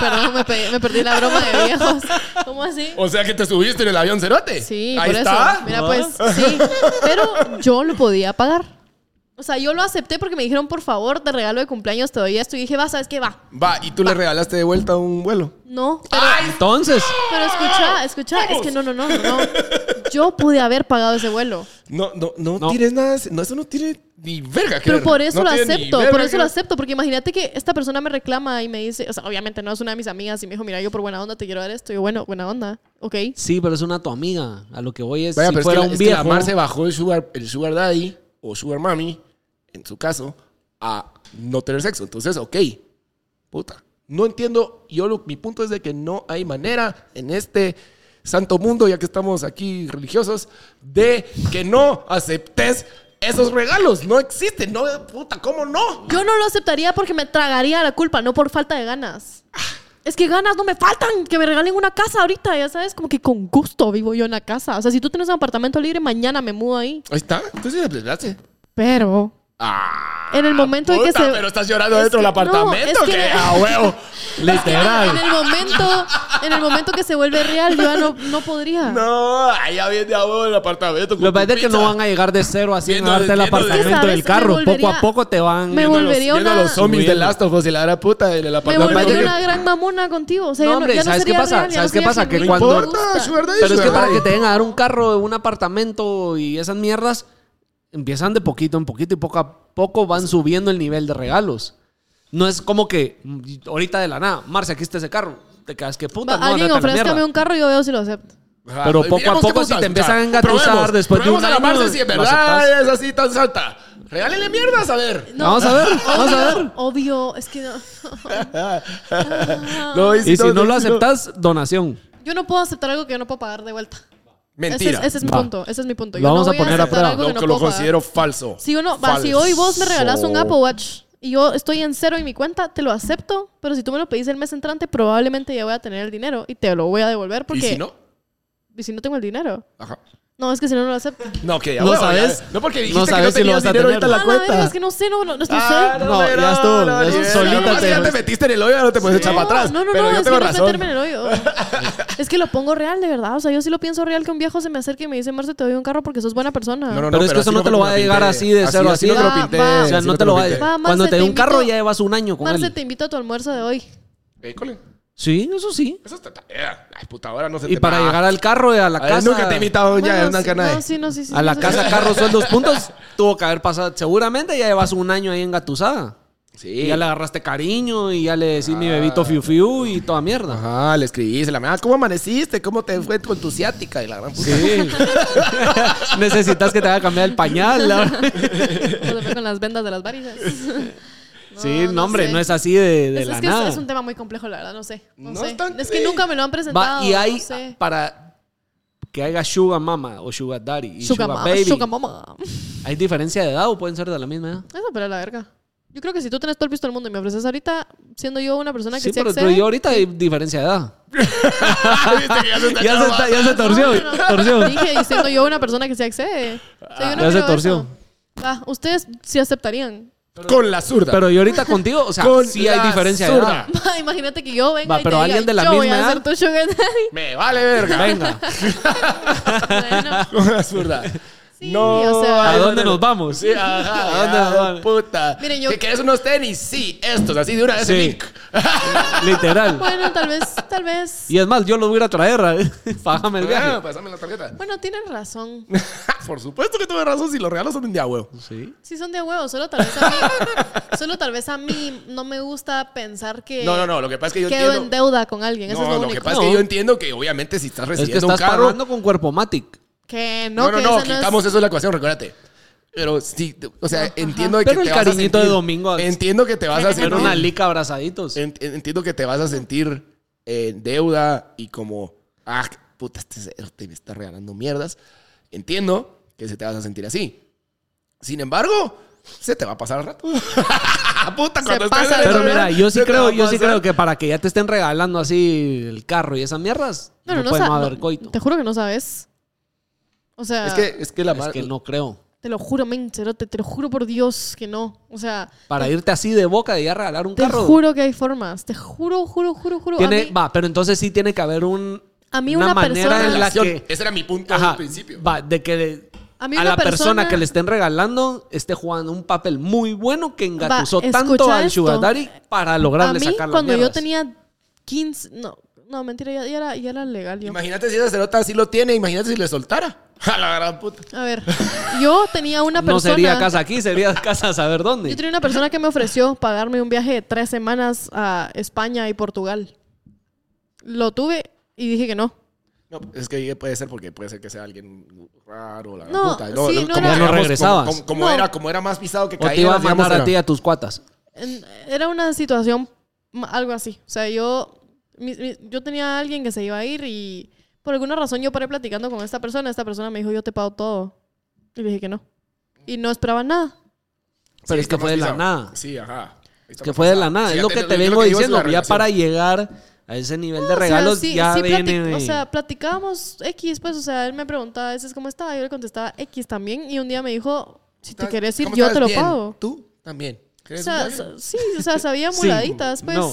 C: Perdón, me, pe- me perdí la broma de viejos. ¿Cómo así?
A: O sea que te subiste en el avión cerote.
C: Sí,
A: Ahí
C: por
A: está. Ah.
C: eso. Mira, pues, sí. Pero yo lo podía pagar. O sea, yo lo acepté porque me dijeron, por favor, te regalo de cumpleaños, te doy esto. Y dije, va, ¿sabes qué? Va.
A: Va, y tú le regalaste de vuelta un vuelo.
C: No,
B: Entonces,
C: pero escucha, escucha, es que no, no, no, no, no. Yo pude haber pagado ese vuelo.
A: No, no, no,
B: No.
A: tienes nada. No, eso no tiene ni verga que
C: Pero
A: ver.
C: por eso
A: No
C: lo
A: tiene ni
C: acepto,
A: verga
C: por
A: que
C: eso lo
A: ver.
C: acepto, porque imagínate que esta persona me reclama y me dice, o sea, obviamente no es una de mis amigas y me dijo, mira, yo por buena onda te quiero dar esto, y yo, bueno, buena onda, ok.
B: sí, pero es una tu amiga. A lo que voy es
A: Vaya,
B: si
A: pero
B: fuera
A: es que,
B: un
A: es que la
B: viejo.
A: Mar se bajó el sugar, el sugar daddy o sugar mommy, en su caso, a no tener sexo. Entonces, ok, puta. No entiendo, yo lo- mi punto es de que no hay manera en este santo mundo, ya que estamos aquí religiosos, de que no aceptes esos regalos. No existen, no, puta, ¿cómo no?
C: Yo no lo aceptaría porque me tragaría la culpa, no por falta de ganas. Es que ganas no me faltan, que me regalen una casa ahorita, ya sabes, como que con gusto vivo yo en la casa. O sea, si tú tienes un apartamento libre, mañana me mudo ahí.
A: Ahí está, entonces aceptaste.
C: Pero
A: Ah,
C: en el momento en que
A: puta,
C: se...
A: pero estás llorando
C: Es
A: dentro del
C: que- no,
A: apartamento,
C: es que-
A: que a
C: <laughs>
A: huevo.
C: En el momento, en el momento que se vuelve real, yo ya no, no podría.
A: No, allá viene a huevo el apartamento. con
B: Lo que pasa
A: tu
B: es que
A: pizza.
B: no van a llegar de cero así en
A: Viendo-
B: darte el
A: viendo-
B: apartamento
A: Es que,
C: ¿sabes?
B: del
C: Me
B: carro. Poco
C: volvería-
B: a poco te van.
C: Me
A: Viendo a los-
C: volvería
A: viendo a
C: una-
A: los zombies de
B: Subiendo.
A: Last of Us y la gran puta en el
C: Me
A: apartamento.
C: volvería
A: que-
C: una gran mamona contigo. O sea,
B: No,
C: ya
B: hombre,
C: ya
B: ¿sabes qué
C: sería
B: pasa?
C: real, ya
B: ¿Sabes
C: no
B: qué pasa?
C: sería
B: Que
C: genuino.
A: No
B: cuando- Ah.
A: importa, sugar daddy,
B: Pero es que
A: sugar
B: para que
A: daddy.
B: te vengan a dar un carro, un apartamento y esas mierdas, empiezan de poquito en poquito y poco a poco van subiendo el nivel de regalos. No es como que mm, ahorita de la nada, Marcia, aquí está ese carro. Te quedas que puta,
C: Va,
B: no,
C: Alguien
B: andate a la
C: ofrézcame
B: mierda".
C: un carro y yo veo si lo acepto.
A: Ajá,
B: Pero
A: y
B: poco a
A: pues, miremos
B: poco
A: qué
B: si te
A: putas,
B: empiezan
A: o sea,
B: a engatusar
A: probemos,
B: después de
A: probemos
B: un
A: a la
B: año,
A: Marce si en
B: lo
A: verdad
B: aceptas.
A: es así tan santa. Regálenle mierdas, a ver.
C: No.
B: Vamos a ver, vamos a
C: Obvio,
B: ver.
C: <laughs> Obvio, es que
B: <laughs>
C: no. Ah,
A: No,
B: Y si no lo
A: y si
B: aceptas, donación.
C: Yo no puedo aceptar algo que yo no puedo pagar de vuelta. Ese
A: Mentira.
C: es, ese es mi
B: Va.
C: punto, ese es mi punto.
B: Lo
C: Yo no
B: vamos a
C: voy
B: poner a
C: aceptar
B: prueba.
C: algo
A: lo
C: que no
A: que lo
C: puedo pagar.
A: considero falso.
C: Si, uno, va, si hoy vos me regalás un Apple Watch y yo estoy en cero en mi cuenta, te lo acepto, pero si tú me lo pedís el mes entrante, probablemente ya voy a tener el dinero y te lo voy a devolver
A: ¿Y
C: porque...
A: si no?
C: ¿Y si no tengo el dinero?
A: Ajá.
C: No, es que si no, no lo acepto.
A: No, que ya
B: No
A: huevo, ya
B: sabes.
A: ves. No porque dijiste
B: No
A: que no
B: sabes si lo
A: tenías
B: vas a
A: dinero
B: tener.
A: ahorita
C: Ah,
A: la cuenta.
C: verga, es que no sé, no, no, no, no
A: Ah,
C: sé.
B: No,
A: pero
B: ya estuvo, ya
A: Daniel.
B: solita
A: No, más
B: te-
A: que ya te metiste en el hoyo, ahora te puedes echar para atrás.
C: No, no,
A: pero
C: no,
A: yo
C: es
A: tengo
C: que no es
A: razón.
C: meterme en el hoyo. es que lo pongo real, de verdad. O sea, yo sí lo pienso real que un viejo se me acerque y me dice, Marce, te doy un carro porque sos buena persona.
A: No, no,
B: Pero es que
A: así
B: eso no te lo
A: me
B: va a llegar
A: pinté.
B: así de cero
A: Así no te
C: así.
A: lo
C: Va,
A: pinté.
C: va.
B: O sea,
A: así
B: no te lo va a
A: pinté.
C: Va, Marce,
B: Cuando te dé
C: te
B: un carro
C: invito-
B: ya llevas un año con
C: Marce,
B: él.
C: te invito a tu almuerzo de hoy.
A: Ey, cole,
B: Sí, eso sí.
A: Eso está tarea. Ay, puta, ahora no se
B: Y
A: te
B: para
A: va.
B: llegar al carro, a la
A: Ay,
B: casa.
A: Nunca te he
B: Oh,
A: invitado ya a
C: Bueno,
A: una
C: sí,
A: cana
C: No,
A: de...
C: sí, no, sí, sí.
B: A la
C: sí,
B: casa,
C: sí. <laughs>
B: carro, sueldos, puntos. Tuvo que haber pasado. Seguramente ya llevas un año ahí engatusada. Y Ah.
A: Sí.
B: ya le agarraste cariño y ya le decís mi bebito fiu fiu y toda mierda.
A: Ajá, le escribí, se la me ah, ¿cómo amaneciste? ¿Cómo te fue con tu ciática? Y la gran puta.
B: Sí. <laughs> Necesitas que te haga cambiar el pañal. <laughs> ahora.
C: Nos vemos con las vendas de las varices.
B: <laughs> sí, no, hombre,
C: sé.
B: no es así de, de
C: es,
B: la
C: es que es-
B: nada.
C: Es, un tema muy complejo, la verdad, no sé. No,
A: No
C: sé.
A: es tan-
C: Es que nunca me lo han presentado.
B: Va, y hay
C: no sé.
B: para que haya sugar mama o sugar daddy y sugar,
C: Sugar mama,
B: baby.
C: sugar mama.
B: ¿Hay diferencia de edad o pueden ser de la misma edad?
C: Eso, pero a la verga. Yo creo que si tú tenés todo el pisto del mundo y me ofreces ahorita, siendo yo una persona Ah, que
B: Sí,
C: sí
B: pero
C: accede-
B: yo ahorita hay diferencia de edad.
A: Viste que ya
B: <laughs>
A: se está
B: Ya se, está- ya se torció.
C: No, no, no.
B: torció.
C: Dije, y siendo yo una persona que se accede. O sea, yo no
B: Ya se
C: creo
B: torció.
C: eso. Va, ustedes sí aceptarían. <laughs>
A: Con la zurda.
B: Pero yo ahorita contigo, o sea,
A: Con
B: sí hay
A: la
B: diferencia de edad.
A: zurda.
C: Va, imagínate que yo venga
B: Va,
C: y
B: pero
C: te
B: alguien
C: diga,
B: de la
C: yo voy
B: misma
C: a
B: edad".
C: ser tu sugar
A: <laughs>
C: daddy.
A: Me vale verga.
B: Venga,
C: Bueno,
A: <laughs> Con la zurda.
C: sí, o sea,
B: ¿a dónde nos vamos?
A: Sí, ajá.
B: <laughs> ¿A dónde nos
A: ya,
B: vamos?
A: Puta.
C: Miren, yo-
A: ¿Que querés unos tenis? Sí, estos, así de una vez.
B: Sí.
A: link.
B: <laughs> Literal.
C: bueno, tal vez, tal vez.
B: Y es más, yo lo voy a ir a traer. ¿eh? <laughs> Págame el
A: Ah,
B: viaje.
A: Pásame la tarjeta.
C: Bueno, tienen razón.
A: Por supuesto que tuve razón si los regalos son de un día, huevo.
B: Sí.
C: Sí son de huevo, solo tal
A: <laughs>
C: vez a mí, solo tal vez a mí no me gusta pensar
B: Eh,
C: que
A: No, no, no. Lo que pasa es que yo
C: quedo en
A: entiendo.
C: deuda con alguien. Eso
A: no,
C: es lo,
A: lo,
C: único.
A: que pasa es
B: No.
A: que yo entiendo que obviamente si estás
B: Es
A: recibiendo
B: que estás
A: Pues un carro.
B: pagando con Cuerpomatic.
C: Que no,
A: No, no,
C: que
A: no,
C: esa no
A: quitamos
C: es...
A: eso de la ecuación, recuérdate. Pero sí, o sea, entiendo de que
B: Pero el
A: te vas a
B: cariñito de
A: sentir-
B: domingo-
A: Entiendo que te vas a sentir.
B: Era una lica abrazaditos.
A: ent- entiendo que te vas a sentir eh, en deuda y como, ah, puta, este cerote me está regalando mierdas. Entiendo que se te vas a sentir así. Sin embargo, se te va a pasar al rato. <laughs> puta, cuando
C: pasa
A: estás en
C: el
A: esa
B: Pero mira,
A: vida,
B: yo sí
A: se te va
B: creo,
A: a
B: yo sí
A: pasar.
B: creo que para que ya te estén regalando así el carro y esas mierdas,
C: No,
B: no,
C: no, no,
B: puede
C: sa-
B: no
C: no,
B: haber coito.
C: Te juro que no sabes. O sea,
A: Es que, es que la
B: Es
A: mar-
B: que no creo.
C: te lo juro, men, cerote, te lo juro por Dios que no. O sea,
B: Para irte así de boca de ya regalar un
C: te
B: carro.
C: juro que hay formas. Te juro, juro, juro, juro.
B: Tiene-
C: a mí,
B: va, pero entonces sí tiene que haber un
C: A mí una
B: manera
C: persona-
B: en la
A: Relación.
B: que
A: Ese era mi punto al
B: ajá,
A: principio.
B: va, de que de-
C: A
B: a,
C: mí una
B: la persona,
C: persona-
B: que le estén regalando esté jugando un papel muy bueno que engatusó
C: escucha
B: tanto al
C: esto.
B: Sugar Daddy para
C: a
B: lograrle
C: mí
B: sacar las
C: cuando yo
B: mierdas.
C: tenía 15... No, no mentira, ya, ya era, ya era legal yo.
A: Imagínate si esa cerota así lo tiene, imagínate si le soltara. <laughs> A la gran puta.
C: A ver, yo tenía una persona...
B: <laughs> No sería casa aquí, sería <laughs> casa a saber dónde.
C: Yo tenía una persona que me ofreció pagarme un viaje de tres semanas a España y Portugal. Lo tuve y dije que no.
A: No, es que puede ser porque puede ser que sea alguien raro, la gran
C: No,
A: puta.
C: sí, no
A: como que
C: era- Ya no
A: digamos,
B: regresabas.
A: Como, como- como
C: No.
A: era, como era más pisado que
B: O
A: caía.
B: te iba a
A: digamos,
B: mandar a
A: era-
B: ti y a tus cuatas.
C: En- Era una situación m- algo así. O sea, yo, mi- mi- yo tenía a alguien que se iba a ir y por alguna razón yo paré platicando con esta persona. Esta persona me dijo, yo te pago todo. Y le dije que no. Y no esperaba nada.
A: Sí,
B: Pero es que
A: está más
B: fue de la
A: pisado.
B: nada.
A: Sí, ajá. Está
B: que
A: más
B: fue de la
A: pisado.
B: nada.
A: Sí,
B: es
A: ya
B: lo
A: te-
B: que te
A: digo
B: vengo
A: es
B: diciendo. pues
A: la
B: Ya para
A: relación.
B: llegar a ese nivel
C: No,
B: de
C: o sea,
B: regalos,
C: sí-
B: ya
C: sí plati-
B: viene.
C: O sea, platicábamos X, pues, o sea, él me preguntaba a veces cómo estaba. Yo le contestaba X también. Y un día me dijo, si te
A: ¿Estás-
C: quieres ir,
A: cómo
C: yo
A: estás?
C: te lo
A: Bien.
C: pago.
A: Tú también.
C: O
A: ¿Crees
C: sea,
A: bien?
C: sa- sí, o sea, sabía
B: Sí,
C: muladitas, pues.
B: no.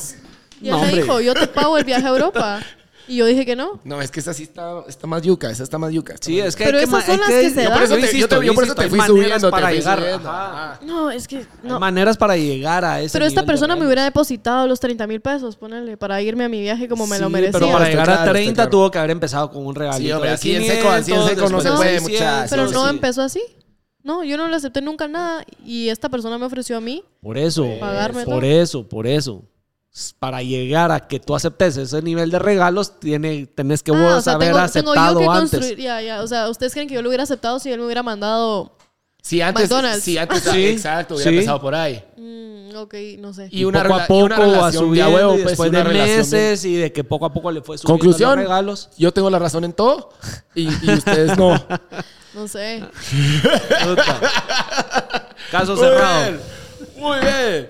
C: Y él
B: No,
C: me
B: hombre.
C: dijo, yo te pago el viaje a Europa. Y yo dije que no.
A: No, es que esa sí está, está más yuca. Esa está más yuca. está
B: sí,
A: más
B: es que
C: Pero
B: hay que
C: esas
B: ma-
C: son
B: hay
C: las
B: que-
C: que se
B: yo
C: dan.
B: por eso te-
A: Yo
B: yo
A: te-
B: te-
A: yo por eso
B: insisto,
A: te
B: hay
A: fui
B: maneras
A: subiendo, te
B: para
A: fui
B: llegar.
A: subiendo.
B: Ajá.
C: No, es que
B: Hay
C: no.
B: maneras para llegar a ese
C: Pero esta
B: nivel de
C: persona me
B: regalos.
C: hubiera depositado los 30 mil pesos, ponele, para irme a mi viaje como me lo
B: Sí,
C: merecía.
B: Pero para
A: Está
B: llegar
A: claro,
B: a
A: está
B: 30
A: claro.
B: tuvo que haber empezado con un regalito.
A: Sí, hombre,
B: de
A: así en seco, así en
B: 500,
A: seco no se
B: después
A: puede,
B: 600,
A: muchachos.
C: Pero
A: sí,
C: no
A: sí.
C: empezó así. No, yo no le acepté nunca nada. Y esta persona me ofreció a mí.
B: Por eso,
C: Pagarme
B: por
C: todo.
B: eso, por eso. S- Para llegar a que tú aceptes ese nivel de regalos, tiene, tenés que vos
C: Ah, o sea,
B: haber
C: tengo- tengo yo
B: aceptado
C: que
B: antes.
C: construir- ya, ya. O sea, ¿ustedes creen que yo lo hubiera aceptado si él me hubiera mandado
A: Si antes,
C: McDonald's.
A: si antes
B: Sí,
A: exacto, hubiera
B: sí.
A: empezado por ahí.
C: Mm, ok, no sé.
A: Y una
B: poco
A: rela-
B: a poco,
A: y una
B: a
A: relación de
B: subiendo,
A: a huevo,
B: y
A: pues,
B: después
A: una
B: de
A: relación de-
B: meses y de que poco a poco le fue subiendo
A: Conclusión,
B: los
A: <laughs>
B: regalos.
A: yo tengo la razón en todo y, y ustedes no.
C: No sé.
B: Puta. Caso
A: Muy
B: cerrado.
A: bien, muy bien.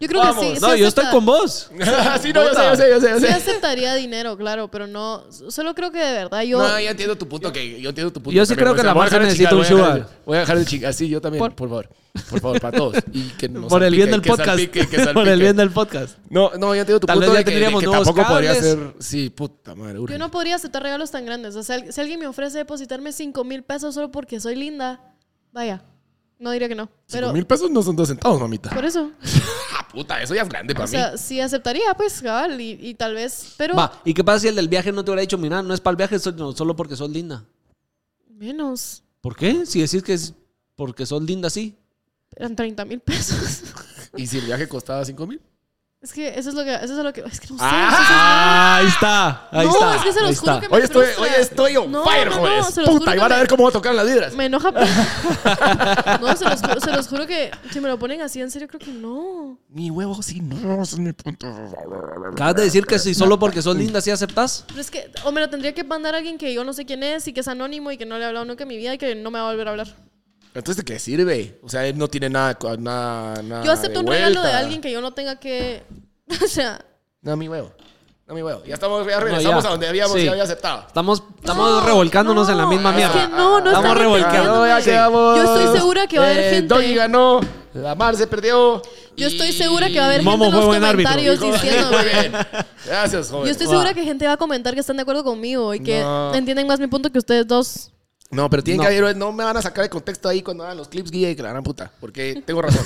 C: Yo creo
A: Vamos.
C: que sí. sí
B: No, yo
C: acepta-
B: estoy con vos.
A: <laughs> sí, no, yo sé, yo sé, yo sé, yo
C: Sí
A: sé.
C: aceptaría dinero, claro, pero no. Solo creo que de verdad yo.
A: No, yo entiendo tu punto, que yo entiendo tu punto.
B: Yo sí
A: también,
B: creo
A: o
B: que
A: sea,
B: la
A: voy a
B: masa
A: dejar de
B: necesita
A: chingar,
B: un
A: voy a dejar
B: sugar.
A: de- Voy a dejar de chingar, sí, yo también,
B: Por-
A: por favor. Por favor, para
B: <laughs>
A: todos. Y que no
B: Por el bien del
A: salpique, que
B: podcast.
A: salpique, que
B: <laughs> Por el
A: salpique.
B: bien del podcast.
A: No, no, yo entiendo tu
B: Tal
A: punto
B: vez ya
A: de que, de
B: tendríamos
A: que
B: nuevos
A: tampoco podría
B: cables.
A: ser... Sí, puta madre, urge.
C: Yo no podría aceptar regalos tan grandes. O sea, si alguien me ofrece depositarme 5 mil pesos solo porque soy linda, vaya, no diría que no.
A: Cinco
C: Pero
A: mil pesos no son dos centavos, mamita.
C: por eso,
A: Ah, puta, eso ya es grande para
C: o
A: mí.
C: sea, sí aceptaría, pues, cabal, y, y tal vez, pero
B: Va, ¿y qué pasa si el del viaje no te hubiera dicho, mira, no es para el viaje, so- no, solo porque sos linda?
C: menos.
B: ¿Por qué? Si decís que es porque sos linda, sí.
C: Eran 30 mil pesos. <laughs>
A: ¿Y si el viaje costaba cinco mil?
C: Es que eso es lo que. Eso es a lo que. Es que no sé.
B: Ah, ahí está. Ahí
C: no,
B: está.
C: es que se
B: ahí
C: los juro
B: está.
C: que me
A: Hoy estoy,
C: frustra.
A: hoy estoy on
C: No,
A: fire,
C: no, no,
A: joder.
C: se los juro
A: puta, y
C: que
A: van a
C: me-
A: ver cómo tocan las vibras.
C: Me enoja. pues. <laughs> no, se los, ju- se los juro que si me lo ponen así, en serio, creo que no.
A: Mi huevo sí, no, es mi punto.
B: Acabas de decir que si solo porque sos linda, sí aceptás.
C: Pero es que, o me lo tendría que mandar a alguien que yo no sé quién es y que es anónimo y que no le he hablado nunca en mi vida y que no me va a volver a hablar.
A: Entonces, ¿de qué sirve? O sea, él no tiene nada, co- nada, nada
C: Yo acepto un
A: Ah, de
C: regalo de
A: vuelta.
C: alguien que yo no tenga que. <laughs> O sea,
A: No, mi huevo. No, mi huevo. Ya estamos, ya regresamos
B: No, ya.
A: a donde habíamos,
B: Sí.
A: ya había aceptado.
B: Estamos, estamos
C: No,
B: revolcándonos
C: no,
B: en la misma
C: es
B: mierda.
C: que no, no
B: estamos
C: están entendiendo.
B: revolcando.
A: ya Eh,
C: Sí.
A: quedamos.
C: Yo estoy segura que va a haber gente.
A: Doggy ganó, la Mar se perdió.
C: yo
A: y-
C: estoy segura que va a haber gente
B: Momo
C: en
B: fue
C: los
B: buen árbitro.
C: comentarios
A: Hijo, Muy bien.
C: diciéndome.
A: Gracias, joven.
C: Yo estoy segura que gente va a comentar que están de acuerdo conmigo y que
A: No.
C: entienden más mi punto que ustedes dos.
A: No, pero tienen
B: No.
A: que haber, no me van a sacar de contexto ahí cuando hagan los clips guía y que la gran puta, porque tengo <laughs> razón.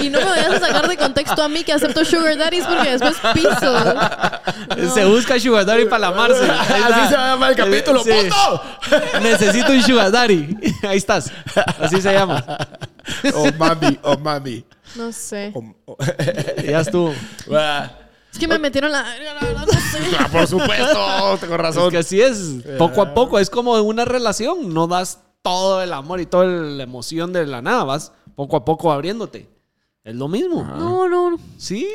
C: Y no me vayas a sacar de contexto a mí que acepto Sugar Daddies porque después piso. No.
B: Se busca Sugar Daddy para la Marce. Ahí está.
A: <laughs> Así se va a llamar el capítulo,
B: Sí.
A: puto.
B: <laughs> Necesito un Sugar Daddy. <laughs> Ahí estás. Así se llama.
A: Oh mami, oh mami.
C: No sé.
A: Oh, oh. <laughs>
B: Ya estuvo.
A: Ah,
C: Es que me metieron la verga, la verdad, no sé.
A: Por supuesto, tengo
B: Es
A: razón.
B: que así es. Poco
A: Eh.
B: a poco. Es como una relación. No das todo el amor y toda la emoción de la nada. Vas poco a poco abriéndote. Es lo mismo.
C: No, no, no.
B: Sí.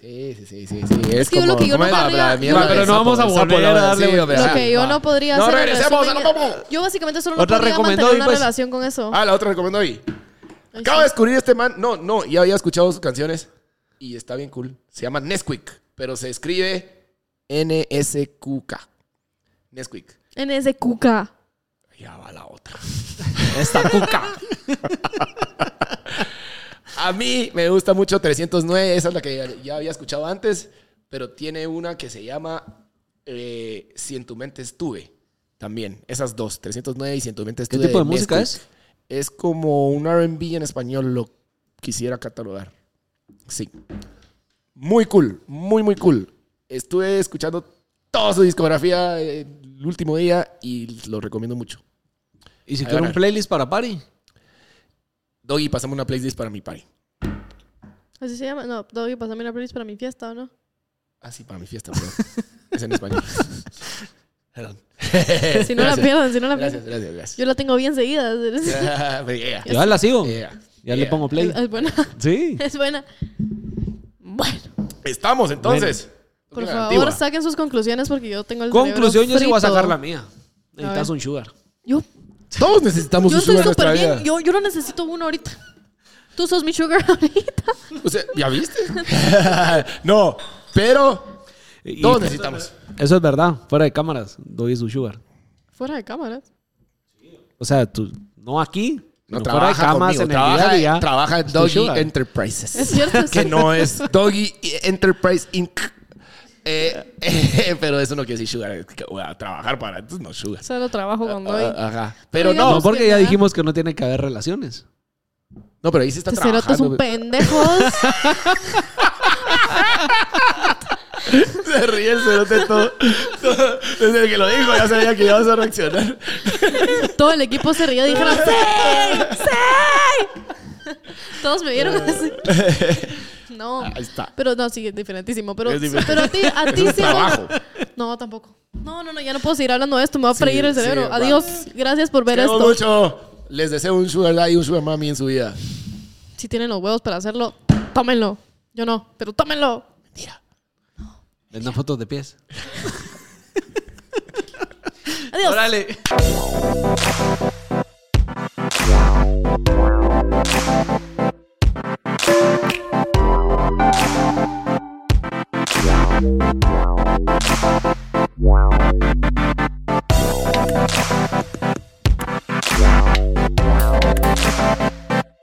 A: Sí, sí, sí, sí, sí. Es,
C: que yo lo que yo
A: ¿cómo
C: no
A: es?
C: podría-
A: Ah, la mierda
C: Va, pero
A: del
B: no
A: sapo,
B: vamos a
A: del sapo,
B: volver a
A: la-
B: darle
A: sí,
B: vueltas.
A: hombre,
C: Lo que yo
B: va.
C: no podría
A: No,
C: hacer. el
A: regresemos a la
C: resumen.
A: popo.
C: Yo básicamente solo
B: Otra
C: no podría
B: recomendó
C: mantener
B: y
C: una
B: pues-
C: relación con eso.
A: Ah, la otra recomendó hoy.
C: Ay,
A: Acabo
C: sí.
A: de descubrir este man. No, no, ya había escuchado sus canciones y está bien cool. Se llama Nesquik, pero se escribe N-S-Q-K. Nesquik.
C: En ese cuca.
A: Ya va la otra. <laughs>
B: Esta cuca.
A: A mí me gusta mucho 309, esa es la que ya, ya había escuchado antes, pero tiene una que se llama eh, Si en tu mente estuve. También, esas dos, 309 y Si en tu mente
B: ¿Qué
A: estuve.
B: tipo de música
A: Nesquik.
B: es?
A: Es como un RB en español, lo quisiera catalogar. Sí. Muy cool, muy, muy cool. Estuve escuchando toda su discografía eh, el último día y lo recomiendo mucho.
B: ¿Y si
A: Ahí
B: quiero
A: va.
B: un playlist para party?
A: Doggy, pasame una playlist para mi party.
C: Así se llama. No, Doggy, pásame una playlist para mi fiesta, ¿o no?
A: Ah, sí, para mi fiesta, perdón. es en
B: <laughs>
A: español. Perdón.
C: Si no
A: <laughs>
C: la
A: Gracias.
C: pierdan, si no la
A: Gracias,
C: pierdan.
A: gracias, gracias.
C: Yo la tengo bien seguida. <laughs>
A: <laughs> Ah, me llega.
B: Yo ya la sigo.
A: Llega.
B: Ya le
A: Llega.
B: pongo play.
C: Es buena. <laughs>
B: Sí.
C: Es buena. Bueno,
A: Estamos entonces.
C: por
A: Una
C: favor,
A: antigua.
C: saquen sus conclusiones porque yo tengo el cerebro
B: Conclusión, yo sí voy a
C: frito.
B: sacar la mía. Necesitas
C: ver.
B: un sugar.
C: Yo,
A: Todos necesitamos
C: yo
A: un sugar
C: estoy
A: en nuestra
C: súper bien.
A: vida.
C: Yo, yo no necesito uno ahorita. Tú sos mi sugar <laughs> ahorita.
A: O sea, ¿ya viste? <laughs> no, pero
B: Y-
A: todos necesitamos.
B: Eso es verdad. Fuera de cámaras, doy su sugar.
C: Fuera de cámaras.
B: O sea, tú, no aquí.
A: No
B: sino
A: trabaja
B: cámaras
A: conmigo,
B: en el
A: trabaja,
B: día a día.
A: trabaja en
B: Es tu
A: Doggy
B: sugar.
C: Es
A: Enterprises.
C: cierto. es
A: que
C: cierto.
A: no es Doggy Enterprise Inc. Eh, <laughs> eh, pero eso no quiere decir sugar. es que voy a trabajar para, entonces no sugar.
C: Solo trabajo con Doggy.
A: Ah, Ajá. Pero
C: Oigan,
A: no.
B: No, porque ya
C: ¿verdad?
B: dijimos que no tiene que haber relaciones.
A: No, pero ahí se está
C: Este cerote es un
A: trabajando.
C: pendejo.
A: <laughs> Se ríe el cerote todo. todo. Desde que lo dijo ya sabía que ibas a reaccionar.
C: Todo el equipo se ría y dijeron
A: <laughs>
C: ¡Sí! ¡Sí! Todos me vieron así.
A: <laughs>
C: No.
A: Eh. Ahí está.
C: Pero no, sí, es diferentísimo. Pero,
A: Es diferente.
C: pero a ti, a ti
A: un
C: sí.
A: trabajo.
C: No, tampoco. No, no, no, ya no puedo seguir hablando de esto. Me va a freír el
A: sí,
C: cerebro.
A: va.
C: Adiós. Gracias por ver
A: Queremos
C: esto.
A: mucho. les deseo un sugar daddy y un sugar mami en su vida.
C: Si tienen los huevos para hacerlo, tómenlo. Yo no, pero tómenlo.
A: Mentira.
B: Vendan fotos de pies.
C: Adiós.
B: Órale.
D: Wow.